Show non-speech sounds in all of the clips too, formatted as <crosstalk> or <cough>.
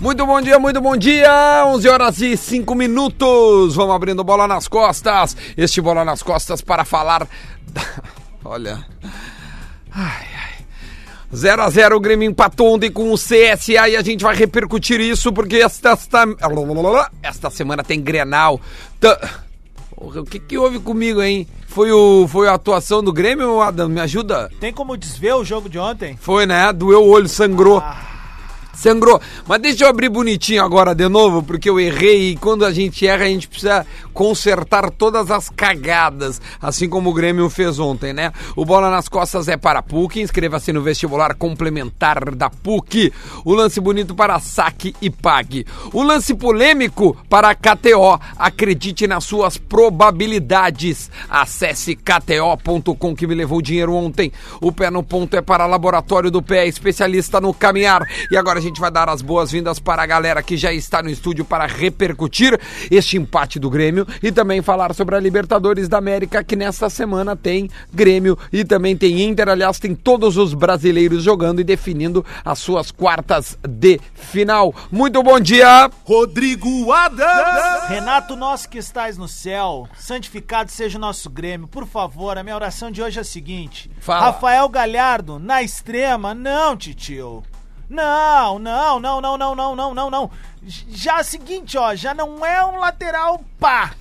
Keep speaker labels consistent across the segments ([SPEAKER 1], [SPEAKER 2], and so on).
[SPEAKER 1] Muito bom dia, muito bom dia. 11 horas e 5 minutos. Vamos abrindo bola nas costas. Este bola nas costas para falar. da- <laughs> Olha. Ai, ai. 0 a 0 o Grêmio empatou ontem com o CSA e a gente vai repercutir isso porque esta, esta, esta semana tem Grenal. Ta- Porra, O que, que houve comigo, hein? Foi, o, foi a atuação do Grêmio, Adam? Me ajuda?
[SPEAKER 2] Tem como desver o jogo de ontem?
[SPEAKER 1] Foi, né? Doeu o olho, sangrou. Sangrou. Mas deixa eu abrir bonitinho agora de novo, porque eu errei e quando a gente erra, a gente precisa consertar todas as cagadas, assim como o Grêmio fez ontem, né? O Bola nas Costas é para a PUC, inscreva-se no vestibular complementar da PUC. O lance bonito para saque e pague. O lance polêmico para a KTO. Acredite nas suas probabilidades. Acesse kto.com que me levou o dinheiro ontem. O pé no ponto é para Laboratório do Pé, especialista no caminhar. E agora a gente vai dar as boas-vindas para a galera que já está no estúdio para repercutir este empate do Grêmio e também falar sobre a Libertadores da América, que nesta semana tem Grêmio e também tem Inter. Aliás, tem todos os brasileiros jogando e definindo as suas quartas de final. Muito bom dia!
[SPEAKER 3] Rodrigo Adams.
[SPEAKER 2] Renato, nosso que estás no céu, santificado seja o nosso Grêmio. Por favor, a minha oração de hoje é a seguinte:
[SPEAKER 1] Fala.
[SPEAKER 2] Rafael Galhardo, na extrema, não, titio. Não, não, não, não, não, não, não, não, não. J- Já é o seguinte, ó, já não é um lateral pá.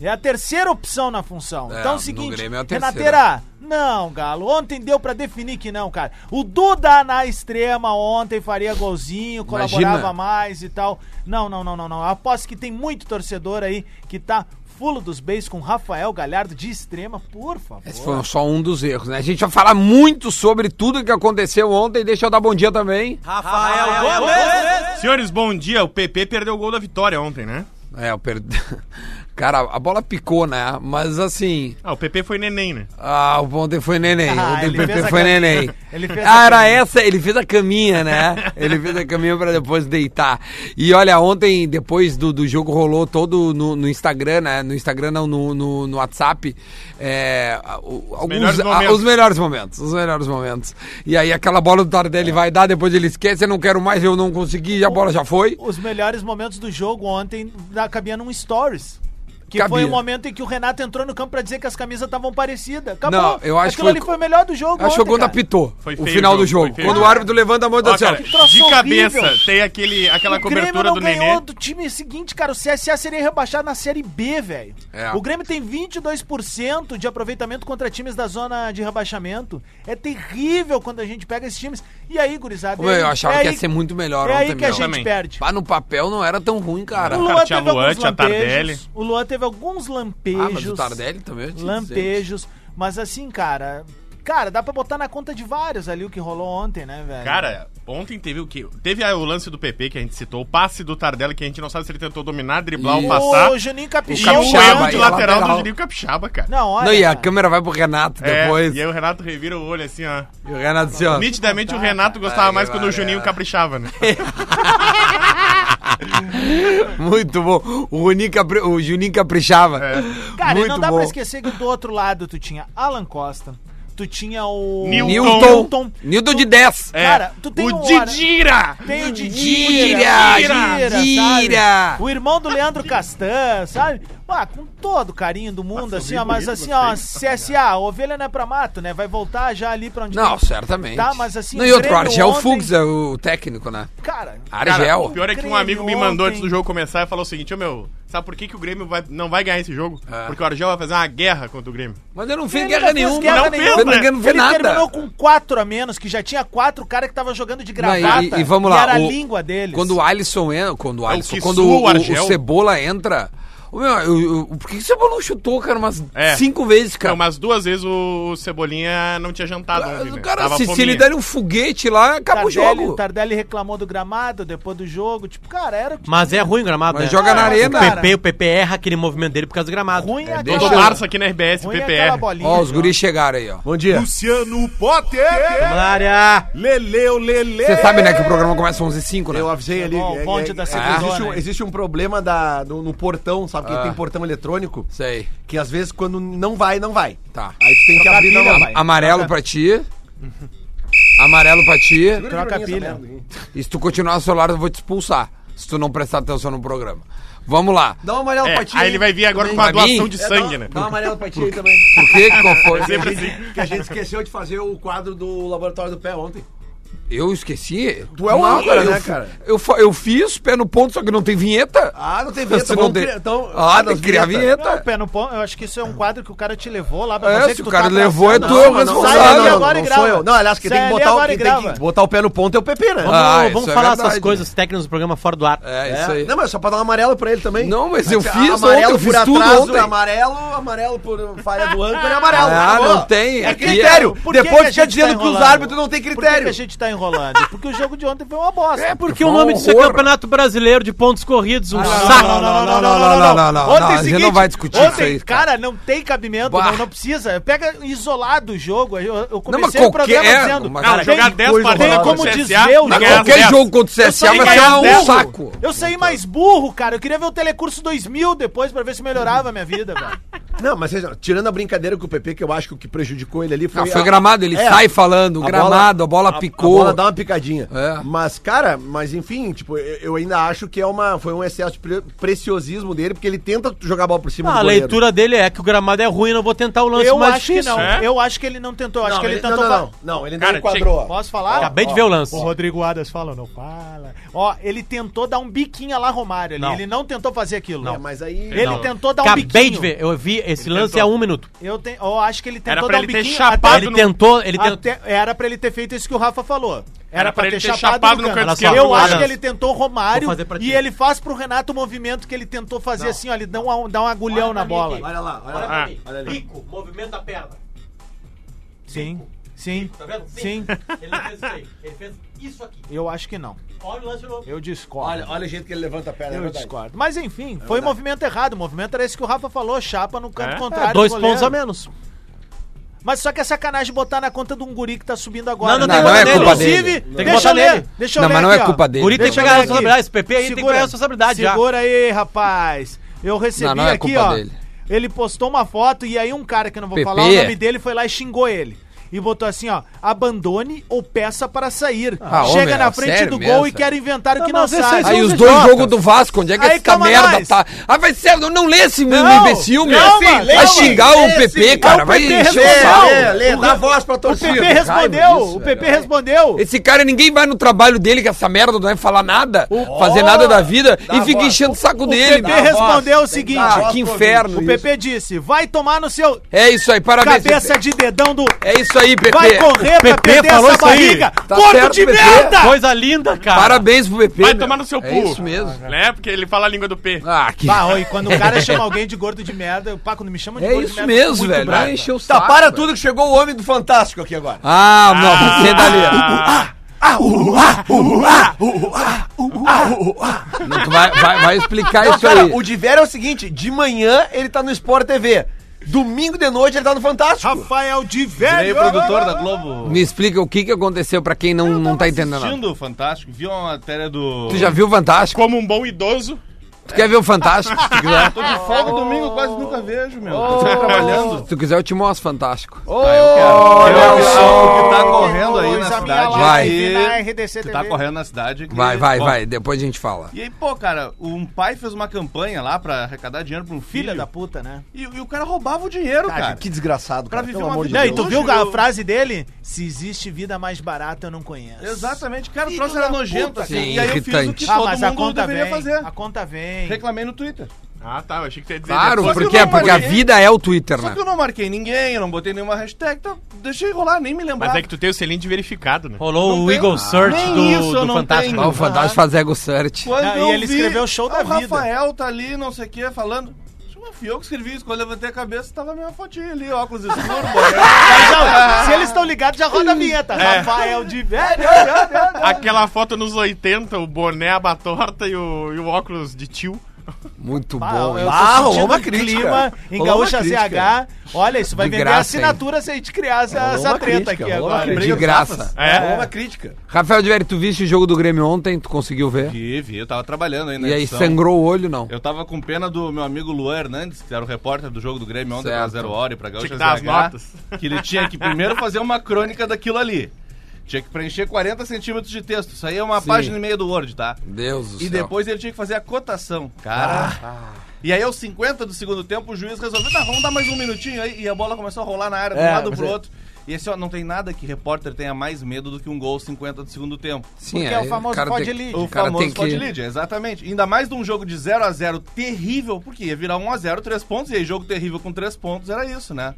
[SPEAKER 2] É a terceira opção na função.
[SPEAKER 1] É,
[SPEAKER 2] então é o
[SPEAKER 1] no
[SPEAKER 2] seguinte,
[SPEAKER 1] Grêmio é a terceira.
[SPEAKER 2] Renateira, não, Galo. Ontem deu pra definir que não, cara. O Duda na extrema ontem faria golzinho, colaborava
[SPEAKER 1] Imagina.
[SPEAKER 2] mais e tal. Não, não, não, não, não. Aposto que tem muito torcedor aí que tá fulo dos beis com Rafael Galhardo de extrema, por favor.
[SPEAKER 1] Esse foi só um dos erros, né? A gente vai falar muito sobre tudo que aconteceu ontem. Deixa eu dar bom dia também.
[SPEAKER 3] Rafael Gomes.
[SPEAKER 4] Senhores, bom dia. O PP perdeu o gol da vitória ontem, né?
[SPEAKER 1] É, eu perdi. <laughs> Cara, a bola picou, né? Mas assim.
[SPEAKER 4] Ah, o PP foi neném, né?
[SPEAKER 1] Ah, o ontem foi neném.
[SPEAKER 2] Ah,
[SPEAKER 1] ontem o
[SPEAKER 2] ele fez
[SPEAKER 1] PP
[SPEAKER 2] a
[SPEAKER 1] foi
[SPEAKER 2] caminha.
[SPEAKER 1] neném.
[SPEAKER 2] Ele fez
[SPEAKER 1] ah,
[SPEAKER 2] a
[SPEAKER 1] era
[SPEAKER 2] caminha.
[SPEAKER 1] essa? Ele fez a caminha, né? Ele fez a caminha pra depois deitar. E olha, ontem, depois do, do jogo, rolou todo no, no Instagram, né? No Instagram, não, no, no, no WhatsApp. é, a- o- alguns-
[SPEAKER 4] melhores
[SPEAKER 1] a-
[SPEAKER 4] momentos.
[SPEAKER 1] os melhores momentos. Os melhores momentos. E aí, aquela bola do Tardelli vai dar, depois ele esquece, eu não quero mais, eu não consegui, a bola já foi.
[SPEAKER 2] Os melhores momentos do jogo ontem da- cabia num stories. Que
[SPEAKER 1] Cabia.
[SPEAKER 2] foi o momento em que o Renato entrou no campo pra dizer que as camisas estavam parecidas. Acabou.
[SPEAKER 1] Não, eu acho
[SPEAKER 2] Aquilo
[SPEAKER 1] que
[SPEAKER 2] ali
[SPEAKER 1] foi-
[SPEAKER 2] foi o melhor do jogo
[SPEAKER 1] Achou
[SPEAKER 2] ontem,
[SPEAKER 1] quando
[SPEAKER 2] cara.
[SPEAKER 1] apitou
[SPEAKER 4] Foi
[SPEAKER 1] o
[SPEAKER 4] feio
[SPEAKER 1] final
[SPEAKER 4] o
[SPEAKER 1] do
[SPEAKER 4] jogo,
[SPEAKER 1] jogo.
[SPEAKER 4] foi feio
[SPEAKER 1] Quando
[SPEAKER 4] o
[SPEAKER 1] o
[SPEAKER 4] jogo.
[SPEAKER 1] árbitro levanta a mão e diz
[SPEAKER 4] Ó,
[SPEAKER 1] assim, ó,
[SPEAKER 4] cara,
[SPEAKER 2] que troço
[SPEAKER 4] de cabeça,
[SPEAKER 2] horrível.
[SPEAKER 4] tem aquele, aquela
[SPEAKER 2] O Grêmio
[SPEAKER 4] cobertura
[SPEAKER 2] não
[SPEAKER 4] do
[SPEAKER 2] ganhou
[SPEAKER 4] Nenê.
[SPEAKER 2] do time seguinte, cara. O CSA seria rebaixado na Série B, velho.
[SPEAKER 1] É.
[SPEAKER 2] O Grêmio tem 22% de aproveitamento contra times da zona de rebaixamento. É terrível quando a gente pega esses times. E aí, gurizada?
[SPEAKER 1] Meu,
[SPEAKER 2] é aí-
[SPEAKER 1] eu achava
[SPEAKER 2] é
[SPEAKER 1] que
[SPEAKER 2] aí-
[SPEAKER 1] ia ser muito melhor
[SPEAKER 2] É aí
[SPEAKER 1] ontem
[SPEAKER 2] que a
[SPEAKER 1] mesmo.
[SPEAKER 2] gente
[SPEAKER 4] Também.
[SPEAKER 2] perde.
[SPEAKER 1] Pá, no papel não era tão ruim, cara.
[SPEAKER 2] O
[SPEAKER 4] Cara,
[SPEAKER 2] Luan
[SPEAKER 4] tinha
[SPEAKER 2] teve alguns
[SPEAKER 4] Luan, tinha Tardelli.
[SPEAKER 2] lampejos. O Luan teve alguns
[SPEAKER 1] Ah, mas
[SPEAKER 2] lampejos.
[SPEAKER 1] o Tardelli também.
[SPEAKER 4] é
[SPEAKER 1] eu tinha que dizer.
[SPEAKER 2] Lampejos. Mas assim, cara... Cara, dá pra botar na conta de vários ali o que rolou ontem, né, velho?
[SPEAKER 4] Cara, ontem teve o que? Teve aí o lance do PP que a gente citou, o passe do Tardelli que a gente não sabe se ele tentou dominar, driblar
[SPEAKER 1] E-
[SPEAKER 4] ou
[SPEAKER 2] o
[SPEAKER 4] passar.
[SPEAKER 2] Juninho
[SPEAKER 4] E
[SPEAKER 2] Capixão...
[SPEAKER 4] o
[SPEAKER 1] Capixaba,
[SPEAKER 4] erro de
[SPEAKER 1] e a
[SPEAKER 4] lateral
[SPEAKER 1] lateral.
[SPEAKER 4] do Juninho Capixaba, cara.
[SPEAKER 2] Não, olha...
[SPEAKER 1] Não, e a
[SPEAKER 2] cara.
[SPEAKER 1] câmera vai pro Renato
[SPEAKER 4] É,
[SPEAKER 1] depois.
[SPEAKER 4] E aí o Renato revira o olho assim, ó.
[SPEAKER 1] E o Renato assim, ó.
[SPEAKER 4] Nitidamente o Renato gostava
[SPEAKER 1] Ai,
[SPEAKER 4] mais quando o
[SPEAKER 1] Maria.
[SPEAKER 4] Juninho caprichava, né?
[SPEAKER 1] Muito bom. O, Rony Capri... o Juninho caprichava.
[SPEAKER 4] É.
[SPEAKER 2] Cara,
[SPEAKER 1] muito
[SPEAKER 2] não dá
[SPEAKER 1] bom.
[SPEAKER 2] pra esquecer que do outro lado tu tinha Alan Costa, tu tinha o.
[SPEAKER 4] Newton.
[SPEAKER 1] Newton. Newton de 10.
[SPEAKER 2] <laughs>
[SPEAKER 4] É.
[SPEAKER 2] Cara, tu tem
[SPEAKER 4] o
[SPEAKER 2] um
[SPEAKER 4] Didira!
[SPEAKER 2] Tem o
[SPEAKER 1] Didira,
[SPEAKER 2] Didira, Didira,
[SPEAKER 1] Didira.
[SPEAKER 2] sabe? O irmão do Leandro Castan, sabe? Ah, com todo o carinho do mundo, assim, ó, mas assim, ó, CSA, ovelha não é pra mato, né? Vai voltar já ali pra onde
[SPEAKER 1] Não, certamente.
[SPEAKER 2] Tá, mas assim,
[SPEAKER 1] Não,
[SPEAKER 2] o
[SPEAKER 1] e outro, o
[SPEAKER 2] Grêmio
[SPEAKER 1] Argel
[SPEAKER 2] ontem-
[SPEAKER 1] Fuchs é o técnico, né?
[SPEAKER 2] Cara,
[SPEAKER 4] Cara,
[SPEAKER 1] Argel.
[SPEAKER 4] o pior é que um amigo me
[SPEAKER 2] Grêmio
[SPEAKER 4] mandou
[SPEAKER 2] ontem.
[SPEAKER 4] antes do jogo começar e falou o seguinte: Ô meu, sabe por que, que o Grêmio vai- não vai ganhar esse jogo?
[SPEAKER 1] É.
[SPEAKER 4] Porque o Argel vai fazer uma guerra contra o Grêmio.
[SPEAKER 1] Mas eu não fiz
[SPEAKER 2] Ele
[SPEAKER 1] guerra
[SPEAKER 2] fez
[SPEAKER 1] nenhuma.
[SPEAKER 2] guerra
[SPEAKER 4] Não
[SPEAKER 2] nenhuma.
[SPEAKER 4] fez, né?
[SPEAKER 1] Ninguém não fez
[SPEAKER 2] Ele terminou
[SPEAKER 1] nada.
[SPEAKER 2] com quatro a menos, que já tinha quatro cara que tava jogando de
[SPEAKER 1] Não, e-
[SPEAKER 2] gravata.
[SPEAKER 1] e, e vamos lá.
[SPEAKER 2] era a
[SPEAKER 1] o-
[SPEAKER 2] língua deles.
[SPEAKER 1] Quando o Alisson entra. Quando o
[SPEAKER 4] É o
[SPEAKER 1] Alisson.
[SPEAKER 4] que
[SPEAKER 1] quando
[SPEAKER 4] sua,
[SPEAKER 1] o,
[SPEAKER 4] o
[SPEAKER 1] o- o
[SPEAKER 4] Argel.
[SPEAKER 1] Cebola entra. Ô, meu, eu- eu- por que que o Cebola não chutou, cara, umas
[SPEAKER 4] É.
[SPEAKER 1] cinco vezes, cara?
[SPEAKER 4] Não, mas duas vezes o Cebolinha não tinha jantado. ontem, né?
[SPEAKER 1] Cara,
[SPEAKER 4] Tava
[SPEAKER 1] se, se
[SPEAKER 4] fominha.
[SPEAKER 1] ele der um foguete lá, acaba o
[SPEAKER 2] Tardelli,
[SPEAKER 1] jogo.
[SPEAKER 2] Tardelli reclamou do gramado depois do jogo. Tipo, cara, era o que
[SPEAKER 5] Mas é ruim o gramado,
[SPEAKER 1] Mas
[SPEAKER 5] né?
[SPEAKER 1] joga na
[SPEAKER 5] Cara,
[SPEAKER 1] arena.
[SPEAKER 5] O PP, o PP erra aquele movimento dele por causa do gramado.
[SPEAKER 2] ruim é,
[SPEAKER 4] Todo
[SPEAKER 2] aquela,
[SPEAKER 1] Deixa-
[SPEAKER 4] Barça aqui na RBS,
[SPEAKER 2] ruim é aquela
[SPEAKER 4] PPR.
[SPEAKER 2] bolinha.
[SPEAKER 1] Ó, os guris chegaram aí, ó.
[SPEAKER 5] Bom dia.
[SPEAKER 3] Luciano Potter.
[SPEAKER 5] Malária!
[SPEAKER 3] Leleu, Lele.
[SPEAKER 1] Você sabe, né, que o programa começa às 11h05, né?
[SPEAKER 6] Eu avisei ali.
[SPEAKER 2] Chegou o bonde da seguidona,
[SPEAKER 6] existe, um,
[SPEAKER 2] hein?
[SPEAKER 6] existe um problema da, no, no portão, sabe? Que
[SPEAKER 1] Ah.
[SPEAKER 6] tem portão eletrônico,
[SPEAKER 1] Sei,
[SPEAKER 6] que às vezes quando não vai, não vai.
[SPEAKER 1] tá.
[SPEAKER 6] Aí tu tem que abrir, não
[SPEAKER 2] pilha,
[SPEAKER 6] vai.
[SPEAKER 1] Amarelo pra ti. Amarelo pra ti.
[SPEAKER 2] Troca a
[SPEAKER 6] Pra mim essa
[SPEAKER 2] pilha.
[SPEAKER 6] merda aqui.
[SPEAKER 1] E se tu continuar no celular, eu vou te expulsar. Se tu não prestar atenção no programa. Vamos lá.
[SPEAKER 6] Dá um amarelo
[SPEAKER 4] É,
[SPEAKER 6] pra ti.
[SPEAKER 4] aí ele vai vir agora com uma
[SPEAKER 6] também.
[SPEAKER 1] Pra mim?
[SPEAKER 4] doação de
[SPEAKER 6] É,
[SPEAKER 4] sangue,
[SPEAKER 6] dá,
[SPEAKER 4] né? assim.
[SPEAKER 6] Dá um amarelo pra ti
[SPEAKER 4] <laughs>
[SPEAKER 6] aí também.
[SPEAKER 1] Por que que qual foi?
[SPEAKER 4] Sempre
[SPEAKER 6] Que a gente- Que a gente esqueceu de fazer o quadro do Laboratório do Pé ontem.
[SPEAKER 1] Eu esqueci?
[SPEAKER 6] Tu é o
[SPEAKER 1] Não,
[SPEAKER 6] âncora,
[SPEAKER 1] eu,
[SPEAKER 6] né, cara?
[SPEAKER 1] Eu, fa- eu fiz pé no ponto, só que não tem vinheta.
[SPEAKER 6] Ah, não tem
[SPEAKER 1] Você
[SPEAKER 6] vinheta.
[SPEAKER 1] não
[SPEAKER 6] vamos
[SPEAKER 1] tem-
[SPEAKER 6] criar- Então,
[SPEAKER 1] Ah, tem
[SPEAKER 6] das
[SPEAKER 1] que criar
[SPEAKER 6] vinhetas.
[SPEAKER 1] vinheta.
[SPEAKER 2] Não, pé no pão, eu acho que isso é um quadro que o cara te levou lá pra
[SPEAKER 1] É, se
[SPEAKER 2] você que tá
[SPEAKER 1] o cara
[SPEAKER 2] abraçando.
[SPEAKER 1] levou, é tu,
[SPEAKER 2] Não,
[SPEAKER 1] é o
[SPEAKER 2] não,
[SPEAKER 1] responsável.
[SPEAKER 2] sai ali
[SPEAKER 1] Não,
[SPEAKER 2] agora e grava.
[SPEAKER 6] sou eu. Não, aliás, quem
[SPEAKER 2] Sai
[SPEAKER 6] tem que
[SPEAKER 2] ali
[SPEAKER 6] botar o
[SPEAKER 2] agora e
[SPEAKER 6] quem tem que
[SPEAKER 2] grava.
[SPEAKER 6] botar o pé no ponto é o PP, né?
[SPEAKER 5] Vamos,
[SPEAKER 1] Ah, isso
[SPEAKER 5] vamos
[SPEAKER 1] é
[SPEAKER 5] falar essas
[SPEAKER 1] verdade.
[SPEAKER 5] coisas técnicas do programa fora do ar.
[SPEAKER 1] É,
[SPEAKER 6] É.
[SPEAKER 1] isso aí.
[SPEAKER 6] Não, mas só pra dar um amarelo pra ele também.
[SPEAKER 1] Não, mas eu
[SPEAKER 6] Ah,
[SPEAKER 1] fiz ontem,
[SPEAKER 6] amarelo
[SPEAKER 1] eu fiz
[SPEAKER 6] por
[SPEAKER 1] tudo
[SPEAKER 6] atraso,
[SPEAKER 1] ontem.
[SPEAKER 6] Amarelo, amarelo por falha do âncora e amarelo.
[SPEAKER 1] Ah,
[SPEAKER 6] Acabou.
[SPEAKER 1] não tem.
[SPEAKER 6] É
[SPEAKER 1] Aqui é-
[SPEAKER 6] critério.
[SPEAKER 2] Por que que
[SPEAKER 6] Depois
[SPEAKER 2] a
[SPEAKER 6] fica
[SPEAKER 2] gente tá
[SPEAKER 6] dizendo que os
[SPEAKER 2] enrolando?
[SPEAKER 6] árbitros não têm
[SPEAKER 2] Por que, que a
[SPEAKER 6] critério.
[SPEAKER 2] gente tá enrolando? Porque o jogo de ontem foi uma bosta.
[SPEAKER 1] É,
[SPEAKER 5] Porque
[SPEAKER 1] foi
[SPEAKER 5] o
[SPEAKER 1] um
[SPEAKER 5] nome disso é
[SPEAKER 1] horror.
[SPEAKER 5] Campeonato Brasileiro de Pontos Corridos,
[SPEAKER 2] Ah,
[SPEAKER 5] um
[SPEAKER 1] não,
[SPEAKER 5] saco.
[SPEAKER 1] não, não, não, não, não, não,
[SPEAKER 2] Ontem
[SPEAKER 1] não,
[SPEAKER 2] é
[SPEAKER 1] a gente
[SPEAKER 2] seguinte,
[SPEAKER 1] não vai discutir
[SPEAKER 2] ontem,
[SPEAKER 1] isso aí,
[SPEAKER 2] Cara.
[SPEAKER 1] cara.
[SPEAKER 2] não tem cabimento,
[SPEAKER 1] Bah.
[SPEAKER 2] não, não precisa. Pega isolado o jogo. Eu, eu comecei
[SPEAKER 1] mas
[SPEAKER 2] o
[SPEAKER 1] qualquer-
[SPEAKER 2] programa
[SPEAKER 1] é,
[SPEAKER 2] dizendo.
[SPEAKER 1] mas-
[SPEAKER 4] Não,
[SPEAKER 1] Cara,
[SPEAKER 4] jogar
[SPEAKER 2] tem
[SPEAKER 4] 10 partidas
[SPEAKER 2] como
[SPEAKER 4] contra o CSA,
[SPEAKER 2] descer o
[SPEAKER 4] não,
[SPEAKER 2] jogo.
[SPEAKER 1] Qualquer
[SPEAKER 4] dez.
[SPEAKER 1] jogo contra o
[SPEAKER 2] Eu
[SPEAKER 1] CSA
[SPEAKER 2] saí
[SPEAKER 1] vai
[SPEAKER 2] mais
[SPEAKER 1] ser um
[SPEAKER 2] burro.
[SPEAKER 1] saco.
[SPEAKER 2] Eu saí mais burro, cara. Eu queria ver o Telecurso 2000 depois pra ver se melhorava a minha vida, velho.
[SPEAKER 6] Não, mas seja, tirando a brincadeira com o PP, que eu acho que o que prejudicou ele ali foi.
[SPEAKER 1] Ah, foi
[SPEAKER 6] a-
[SPEAKER 1] gramado, ele
[SPEAKER 6] É.
[SPEAKER 1] sai falando,
[SPEAKER 6] A
[SPEAKER 1] gramado, a bola picou.
[SPEAKER 6] A bola dá uma picadinha.
[SPEAKER 1] É.
[SPEAKER 6] Mas, cara, mas enfim, tipo, eu eu ainda acho que é uma, foi um excesso de pre- preciosismo dele, porque ele tenta jogar a bola por cima
[SPEAKER 5] Ah,
[SPEAKER 6] do
[SPEAKER 5] a
[SPEAKER 6] goleiro.
[SPEAKER 5] leitura dele é que o gramado é ruim, não vou tentar o lance
[SPEAKER 2] Eu
[SPEAKER 5] mais
[SPEAKER 2] acho que
[SPEAKER 5] difícil. né?
[SPEAKER 2] não.
[SPEAKER 4] É?
[SPEAKER 2] Eu acho que ele não tentou. Acho
[SPEAKER 6] Não,
[SPEAKER 2] que ele,
[SPEAKER 6] ele, não,
[SPEAKER 2] tentou.
[SPEAKER 6] não,
[SPEAKER 2] fa-
[SPEAKER 6] não, não, ele
[SPEAKER 4] Cara,
[SPEAKER 6] não enquadrou.
[SPEAKER 2] Posso falar?
[SPEAKER 5] Acabei de ver o lance.
[SPEAKER 2] O Rodrigo Adas fala, não fala. Ó, ele tentou dar um biquinho lá Romário ali.
[SPEAKER 5] Não.
[SPEAKER 2] Ele não tentou fazer aquilo.
[SPEAKER 6] É, mas aí.
[SPEAKER 2] Ele
[SPEAKER 5] Não.
[SPEAKER 2] tentou dar um
[SPEAKER 5] Acabei
[SPEAKER 2] biquinho.
[SPEAKER 5] de ver, eu vi esse
[SPEAKER 4] Ele
[SPEAKER 5] lance há
[SPEAKER 4] tentou.
[SPEAKER 5] um minuto.
[SPEAKER 2] Eu, te- eu acho que ele tentou
[SPEAKER 4] Era pra
[SPEAKER 2] dar um
[SPEAKER 4] ele ter
[SPEAKER 2] biquinho.
[SPEAKER 4] chapado
[SPEAKER 2] até-
[SPEAKER 5] Ele tentou, ele tentou.
[SPEAKER 2] até- era pra ele ter feito isso que o Rafa falou. Era, pra, ele ter chapado, no canto
[SPEAKER 5] Olha
[SPEAKER 4] esquerdo
[SPEAKER 5] só,
[SPEAKER 4] do
[SPEAKER 2] Eu
[SPEAKER 5] Vou
[SPEAKER 2] acho
[SPEAKER 5] fazer um
[SPEAKER 2] que ele tentou o Romário
[SPEAKER 5] Vou fazer pra ti.
[SPEAKER 2] e ele faz pro Renato o movimento que ele tentou fazer assim, ó, ele dá um, dá um agulhão na bola.
[SPEAKER 6] Olha lá, olha
[SPEAKER 4] pra
[SPEAKER 2] Ah.
[SPEAKER 6] lá.
[SPEAKER 4] mim.
[SPEAKER 6] Olha ali.
[SPEAKER 5] Pico, movimento da perna.
[SPEAKER 2] Sim, sim,
[SPEAKER 5] Tá vendo?
[SPEAKER 2] sim.
[SPEAKER 5] Ele não fez isso aí. Ele fez isso aqui.
[SPEAKER 2] Eu acho que não.
[SPEAKER 5] Olha o lance novo.
[SPEAKER 2] Eu discordo.
[SPEAKER 6] Olha, olha o jeito que ele levanta a perna. é
[SPEAKER 2] Eu
[SPEAKER 6] verdade.
[SPEAKER 2] discordo. Mas
[SPEAKER 1] É
[SPEAKER 2] enfim, foi movimento errado. O movimento era esse que o Rafa falou, chapa no canto
[SPEAKER 4] É?
[SPEAKER 2] contrário.
[SPEAKER 5] dois
[SPEAKER 2] do
[SPEAKER 5] pontos
[SPEAKER 2] goleiro.
[SPEAKER 5] a menos.
[SPEAKER 2] Mas só que é sacanagem botar na conta de um guri que tá subindo agora.
[SPEAKER 5] Não, não,
[SPEAKER 1] Não, tem não é culpa
[SPEAKER 2] Inclusive,
[SPEAKER 1] dele.
[SPEAKER 5] Tem que
[SPEAKER 2] deixa eu
[SPEAKER 5] botar
[SPEAKER 2] ler.
[SPEAKER 5] nele.
[SPEAKER 2] Deixa eu
[SPEAKER 1] Não,
[SPEAKER 2] ler
[SPEAKER 1] mas não é
[SPEAKER 2] aqui, ó.
[SPEAKER 1] culpa dele.
[SPEAKER 5] Guri tem que
[SPEAKER 2] Deixa eu
[SPEAKER 5] pegar a
[SPEAKER 2] ler
[SPEAKER 5] responsabilidade.
[SPEAKER 2] aqui.
[SPEAKER 5] Esse PP aí tem que
[SPEAKER 2] Segura.
[SPEAKER 5] pegar a responsabilidade já.
[SPEAKER 2] Segura aí, rapaz. Eu recebi
[SPEAKER 1] Não, não é
[SPEAKER 2] aqui,
[SPEAKER 1] culpa
[SPEAKER 2] ó.
[SPEAKER 1] dele. é.
[SPEAKER 2] Ele postou uma foto e aí um cara que eu não vou
[SPEAKER 1] PP.
[SPEAKER 2] falar o nome dele foi lá e xingou ele. E botou assim, ó, abandone ou peça para sair.
[SPEAKER 1] Ah,
[SPEAKER 2] Chega
[SPEAKER 1] homem,
[SPEAKER 2] na
[SPEAKER 1] é
[SPEAKER 2] frente
[SPEAKER 1] sério
[SPEAKER 2] do
[SPEAKER 1] mesmo,
[SPEAKER 2] gol e
[SPEAKER 1] sério.
[SPEAKER 2] quer inventar o
[SPEAKER 5] Não,
[SPEAKER 2] que não
[SPEAKER 5] mas esse-
[SPEAKER 2] sabe.
[SPEAKER 5] esse
[SPEAKER 1] Aí
[SPEAKER 5] Tá são
[SPEAKER 1] os
[SPEAKER 5] os
[SPEAKER 1] dois
[SPEAKER 5] idiotas.
[SPEAKER 1] jogos do Vasco, onde é que
[SPEAKER 2] Aí,
[SPEAKER 1] essa
[SPEAKER 2] calma
[SPEAKER 1] merda
[SPEAKER 2] nós.
[SPEAKER 1] tá? Ah, vai ser, não lê esse
[SPEAKER 2] Não,
[SPEAKER 1] imbecil, meu.
[SPEAKER 2] calma, calma.
[SPEAKER 1] vai xingar o PP, cara,
[SPEAKER 2] o
[SPEAKER 1] vai
[SPEAKER 2] PP
[SPEAKER 1] encher o
[SPEAKER 2] resolveu.
[SPEAKER 1] pau.
[SPEAKER 6] Lê, lê, lê,
[SPEAKER 2] O
[SPEAKER 6] dá
[SPEAKER 2] Ra-
[SPEAKER 6] voz pra
[SPEAKER 2] O
[SPEAKER 6] torcida.
[SPEAKER 2] PP
[SPEAKER 6] Raiva
[SPEAKER 2] respondeu,
[SPEAKER 6] disso,
[SPEAKER 2] o PP
[SPEAKER 6] velho.
[SPEAKER 2] respondeu.
[SPEAKER 1] Esse cara, ninguém vai no trabalho dele, que essa merda não vai falar nada, fazer nada da vida, e fica
[SPEAKER 6] voz.
[SPEAKER 1] enchendo o saco
[SPEAKER 2] O
[SPEAKER 1] dele.
[SPEAKER 2] PP
[SPEAKER 1] meu.
[SPEAKER 2] respondeu o
[SPEAKER 6] tem que
[SPEAKER 2] seguinte.
[SPEAKER 6] dar
[SPEAKER 1] Ah,
[SPEAKER 6] voz
[SPEAKER 1] que
[SPEAKER 6] pro
[SPEAKER 1] inferno
[SPEAKER 2] O
[SPEAKER 1] isso.
[SPEAKER 2] PP disse, vai tomar no seu
[SPEAKER 1] É isso aí, parabéns,
[SPEAKER 2] cabeça
[SPEAKER 1] PP.
[SPEAKER 2] de dedão do...
[SPEAKER 1] É isso aí, PP.
[SPEAKER 2] Vai correr pra
[SPEAKER 5] PP
[SPEAKER 2] perder
[SPEAKER 5] falou
[SPEAKER 2] essa
[SPEAKER 5] isso aí.
[SPEAKER 2] barriga.
[SPEAKER 1] Tá
[SPEAKER 2] Porco
[SPEAKER 1] certo,
[SPEAKER 2] de
[SPEAKER 1] PP.
[SPEAKER 2] merda!
[SPEAKER 5] Coisa linda, cara.
[SPEAKER 1] Parabéns pro PP.
[SPEAKER 4] Vai
[SPEAKER 1] meu.
[SPEAKER 4] tomar no seu
[SPEAKER 1] É
[SPEAKER 4] cu.
[SPEAKER 1] isso mesmo.
[SPEAKER 4] Né? Porque ele fala a língua do P.
[SPEAKER 1] Ah, que...
[SPEAKER 2] Bah, ó, e quando o cara chama alguém de gordo de merda, eu, pá, quando me chamam de
[SPEAKER 1] É
[SPEAKER 2] gordo de
[SPEAKER 1] isso
[SPEAKER 2] merda, eu fico
[SPEAKER 1] mesmo,
[SPEAKER 2] muito
[SPEAKER 1] velho.
[SPEAKER 2] bravo.
[SPEAKER 1] Vai encher o saco.
[SPEAKER 6] Tá, para
[SPEAKER 1] velho.
[SPEAKER 6] tudo que chegou o homem do Fantástico aqui agora.
[SPEAKER 1] Ah, não, senta ali.
[SPEAKER 4] Ah,
[SPEAKER 6] uh, ah,
[SPEAKER 1] Não, tu vai, vai, vai explicar
[SPEAKER 6] Não,
[SPEAKER 1] isso
[SPEAKER 6] cara,
[SPEAKER 1] aí.
[SPEAKER 6] o Diver uh, ah. é o seguinte: de manhã ele tá no Sport TV. Domingo de noite ele tá no Fantástico.
[SPEAKER 2] Rafael de velho.
[SPEAKER 7] produtor da Globo.
[SPEAKER 1] Me explica o que, que aconteceu pra quem não, não tá entendendo nada.
[SPEAKER 7] Assistindo o Fantástico, viu uma matéria do.
[SPEAKER 1] Tu já viu o Fantástico?
[SPEAKER 4] como um bom idoso.
[SPEAKER 1] Tu quer ver o Fantástico? Se tu quiser,
[SPEAKER 7] Tô de folga domingo, quase nunca vejo, meu. Tô trabalhando.
[SPEAKER 1] se tu quiser eu te mostro o Fantástico.
[SPEAKER 7] Ah, eu quero.
[SPEAKER 6] Olha
[SPEAKER 7] Eu quero
[SPEAKER 6] só.
[SPEAKER 7] o que tá correndo aí na
[SPEAKER 2] Coisa minha
[SPEAKER 7] cidade.
[SPEAKER 1] lá,
[SPEAKER 7] que-
[SPEAKER 2] na RDC
[SPEAKER 7] que tá
[SPEAKER 2] TV.
[SPEAKER 7] correndo na cidade. que-
[SPEAKER 1] Vai, vai,
[SPEAKER 7] Bom,
[SPEAKER 1] vai. Depois a gente fala.
[SPEAKER 7] E aí, pô, cara, um pai fez uma campanha lá pra arrecadar dinheiro pra um filho.
[SPEAKER 2] Filha da puta, né?
[SPEAKER 7] E, e o cara roubava o dinheiro, cara.
[SPEAKER 6] Que desgraçado,
[SPEAKER 7] Pra
[SPEAKER 6] cara.
[SPEAKER 7] viver
[SPEAKER 6] pelo
[SPEAKER 7] Tá uma
[SPEAKER 6] amor de
[SPEAKER 7] vida
[SPEAKER 2] Não,
[SPEAKER 6] Deus.
[SPEAKER 2] e tu
[SPEAKER 7] Hoje
[SPEAKER 2] viu a
[SPEAKER 7] eu-
[SPEAKER 2] frase dele? Se existe vida mais barata, eu não conheço.
[SPEAKER 7] Exatamente, cara, o
[SPEAKER 2] Filho
[SPEAKER 7] troço era
[SPEAKER 2] da
[SPEAKER 7] nojento,
[SPEAKER 2] puta,
[SPEAKER 7] cara.
[SPEAKER 1] sim,
[SPEAKER 7] E aí eu fiz o
[SPEAKER 1] irritante.
[SPEAKER 7] que
[SPEAKER 2] Ah,
[SPEAKER 7] todo
[SPEAKER 2] mas a
[SPEAKER 7] mundo
[SPEAKER 2] conta
[SPEAKER 7] deveria
[SPEAKER 2] vem.
[SPEAKER 7] fazer.
[SPEAKER 2] A conta vem.
[SPEAKER 7] Reclamei no Twitter.
[SPEAKER 4] Ah, tá. Eu achei que tu ia dizer.
[SPEAKER 1] Claro,
[SPEAKER 4] depois.
[SPEAKER 1] porque,
[SPEAKER 7] eu não
[SPEAKER 1] porque a
[SPEAKER 7] marquei.
[SPEAKER 1] vida é o Twitter,
[SPEAKER 7] Só
[SPEAKER 1] né?
[SPEAKER 7] que eu não marquei ninguém, eu não botei nenhuma hashtag, então deixei rolar, nem me lembrava.
[SPEAKER 4] Mas é que tu tem o selinho de verificado, né?
[SPEAKER 5] Rolou
[SPEAKER 7] Não
[SPEAKER 5] o
[SPEAKER 7] tem-
[SPEAKER 5] Eagle Search
[SPEAKER 7] Nem
[SPEAKER 5] do,
[SPEAKER 7] isso eu
[SPEAKER 5] do
[SPEAKER 7] não
[SPEAKER 5] Fantástico.
[SPEAKER 7] tenho.
[SPEAKER 1] Ah, o Fantástico faz ego search.
[SPEAKER 7] Quando
[SPEAKER 2] Ah, e
[SPEAKER 7] eu
[SPEAKER 2] ele
[SPEAKER 7] vi,
[SPEAKER 2] escreveu o show da
[SPEAKER 7] ah,
[SPEAKER 2] vida.
[SPEAKER 7] O Rafael tá ali, não sei o que, falando. "Isso não Fui eu que escrevi isso. Quando eu levantei a cabeça, tava a minha fotinha ali, óculos escuros,
[SPEAKER 2] <laughs>
[SPEAKER 7] boné.
[SPEAKER 2] Mas Ah, não, se eles estão ligados, já roda a vinheta. Rafael de velho.
[SPEAKER 4] Aquela foto nos 80, o boné, a batorta e o, e o óculos de tio.
[SPEAKER 1] Muito
[SPEAKER 2] Ah,
[SPEAKER 1] bom.
[SPEAKER 2] eu
[SPEAKER 1] hein?
[SPEAKER 6] Ah,
[SPEAKER 2] tô
[SPEAKER 6] rolou
[SPEAKER 2] sentindo
[SPEAKER 6] uma
[SPEAKER 2] um
[SPEAKER 6] crítica.
[SPEAKER 2] clima em
[SPEAKER 6] Rolou uma
[SPEAKER 2] Gaúcha
[SPEAKER 6] crítica.
[SPEAKER 2] ZH. Olha, isso vai
[SPEAKER 1] De
[SPEAKER 2] vender
[SPEAKER 1] graça,
[SPEAKER 2] assinatura se a gente criar essa,
[SPEAKER 6] Rolou
[SPEAKER 2] essa
[SPEAKER 6] uma
[SPEAKER 2] treta
[SPEAKER 6] crítica,
[SPEAKER 2] aqui
[SPEAKER 6] rolou uma
[SPEAKER 2] agora.
[SPEAKER 6] crítica.
[SPEAKER 1] De graça.
[SPEAKER 6] É
[SPEAKER 4] É.
[SPEAKER 6] uma crítica.
[SPEAKER 1] Rafael Diver, tu viste o jogo do Grêmio ontem? Tu conseguiu ver?
[SPEAKER 7] vi, né, vi, eu tava trabalhando aí na
[SPEAKER 1] E aí
[SPEAKER 7] edição.
[SPEAKER 1] sangrou o olho, não?
[SPEAKER 7] Eu tava com pena do meu amigo Luan Hernandes, que era o repórter do jogo do Grêmio ontem
[SPEAKER 1] Certo.
[SPEAKER 7] pra Zero Hora e pra Gaúcha
[SPEAKER 4] Tinha que dar as
[SPEAKER 7] ZH,
[SPEAKER 4] notas.
[SPEAKER 2] <laughs>
[SPEAKER 7] que ele tinha que primeiro fazer uma crônica daquilo ali. Tinha que preencher 40 centímetros de texto. Isso aí é uma página e meia do Word, tá?
[SPEAKER 1] Deus do
[SPEAKER 7] E
[SPEAKER 1] céu. Ah.
[SPEAKER 7] depois ele tinha que fazer a cotação. Cara. E aí, aos 50 do segundo tempo, o juiz resolveu, tá, vamos dar mais um minutinho aí. E a bola começou a rolar na área de um
[SPEAKER 2] É,
[SPEAKER 7] lado
[SPEAKER 2] mas
[SPEAKER 7] pro
[SPEAKER 2] é-
[SPEAKER 7] outro. E assim, ó, não tem nada que repórter tenha mais medo do que um gol aos 50 do segundo tempo.
[SPEAKER 1] Sim,
[SPEAKER 2] Porque é o famoso
[SPEAKER 1] cara
[SPEAKER 2] Ford
[SPEAKER 1] tem-
[SPEAKER 2] Lead.
[SPEAKER 1] O
[SPEAKER 7] O
[SPEAKER 1] cara
[SPEAKER 7] famoso
[SPEAKER 1] tem
[SPEAKER 7] spot
[SPEAKER 1] que...
[SPEAKER 7] lead, exatamente. Ainda mais de um jogo de 0 a 0 terrível, porque ia virar 1 a 0 3 pontos, e aí jogo terrível com 3 pontos, era isso, né?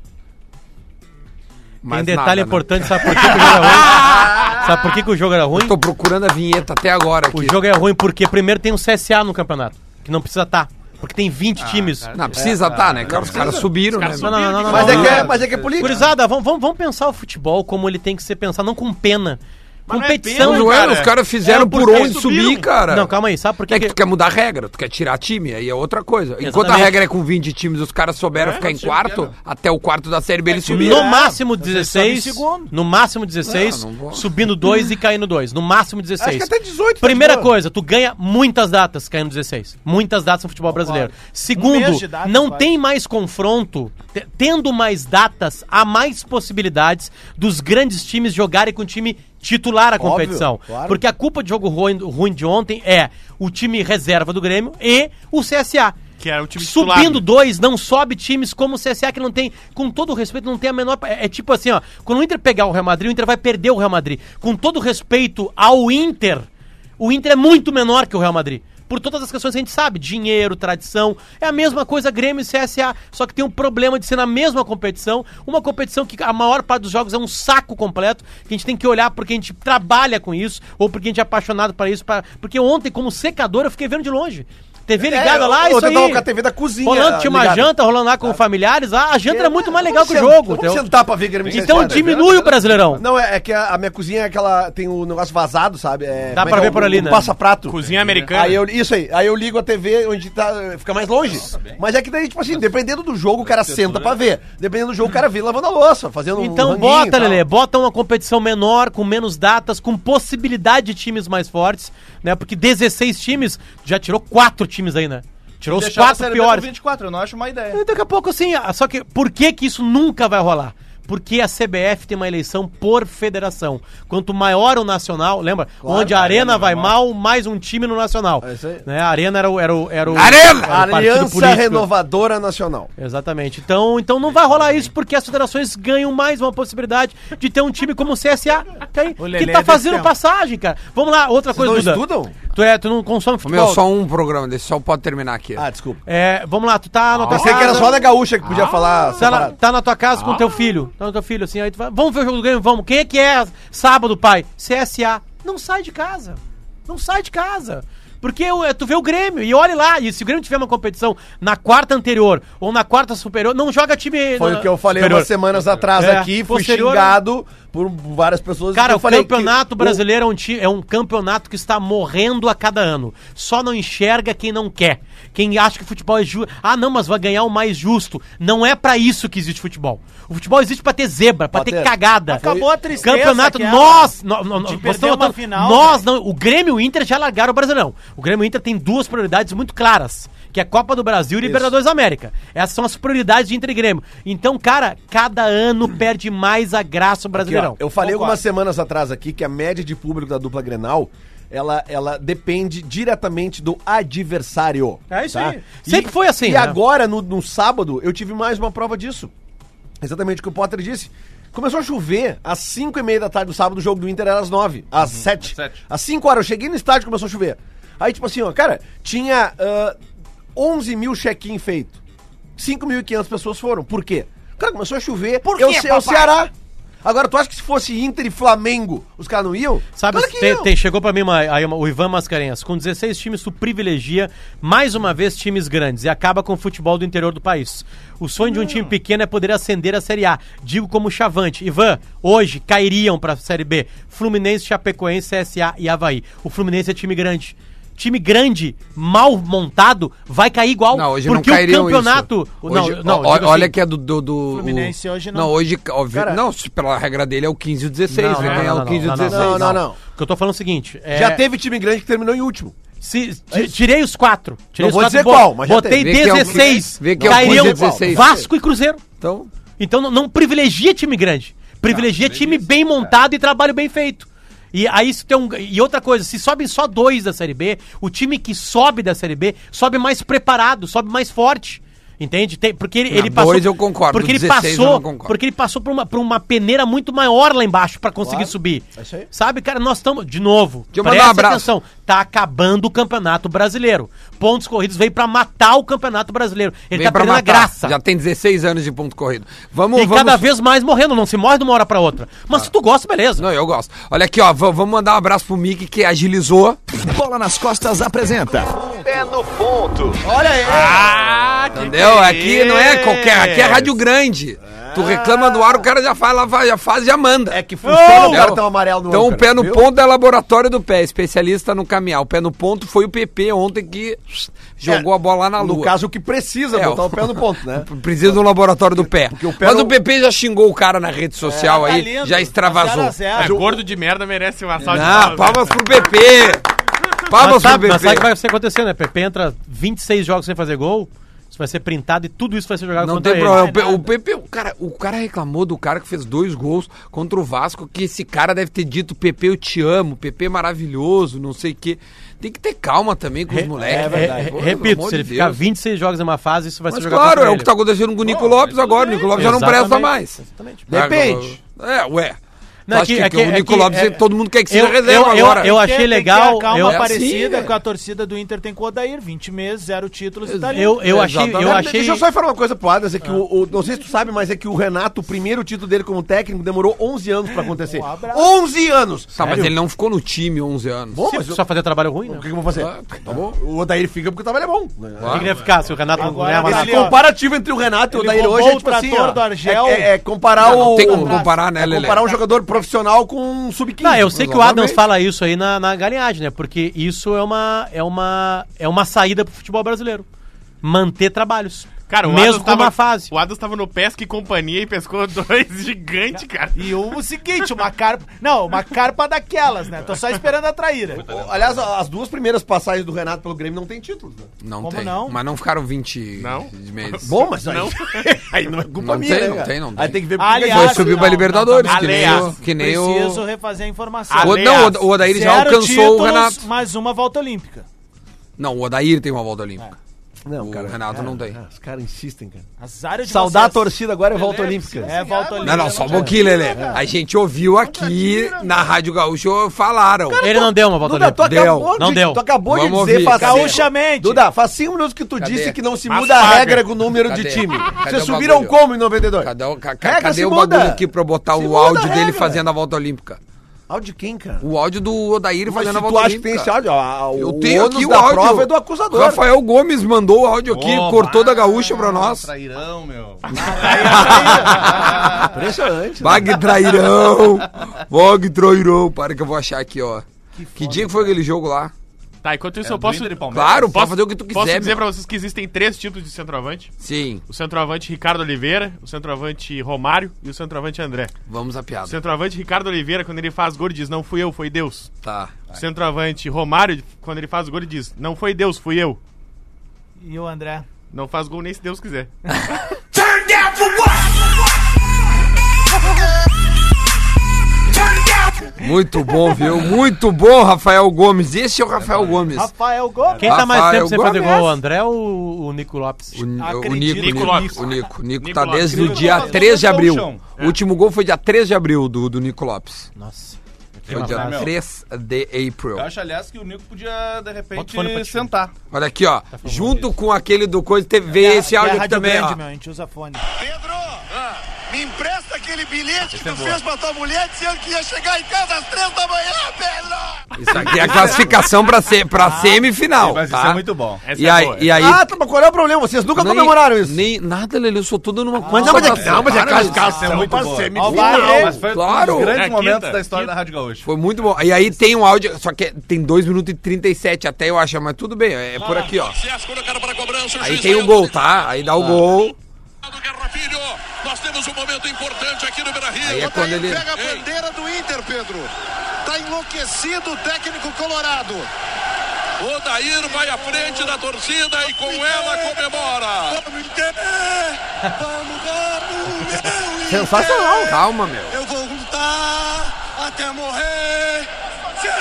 [SPEAKER 1] Mas
[SPEAKER 5] Tem detalhe
[SPEAKER 1] nada, né?
[SPEAKER 5] importante, sabe por que, que o jogo era ruim? Sabe por que, que o jogo era ruim?
[SPEAKER 1] Tô procurando a vinheta até agora aqui.
[SPEAKER 5] O jogo é ruim porque primeiro tem um CSA no campeonato, que não precisa estar. Porque tem 20 times.
[SPEAKER 1] Não, precisa
[SPEAKER 5] É,
[SPEAKER 1] tá, né? Cara, os caras subiram, né?
[SPEAKER 5] Não, não, não, não,
[SPEAKER 6] Mas
[SPEAKER 5] não,
[SPEAKER 6] é
[SPEAKER 5] não.
[SPEAKER 6] que é, mas é que é política.
[SPEAKER 5] Gurizada, vamos, vamos, vamos pensar o futebol como ele tem que ser pensado, não com pena.
[SPEAKER 4] não é pena,
[SPEAKER 5] Competição. de-
[SPEAKER 1] Não,
[SPEAKER 4] cara.
[SPEAKER 1] Tá os caras fizeram
[SPEAKER 5] né, É,
[SPEAKER 1] por
[SPEAKER 5] porque
[SPEAKER 1] onde
[SPEAKER 4] subiram.
[SPEAKER 1] subir, cara.
[SPEAKER 5] Não, calma aí, sabe por que
[SPEAKER 1] É que
[SPEAKER 5] que-
[SPEAKER 1] tu quer mudar a regra, tu quer tirar time, aí é outra coisa. Enquanto a
[SPEAKER 5] Exatamente. É,
[SPEAKER 1] regra é com 20 times, os caras souberam ficar em quarto, até o quarto da Série B eles
[SPEAKER 5] No
[SPEAKER 1] subiram.
[SPEAKER 5] máximo
[SPEAKER 2] você sobe em
[SPEAKER 5] 16.
[SPEAKER 2] segundo.
[SPEAKER 5] No máximo 16.
[SPEAKER 1] Não, não vou.
[SPEAKER 5] subindo 2 e caindo 2. No máximo 16.
[SPEAKER 6] Ah, Acho que até 18 tá
[SPEAKER 5] Primeira
[SPEAKER 6] de boa.
[SPEAKER 5] coisa, tu ganha muitas datas caindo 16. Muitas datas no futebol brasileiro.
[SPEAKER 2] Um mês
[SPEAKER 5] Segundo,
[SPEAKER 2] de datas,
[SPEAKER 5] não
[SPEAKER 2] quase.
[SPEAKER 5] tem mais confronto. Te- Tendo mais datas, há mais possibilidades dos grandes times jogarem com o time titular a competição. Porque a culpa de jogo ruim, ruim de ontem é o time reserva do Grêmio e o CSA.
[SPEAKER 4] Que era o time titular.
[SPEAKER 5] Subindo dois, não sobe times como o CSA, que não tem, com todo o respeito, não tem a menor. É, é tipo assim, ó. Quando o Inter pegar o Real Madrid, o Inter vai perder o Real Madrid. Com todo o respeito ao Inter, o Inter é muito menor que o Real Madrid. Por todas as questões que a gente sabe, dinheiro, tradição, é a mesma coisa Grêmio e CSA, só que tem um problema de ser na mesma competição, uma competição que a maior parte dos jogos é um saco completo, que a gente tem que olhar porque a gente trabalha com isso, ou porque a gente é apaixonado para isso, pra- porque ontem, como secador, eu fiquei vendo de longe. TV ligada
[SPEAKER 6] É, eu-
[SPEAKER 5] lá,
[SPEAKER 6] eu
[SPEAKER 5] isso aí.
[SPEAKER 6] tentava com a TV da cozinha
[SPEAKER 5] Rolando, tinha uma
[SPEAKER 6] ligada.
[SPEAKER 5] janta rolando lá com familiares, lá, a janta
[SPEAKER 6] é
[SPEAKER 5] era muito mais legal que o
[SPEAKER 6] Vamos
[SPEAKER 5] jogo.
[SPEAKER 6] sen-
[SPEAKER 5] entendeu?
[SPEAKER 6] Vamos sentar pra ver Grêmio e
[SPEAKER 5] Então
[SPEAKER 6] CSA, né?
[SPEAKER 5] diminui o Brasileirão.
[SPEAKER 6] Não, é, é que a, a minha cozinha é aquela. Tem o negócio vazado, sabe? É,
[SPEAKER 5] Dá
[SPEAKER 6] como é
[SPEAKER 5] pra
[SPEAKER 6] que
[SPEAKER 5] ver
[SPEAKER 6] é?
[SPEAKER 5] por
[SPEAKER 6] Um-
[SPEAKER 5] ali,
[SPEAKER 6] um
[SPEAKER 5] né?
[SPEAKER 6] Passa-prato.
[SPEAKER 4] Cozinha americana.
[SPEAKER 6] Aí eu, isso aí, aí eu ligo a TV onde tá, fica mais longe. Mas é que daí, tipo assim, dependendo do jogo, o cara senta pra ver. Dependendo do jogo, o cara vê lavando a louça, fazendo um
[SPEAKER 5] Então
[SPEAKER 6] ranguinho e
[SPEAKER 5] bota,
[SPEAKER 6] tal.
[SPEAKER 5] Lelê, bota uma competição menor, com menos datas, com possibilidade de times mais fortes, né? Porque 16 times, já tirou quatro times aí, né? Tirou os
[SPEAKER 7] Deixar a
[SPEAKER 1] Tá
[SPEAKER 5] quatro
[SPEAKER 7] Série B com
[SPEAKER 5] piores.
[SPEAKER 7] 24, eu não acho uma ideia.
[SPEAKER 5] E Daqui a pouco, assim, ah, só que por que que isso nunca vai rolar? Porque a CBF tem uma eleição por federação. Quanto maior o nacional, lembra? Onde a Arena vai mal, mais um time no nacional.
[SPEAKER 6] É isso aí.
[SPEAKER 5] Né? A Arena era o. Era o, era o
[SPEAKER 1] Arena!
[SPEAKER 5] era o partido
[SPEAKER 6] Aliança
[SPEAKER 5] político.
[SPEAKER 6] Renovadora Nacional.
[SPEAKER 5] Exatamente. Então, então não vai rolar isso porque as federações ganham mais uma possibilidade de ter um time como o CSA que, aí-
[SPEAKER 2] O
[SPEAKER 5] que
[SPEAKER 2] Lelê é
[SPEAKER 5] tá
[SPEAKER 2] desse
[SPEAKER 5] fazendo
[SPEAKER 2] tempo.
[SPEAKER 5] passagem, cara. Vamos lá, outra coisa,
[SPEAKER 6] não
[SPEAKER 5] Duda.
[SPEAKER 6] estudam?
[SPEAKER 5] Tu, é, tu não consome futebol.
[SPEAKER 1] Meu, só um programa desse, só pode terminar aqui.
[SPEAKER 6] Ah, desculpa.
[SPEAKER 5] É, vamos lá, tu tá na tua
[SPEAKER 6] Pensei que era só da gaúcha que podia
[SPEAKER 5] Tá
[SPEAKER 6] falar.
[SPEAKER 5] na,
[SPEAKER 6] separado.
[SPEAKER 5] tá na tua casa com teu filho. Tá no teu filho, assim, aí tu vai, vamos ver o jogo do Grêmio, vamos. Quem é que é sábado, pai? CSA. Não sai de casa. Não sai de casa. Porque o- é, tu vê o Grêmio e olha lá, e se o Grêmio tiver uma competição na quarta anterior ou na quarta superior, não joga time.
[SPEAKER 6] Foi
[SPEAKER 5] na-
[SPEAKER 6] o que eu falei
[SPEAKER 5] superior.
[SPEAKER 6] umas semanas atrás
[SPEAKER 5] É,
[SPEAKER 6] aqui, fui
[SPEAKER 5] posterior-
[SPEAKER 6] xingado por várias pessoas.
[SPEAKER 5] Cara,
[SPEAKER 6] eu
[SPEAKER 5] o
[SPEAKER 6] falei que
[SPEAKER 5] campeonato
[SPEAKER 6] o-
[SPEAKER 5] brasileiro é um, ti- é um campeonato que está morrendo a cada ano. Só não enxerga quem não quer. Quem acha que futebol é justo. Ah, não, mas vai ganhar o mais justo. Não é pra isso que existe futebol. O futebol existe pra ter zebra, pra ter
[SPEAKER 6] Potter,
[SPEAKER 5] cagada.
[SPEAKER 2] acabou a tristeza
[SPEAKER 5] Campeonato,
[SPEAKER 2] que era
[SPEAKER 5] nós. No, no,
[SPEAKER 2] de
[SPEAKER 5] no, vocês
[SPEAKER 2] perder
[SPEAKER 5] estão
[SPEAKER 2] uma
[SPEAKER 5] notando,
[SPEAKER 2] final, né?
[SPEAKER 5] nós não. O Grêmio e o Inter já largaram o Brasileirão. O Grêmio e o Inter tem duas prioridades muito claras. Que é a Copa do Brasil e Libertadores da América. Essas são as prioridades de Inter e Grêmio. Então, cara, cada ano perde mais a graça o
[SPEAKER 6] Aqui, ó,
[SPEAKER 5] Brasileirão.
[SPEAKER 6] eu falei
[SPEAKER 2] Concordo.
[SPEAKER 6] algumas semanas atrás aqui que a média de público da dupla Grenal, ela, ela depende diretamente do adversário. tá?
[SPEAKER 5] É isso aí. Sempre foi assim,
[SPEAKER 6] E
[SPEAKER 5] né?
[SPEAKER 6] agora, no, no sábado, eu tive mais uma prova disso. Exatamente o que o Potter disse. Começou a chover às 5 e meia da tarde do sábado, o jogo do Inter era às 9, às 7.
[SPEAKER 7] sete.
[SPEAKER 6] Às 5 horas, eu cheguei no estádio e começou a chover. Aí, tipo assim, ó, cara, tinha ah, 11 mil check-in feito. 5.500 pessoas foram. Por quê? Cara, começou a chover. Por
[SPEAKER 2] quê,
[SPEAKER 6] É o
[SPEAKER 2] papai?
[SPEAKER 6] Ceará. Agora, tu acha que se fosse Inter e Flamengo, os caras não iam?
[SPEAKER 5] Sabe,
[SPEAKER 6] claro que
[SPEAKER 5] tem-
[SPEAKER 6] iam.
[SPEAKER 5] tem- chegou pra mim uma- aí uma- o Ivan Mascarenhas. Com 16 times, tu privilegia, mais uma vez, times grandes e acaba com o futebol do interior do país. O sonho de um time pequeno é poder ascender a Série A. Digo como chavante. Ivan, hoje cairiam pra Série B Fluminense, Chapecoense, CSA e Havaí. O Fluminense é time grande. Time grande, mal montado, vai cair igual.
[SPEAKER 1] Não, hoje
[SPEAKER 5] porque
[SPEAKER 1] não cairiam
[SPEAKER 5] o campeonato.
[SPEAKER 1] isso.
[SPEAKER 5] Não,
[SPEAKER 1] Hoje,
[SPEAKER 5] não,
[SPEAKER 1] ó, ó,
[SPEAKER 5] digo assim,
[SPEAKER 1] olha que é do... do, do-
[SPEAKER 2] Fluminense hoje não.
[SPEAKER 1] Não, hoje... óbvio-
[SPEAKER 6] Cara-
[SPEAKER 1] não, se pela regra dele é o 15 e o 16,
[SPEAKER 5] não,
[SPEAKER 1] vai
[SPEAKER 5] não,
[SPEAKER 1] ganhar
[SPEAKER 5] não,
[SPEAKER 1] o 15 e o
[SPEAKER 5] não, não,
[SPEAKER 1] 16.
[SPEAKER 6] Não, não, não.
[SPEAKER 5] O que eu tô falando é o seguinte. é-
[SPEAKER 6] Já teve time grande que terminou em último.
[SPEAKER 5] Se- ti- tirei os quatro. Tirei
[SPEAKER 6] É Não
[SPEAKER 5] os
[SPEAKER 6] vou
[SPEAKER 5] quatro
[SPEAKER 6] dizer
[SPEAKER 5] bo-
[SPEAKER 6] qual, mas já
[SPEAKER 5] Botei
[SPEAKER 1] tem. Vê que é o que-
[SPEAKER 5] 16.
[SPEAKER 1] vê que é o
[SPEAKER 5] cairiam
[SPEAKER 1] que é 16.
[SPEAKER 5] Vasco e Cruzeiro.
[SPEAKER 1] Então,
[SPEAKER 5] Então não, não privilegia time grande. Privilegia time
[SPEAKER 6] É.
[SPEAKER 5] bem montado e trabalho bem feito. E aí se tem um, e outra coisa, se sobem só dois da Série B, o time que sobe da Série B sobe mais preparado, sobe mais forte. Entende? Tem- porque ele, ele
[SPEAKER 1] Ah, dois
[SPEAKER 5] passou.
[SPEAKER 1] eu concordo,
[SPEAKER 5] Porque ele
[SPEAKER 1] 16 eu
[SPEAKER 5] passou.
[SPEAKER 1] não concordo.
[SPEAKER 5] Porque ele passou por uma, por uma peneira muito maior lá embaixo pra conseguir subir.
[SPEAKER 6] É isso aí.
[SPEAKER 5] Sabe, cara, nós estamos. De novo,
[SPEAKER 1] Deixa eu mandar um abraço.
[SPEAKER 5] atenção. Tá acabando o Campeonato Brasileiro. Pontos corridos veio pra matar o Campeonato Brasileiro. Ele
[SPEAKER 1] Vem
[SPEAKER 5] tá
[SPEAKER 1] pra
[SPEAKER 5] perdendo a
[SPEAKER 1] matar.
[SPEAKER 5] graça.
[SPEAKER 1] Já tem 16 anos de ponto corrido. Vamos,
[SPEAKER 5] E
[SPEAKER 1] vamos... Tá.
[SPEAKER 5] cada vez mais morrendo, não se morre de uma hora pra outra. Mas se tu gosta, beleza.
[SPEAKER 1] Não, eu gosto. Olha aqui, ó, va- vamos mandar um abraço pro Mick que agilizou.
[SPEAKER 8] Bola nas costas apresenta.
[SPEAKER 1] Entendeu? Aqui não Ah, é Ah. qualquer, aqui é rádio grande. Tu reclama do ar, o cara já faz, lá vai, já faz, já manda.
[SPEAKER 6] É que funciona o
[SPEAKER 1] Entendeu?
[SPEAKER 2] tá
[SPEAKER 6] cartão amarelo no
[SPEAKER 1] Então o
[SPEAKER 6] Anchor,
[SPEAKER 1] pé no
[SPEAKER 6] viu?
[SPEAKER 1] ponto é laboratório do pé, especialista no caminhar. O pé no ponto foi o PP ontem que jogou a bola lá na lua.
[SPEAKER 6] É, No caso, o que precisa
[SPEAKER 1] É,
[SPEAKER 6] botar
[SPEAKER 1] <laughs> o-
[SPEAKER 6] o pé no ponto, né?
[SPEAKER 1] Precisa do laboratório do pé.
[SPEAKER 6] o pé
[SPEAKER 1] Mas
[SPEAKER 6] não- É,
[SPEAKER 1] o PP já xingou o cara na rede social
[SPEAKER 2] Tá
[SPEAKER 1] aí,
[SPEAKER 2] lindo,
[SPEAKER 1] já
[SPEAKER 2] zero a
[SPEAKER 1] extravasou.
[SPEAKER 2] zero.
[SPEAKER 4] Ah, gordo de merda merece uma salva
[SPEAKER 1] Não, palmas pro PP! Palmas
[SPEAKER 5] mas sabe,
[SPEAKER 1] pro
[SPEAKER 5] mas sabe o que
[SPEAKER 1] PP!
[SPEAKER 5] vai acontecer, né? Pepe entra 26 jogos sem fazer gol, isso vai ser printado e tudo isso vai ser jogado
[SPEAKER 1] Não
[SPEAKER 5] contra
[SPEAKER 1] tem
[SPEAKER 5] ele.
[SPEAKER 1] problema. O Pe- O PP, o cara, o cara reclamou do cara que fez dois gols contra o Vasco, que esse cara deve ter dito, PP, eu te amo, PP é maravilhoso, não sei o quê. Tem que ter calma também com os moleques.
[SPEAKER 5] É,
[SPEAKER 1] velho.
[SPEAKER 5] é,
[SPEAKER 1] Pô,
[SPEAKER 5] repito,
[SPEAKER 1] pelo
[SPEAKER 5] se
[SPEAKER 1] amor
[SPEAKER 5] ele
[SPEAKER 1] de
[SPEAKER 5] ficar
[SPEAKER 1] Deus.
[SPEAKER 5] 26 jogos em uma fase, isso vai
[SPEAKER 1] Mas
[SPEAKER 5] ser
[SPEAKER 1] claro, é
[SPEAKER 5] contra
[SPEAKER 1] o que tá acontecendo com o Nico Lopes agora. O Nico Lopes já não
[SPEAKER 5] Exatamente.
[SPEAKER 1] presta mais.
[SPEAKER 6] Depende.
[SPEAKER 1] É, ué.
[SPEAKER 5] Não,
[SPEAKER 1] Acho
[SPEAKER 5] é que-
[SPEAKER 1] que,
[SPEAKER 5] é
[SPEAKER 1] que
[SPEAKER 5] que-
[SPEAKER 1] o
[SPEAKER 5] é
[SPEAKER 1] Nico
[SPEAKER 5] que-
[SPEAKER 1] Lopes,
[SPEAKER 5] é-
[SPEAKER 1] todo mundo quer que seja
[SPEAKER 5] eu,
[SPEAKER 1] reserva
[SPEAKER 5] eu,
[SPEAKER 1] agora.
[SPEAKER 5] Eu, eu
[SPEAKER 2] Tem-
[SPEAKER 5] achei
[SPEAKER 2] tem que ter
[SPEAKER 5] legal.
[SPEAKER 2] a calma
[SPEAKER 5] eu-
[SPEAKER 1] É assim,
[SPEAKER 2] parecida
[SPEAKER 1] velho.
[SPEAKER 2] com a torcida do Inter tem com o Odair, 20 meses, zero títulos e tá ali.
[SPEAKER 5] Eu, eu achei, eu
[SPEAKER 1] É, Exatamente.
[SPEAKER 5] achei.
[SPEAKER 6] Deixa eu só falar uma coisa pro Adams, é que o, o- não sei se tu sabe, mas é que o Renato, o primeiro título dele como técnico, demorou 11 anos pra acontecer. 11 anos!
[SPEAKER 1] Tá, mas ele não ficou no time 11 anos.
[SPEAKER 6] Bom,
[SPEAKER 5] Se
[SPEAKER 6] mas eu-
[SPEAKER 5] só fazer trabalho ruim, né?
[SPEAKER 6] o que, que eu vou fazer?
[SPEAKER 1] Tá, tá bom?
[SPEAKER 6] O Odair fica porque o trabalho é bom.
[SPEAKER 5] O que que ele ia ficar se o Renato não
[SPEAKER 2] Agora
[SPEAKER 5] ganhava
[SPEAKER 2] ele-
[SPEAKER 5] nada?
[SPEAKER 6] Esse comparativo entre o Renato e o
[SPEAKER 2] Ele
[SPEAKER 6] Odair
[SPEAKER 2] roubou
[SPEAKER 6] hoje é
[SPEAKER 2] o
[SPEAKER 6] tipo assim,
[SPEAKER 2] trator
[SPEAKER 6] ó,
[SPEAKER 2] do Argel.
[SPEAKER 6] É, é- é comparar
[SPEAKER 1] Não
[SPEAKER 6] o...
[SPEAKER 1] tem como comparar, né,
[SPEAKER 6] é
[SPEAKER 1] Lele?
[SPEAKER 6] comparar um jogador profissional com um sub-15.
[SPEAKER 5] Não, eu sei que o
[SPEAKER 1] Exatamente.
[SPEAKER 5] Adams fala isso aí na, na galinhagem, né? Porque isso é uma, é uma, é uma saída pro futebol brasileiro. Manter trabalhos.
[SPEAKER 4] Cara, o
[SPEAKER 5] Mesmo
[SPEAKER 4] Adams
[SPEAKER 5] com
[SPEAKER 4] tava-
[SPEAKER 5] uma fase.
[SPEAKER 4] O Adams tava no Pesca e Companhia e pescou <laughs> dois gigantes, cara.
[SPEAKER 2] E o, o seguinte, uma carpa. Não, uma carpa daquelas, né? Tô só esperando né? a traíra.
[SPEAKER 1] né?
[SPEAKER 6] Aliás, as duas primeiras passagens do Renato pelo Grêmio não tem títulos, né?
[SPEAKER 1] Não
[SPEAKER 2] Como
[SPEAKER 1] tem.
[SPEAKER 2] não?
[SPEAKER 1] Mas não ficaram 20
[SPEAKER 4] Não?
[SPEAKER 1] de meses.
[SPEAKER 6] Bom, mas aí,
[SPEAKER 4] Não.
[SPEAKER 6] <laughs> aí não é culpa
[SPEAKER 1] Não
[SPEAKER 6] minha,
[SPEAKER 1] tem,
[SPEAKER 6] né,
[SPEAKER 1] não
[SPEAKER 6] cara?
[SPEAKER 1] tem, não
[SPEAKER 6] Aí
[SPEAKER 1] tem.
[SPEAKER 6] tem que ver
[SPEAKER 1] Foi
[SPEAKER 2] Aliás,
[SPEAKER 1] subir
[SPEAKER 2] não,
[SPEAKER 1] pra Libertadores,
[SPEAKER 2] não,
[SPEAKER 1] que nem
[SPEAKER 4] aliás,
[SPEAKER 1] o... Que nem o...
[SPEAKER 2] Preciso refazer a informação.
[SPEAKER 1] o
[SPEAKER 4] Aliás,
[SPEAKER 1] não, o Odair já
[SPEAKER 2] Zero
[SPEAKER 1] alcançou
[SPEAKER 2] títulos,
[SPEAKER 1] o Renato.
[SPEAKER 2] Mais uma volta olímpica.
[SPEAKER 1] Não, o Odair tem uma volta olímpica.
[SPEAKER 6] Não,
[SPEAKER 1] o Renato não tem.
[SPEAKER 6] Ah, Os caras insistem, cara.
[SPEAKER 2] Azar de
[SPEAKER 6] Saudar a
[SPEAKER 2] vocês.
[SPEAKER 6] torcida agora é volta olímpica.
[SPEAKER 2] É, volta
[SPEAKER 1] Não,
[SPEAKER 2] olímpica.
[SPEAKER 1] não, só um pouquinho, Lelê. A gente ouviu aqui na Rádio Gaúcho, falaram.
[SPEAKER 5] Ele não deu uma volta
[SPEAKER 6] Duda, tu
[SPEAKER 5] olímpica.
[SPEAKER 1] Deu.
[SPEAKER 6] acabou,
[SPEAKER 5] Não
[SPEAKER 6] de,
[SPEAKER 5] deu.
[SPEAKER 6] tu acabou de
[SPEAKER 1] Vamos
[SPEAKER 6] dizer
[SPEAKER 1] ouvir.
[SPEAKER 6] faz
[SPEAKER 2] Gaúchamente.
[SPEAKER 6] Duda, faz cinco minutos que tu
[SPEAKER 1] Cadê?
[SPEAKER 6] disse que não se
[SPEAKER 4] Mas
[SPEAKER 6] muda a
[SPEAKER 4] paga.
[SPEAKER 6] regra com o número
[SPEAKER 1] Cadê?
[SPEAKER 6] de time.
[SPEAKER 1] Cadê
[SPEAKER 6] Vocês
[SPEAKER 1] o
[SPEAKER 6] subiram
[SPEAKER 1] bagulho?
[SPEAKER 6] como em 92?
[SPEAKER 1] Cadê, o, um, ca-
[SPEAKER 6] Regra
[SPEAKER 1] cadê
[SPEAKER 6] se
[SPEAKER 1] o
[SPEAKER 6] muda.
[SPEAKER 1] bagulho aqui pra eu botar
[SPEAKER 6] Se
[SPEAKER 1] o
[SPEAKER 6] muda a
[SPEAKER 1] áudio
[SPEAKER 6] regra.
[SPEAKER 1] dele fazendo a volta olímpica?
[SPEAKER 6] Áudio de quem, cara?
[SPEAKER 1] O áudio do Odair
[SPEAKER 6] Mas
[SPEAKER 1] fazendo a
[SPEAKER 6] se
[SPEAKER 1] volta
[SPEAKER 6] tu acha que
[SPEAKER 1] olímpica.
[SPEAKER 6] tem esse áudio, a- a-
[SPEAKER 1] Eu
[SPEAKER 6] o
[SPEAKER 1] tenho
[SPEAKER 6] ônus
[SPEAKER 1] aqui o
[SPEAKER 6] da
[SPEAKER 1] áudio.
[SPEAKER 6] prova é do acusador.
[SPEAKER 1] Rafael Gomes mandou o áudio aqui, cortou da gaúcha pra nós.
[SPEAKER 7] Trairão, meu.
[SPEAKER 6] Impressionante. né?
[SPEAKER 1] Bag trairão! Bag trairão! Para que eu vou achar aqui, ó. Que, dia que foi aquele jogo lá?
[SPEAKER 4] Tá, enquanto isso
[SPEAKER 7] É
[SPEAKER 4] eu
[SPEAKER 7] do
[SPEAKER 4] posso...
[SPEAKER 7] Inter e Palmeiras.
[SPEAKER 1] Claro,
[SPEAKER 4] posso
[SPEAKER 1] pode fazer o que tu quiser,
[SPEAKER 4] Posso dizer
[SPEAKER 1] meu.
[SPEAKER 4] pra vocês que existem três tipos de centroavante.
[SPEAKER 1] Sim,
[SPEAKER 4] O centroavante Ricardo Oliveira, o centroavante Romário e o centroavante André.
[SPEAKER 1] vamos à
[SPEAKER 4] O
[SPEAKER 1] piada.
[SPEAKER 4] centroavante Ricardo Oliveira, quando ele faz gol, ele diz, não fui eu, foi Deus.
[SPEAKER 1] Tá.
[SPEAKER 4] O centroavante Romário, quando ele faz gol, ele diz, não foi Deus, fui eu.
[SPEAKER 2] E o André?
[SPEAKER 4] Não faz gol nem se Deus quiser.
[SPEAKER 1] Muito bom, viu? Muito bom, Rafael Gomes. Esse é o Rafael Gomes.
[SPEAKER 2] Rafael Gomes.
[SPEAKER 5] Quem tá mais
[SPEAKER 1] Rafael
[SPEAKER 5] tempo sem fazer
[SPEAKER 1] Gomes.
[SPEAKER 5] gol, o André ou o Nico Lopes?
[SPEAKER 1] O, Ni- o
[SPEAKER 2] Acredito.
[SPEAKER 1] Nico,
[SPEAKER 4] Nico
[SPEAKER 1] Nico,
[SPEAKER 4] Lopes.
[SPEAKER 1] o Nico, Nico
[SPEAKER 4] Nico
[SPEAKER 1] tá
[SPEAKER 4] Lopes.
[SPEAKER 1] desde o
[SPEAKER 4] Nico
[SPEAKER 1] dia
[SPEAKER 7] Lopes.
[SPEAKER 1] 3 de
[SPEAKER 7] Nico Lopes.
[SPEAKER 1] abril. O último gol foi dia 3 de abril do, do Nico Lopes.
[SPEAKER 5] Nossa.
[SPEAKER 1] Foi dia
[SPEAKER 7] meu.
[SPEAKER 1] 3 de april.
[SPEAKER 7] Eu acho, aliás, que o Nico podia,
[SPEAKER 5] Bota
[SPEAKER 7] de
[SPEAKER 5] o fone pra
[SPEAKER 7] repente,
[SPEAKER 5] ti.
[SPEAKER 7] sentar.
[SPEAKER 1] Olha aqui, ó. Junto com aquele do Coisa TV, esse
[SPEAKER 2] É a
[SPEAKER 1] áudio aqui
[SPEAKER 2] Rádio
[SPEAKER 1] também,
[SPEAKER 2] Grande,
[SPEAKER 1] ó.
[SPEAKER 2] meu, a gente usa fone.
[SPEAKER 9] Pedro, me empresta aquele bilhete que tu fez pra tua mulher dizendo que ia chegar em casa às três da manhã, velho!
[SPEAKER 1] Isso aqui é a classificação pra, se, pra semifinal.
[SPEAKER 7] Mas isso
[SPEAKER 1] tá?
[SPEAKER 7] é muito bom.
[SPEAKER 4] Essa
[SPEAKER 1] E
[SPEAKER 4] é
[SPEAKER 1] aí,
[SPEAKER 4] boa.
[SPEAKER 1] e aí
[SPEAKER 6] Ah, tá, mas qual é o problema? Vocês nunca
[SPEAKER 1] nem-
[SPEAKER 6] comemoraram isso.
[SPEAKER 1] Nem, nada, Lelê, eu sou tudo numa
[SPEAKER 6] Mas não, mas é que não, mas
[SPEAKER 1] Para,
[SPEAKER 6] é
[SPEAKER 7] Essa é
[SPEAKER 6] classificação
[SPEAKER 7] muito
[SPEAKER 6] pra
[SPEAKER 7] boa.
[SPEAKER 2] Ó, o
[SPEAKER 6] semifinal.
[SPEAKER 2] Barre-
[SPEAKER 7] Mas foi
[SPEAKER 1] Claro.
[SPEAKER 7] um dos grandes
[SPEAKER 4] É a
[SPEAKER 7] momentos
[SPEAKER 4] quinta,
[SPEAKER 7] da história
[SPEAKER 4] quinta.
[SPEAKER 7] da Rádio Gaúcha.
[SPEAKER 1] Foi muito bom. E aí tem um áudio, só que tem 2 minutos e 37 até eu acho, mas tudo bem, é por aqui, ó.
[SPEAKER 9] César colocaram para a cobrança, o
[SPEAKER 1] Aí
[SPEAKER 9] juiz
[SPEAKER 1] tem
[SPEAKER 9] vai
[SPEAKER 1] o gol, tá? Aí dá o gol.
[SPEAKER 9] ao lado, Garrafinho, nós temos um momento importante aqui no Beira-Rio.
[SPEAKER 1] Aí é quando ele-
[SPEAKER 9] pega a bandeira do Inter, Pedro. Tá enlouquecido o técnico colorado. Odair vai à frente da torcida e com ela comemora. Vamos, Inter! Vamos, vamos, meu
[SPEAKER 1] Sensacional. Ah, Calma, meu.
[SPEAKER 9] Eu vou lutar até morrer. Seremos campeões.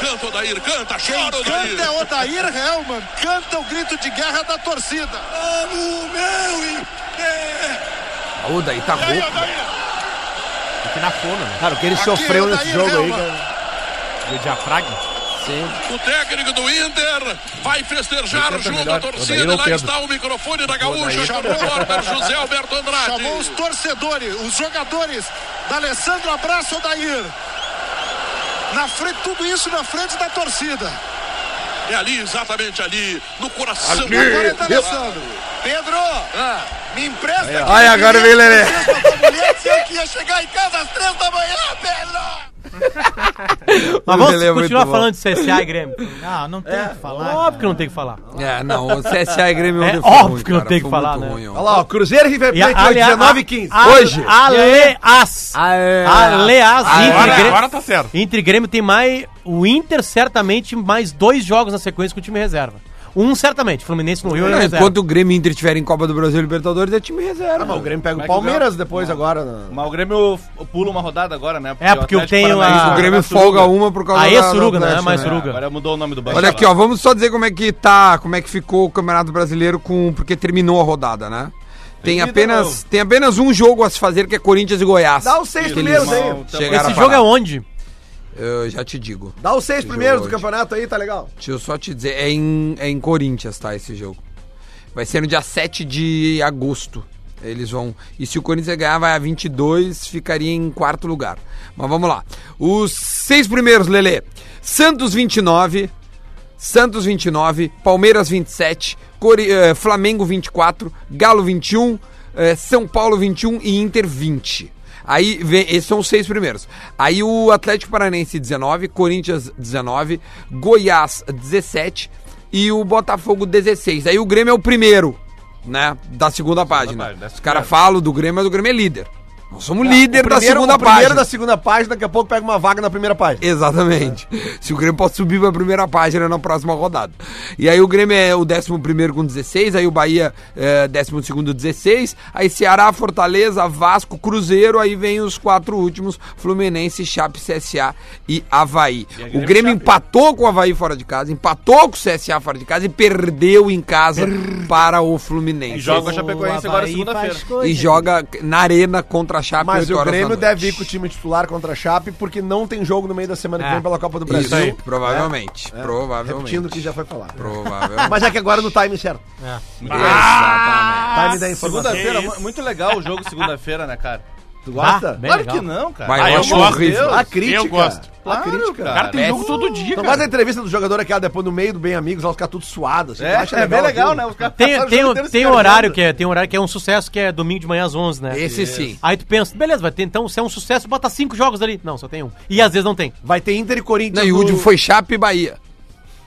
[SPEAKER 9] Canta, Odair, canta, chora, Odair.
[SPEAKER 10] Canta é Odair Helman, canta o grito de guerra da torcida.
[SPEAKER 9] Vamos, meu Inter!
[SPEAKER 1] Ô, daí tá
[SPEAKER 9] Aí,
[SPEAKER 1] rouco.
[SPEAKER 9] Odair!
[SPEAKER 6] Cara, o que ele
[SPEAKER 10] Aqui,
[SPEAKER 6] sofreu
[SPEAKER 10] Odair
[SPEAKER 6] nesse jogo aí,
[SPEAKER 10] Helman.
[SPEAKER 6] cara.
[SPEAKER 4] O diafragma.
[SPEAKER 9] O técnico do Inter vai festejar junto à
[SPEAKER 6] é
[SPEAKER 9] torcida. Lá está o microfone da Gaúcha. Chamou o Norber José Alberto Andrade.
[SPEAKER 10] Chamou os torcedores, os jogadores. D'Alessandro abraça o Odair. Na frente, tudo isso na frente da torcida.
[SPEAKER 9] É ali, exatamente ali, no coração.
[SPEAKER 10] Agora é D'Alessandro.
[SPEAKER 9] tá Pedro,
[SPEAKER 6] Ah.
[SPEAKER 9] me empresta.
[SPEAKER 1] Ai, agora vem Lelê.
[SPEAKER 9] Eu que ia chegar em casa às três da manhã, velho.
[SPEAKER 5] Mas
[SPEAKER 1] Ele é
[SPEAKER 5] vamos
[SPEAKER 1] muito
[SPEAKER 5] continuar
[SPEAKER 1] bom.
[SPEAKER 5] falando de CSA e
[SPEAKER 1] <laughs>
[SPEAKER 5] Grêmio.
[SPEAKER 2] Ah, Não, não tem o que falar.
[SPEAKER 5] É, Óbvio que não tem que falar.
[SPEAKER 1] É, não, o CSA e Grêmio
[SPEAKER 5] É
[SPEAKER 1] ontem
[SPEAKER 5] óbvio que não tem que
[SPEAKER 1] foi
[SPEAKER 5] falar,
[SPEAKER 1] muito
[SPEAKER 5] né?
[SPEAKER 1] ruim, ó.
[SPEAKER 6] Olha lá, ó, Cruzeiro e River
[SPEAKER 5] E a-
[SPEAKER 6] Plate,
[SPEAKER 5] alia-
[SPEAKER 6] 19 e 15.
[SPEAKER 5] a-
[SPEAKER 1] Hoje. É.
[SPEAKER 5] Aleas.
[SPEAKER 1] Aê.
[SPEAKER 5] Aliás,
[SPEAKER 1] Ah,
[SPEAKER 4] Agora,
[SPEAKER 5] Inter,
[SPEAKER 1] é.
[SPEAKER 5] Grêmio,
[SPEAKER 4] agora tá certo.
[SPEAKER 5] Inter e Grêmio tem mais. O Inter certamente mais dois jogos na sequência com o time reserva. Um certamente, Fluminense no Rio é
[SPEAKER 1] Não,
[SPEAKER 5] reserva. Tá
[SPEAKER 1] enquanto o Grêmio e Inter estiverem em Copa do Brasil e Libertadores, é time reserva.
[SPEAKER 6] Mas o Grêmio pega
[SPEAKER 7] Como é
[SPEAKER 6] o
[SPEAKER 7] que o
[SPEAKER 6] Palmeiras depois agora. né?
[SPEAKER 7] Mas o Grêmio f- pula uma rodada agora, né?
[SPEAKER 5] É, porque eu
[SPEAKER 7] Atlético
[SPEAKER 5] tenho
[SPEAKER 7] Paranaense
[SPEAKER 5] a-
[SPEAKER 7] vai
[SPEAKER 1] o Grêmio
[SPEAKER 7] jogar Suruga.
[SPEAKER 1] folga uma por causa
[SPEAKER 5] tá Aí é
[SPEAKER 1] da- da
[SPEAKER 5] Suruga, não é
[SPEAKER 1] Atlético,
[SPEAKER 5] mais
[SPEAKER 1] né?
[SPEAKER 5] Suruga.
[SPEAKER 7] Agora mudou o nome do banco.
[SPEAKER 1] Olha aqui, ó, vamos só dizer como é que tá, como é que ficou o Campeonato Brasileiro com porque terminou a rodada, né? Tem
[SPEAKER 7] Termina,
[SPEAKER 1] apenas, tem apenas um jogo a se fazer que é Corinthians e Goiás.
[SPEAKER 6] Dá os seis
[SPEAKER 1] Eles
[SPEAKER 6] primeiros aí.
[SPEAKER 1] Chegaram
[SPEAKER 5] Esse
[SPEAKER 1] a
[SPEAKER 5] jogo é
[SPEAKER 1] parar.
[SPEAKER 5] onde?
[SPEAKER 1] Eu já te digo.
[SPEAKER 6] Dá os seis
[SPEAKER 1] Esse
[SPEAKER 6] primeiros do
[SPEAKER 1] jogo hoje.
[SPEAKER 6] campeonato aí, tá legal?
[SPEAKER 1] Deixa eu só te dizer, é em, é em Corinthians, tá, esse jogo. Vai ser no dia 7 de agosto. Eles vão. E se o Corinthians ganhar, vai a 22, ficaria em quarto lugar. Mas vamos lá. Os seis primeiros, Lelê. Santos 29, Santos 29, Palmeiras 27, Cori- eh, Flamengo 24, Galo 21, eh, São Paulo 21 e Inter 20. Aí vem, esses são os seis primeiros. Aí o Atlético Paranaense 19, Corinthians 19, Goiás 17 e o Botafogo 16. Aí o Grêmio é o primeiro, né? Da segunda página.
[SPEAKER 7] página, dessa
[SPEAKER 1] Os caras
[SPEAKER 7] primeira.
[SPEAKER 1] falam do Grêmio, mas o Grêmio é líder. Nós somos
[SPEAKER 6] né? É, O
[SPEAKER 1] líder da
[SPEAKER 6] primeiro-
[SPEAKER 1] segunda
[SPEAKER 6] o primeiro
[SPEAKER 1] página.
[SPEAKER 6] da segunda página, daqui a pouco pega uma vaga na primeira página.
[SPEAKER 1] Exatamente.
[SPEAKER 6] É.
[SPEAKER 1] Se o Grêmio pode subir para a primeira página na próxima rodada. E aí o Grêmio é o 11 com 16, aí o Bahia é 12 16, aí Ceará, Fortaleza, Vasco, Cruzeiro, aí vem os quatro últimos: Fluminense, Chape, CSA e Havaí. o Grêmio empatou com o Havaí fora de casa, empatou com o CSA fora de casa e perdeu em casa para o Fluminense.
[SPEAKER 7] E joga com a Chapecoense agora
[SPEAKER 2] Havaí
[SPEAKER 7] segunda-feira.
[SPEAKER 2] faz coisa.
[SPEAKER 1] E joga na arena contra a Chape
[SPEAKER 6] Mas
[SPEAKER 1] oito
[SPEAKER 6] o
[SPEAKER 1] tá horas da
[SPEAKER 6] Grêmio
[SPEAKER 1] noite.
[SPEAKER 6] deve ir com o time titular contra a Chape, porque não tem jogo no meio da semana que vem pela Copa do Brasil. Né?
[SPEAKER 1] Isso aí, provavelmente. Provavelmente.
[SPEAKER 6] É. Repetindo o que já foi falado.
[SPEAKER 1] Provavelmente.
[SPEAKER 6] Mas é que agora no time certo.
[SPEAKER 1] Exatamente.
[SPEAKER 6] Time da informação.
[SPEAKER 7] Segunda-feira, mu- muito legal o jogo segunda-feira, né, cara?
[SPEAKER 6] Tu gosta?
[SPEAKER 5] Ah, bem
[SPEAKER 7] Claro
[SPEAKER 5] legal.
[SPEAKER 7] que não, cara.
[SPEAKER 1] Mas
[SPEAKER 4] Ah,
[SPEAKER 1] eu
[SPEAKER 4] eu
[SPEAKER 1] acho
[SPEAKER 4] gosto.
[SPEAKER 1] horrível.
[SPEAKER 6] a crítica.
[SPEAKER 4] Eu gosto.
[SPEAKER 6] A crítica.
[SPEAKER 7] cara.
[SPEAKER 4] Cara, tem
[SPEAKER 1] Péssimo.
[SPEAKER 4] jogo todo dia,
[SPEAKER 6] Não
[SPEAKER 4] cara.
[SPEAKER 6] gosta da entrevista do jogador aquela depois no meio do Bem Amigos, lá os caras tudo assim, suados.
[SPEAKER 7] É, é bem legal, né? Os caras
[SPEAKER 5] Tem,
[SPEAKER 7] passaram o
[SPEAKER 5] tem,
[SPEAKER 7] jogo
[SPEAKER 5] um-
[SPEAKER 7] inteiro se
[SPEAKER 5] tem um
[SPEAKER 7] perdendo.
[SPEAKER 5] horário que é, tem um horário que é um sucesso, que é domingo de manhã às 11, né?
[SPEAKER 1] Esse sim.
[SPEAKER 5] Aí tu pensa, beleza, vai ter, então se é um sucesso, bota cinco jogos ali. Não, só tem um. E às vezes não tem.
[SPEAKER 6] Vai ter Inter e Corinthians.
[SPEAKER 1] Não, e o
[SPEAKER 6] no-
[SPEAKER 1] último foi Chape e Bahia.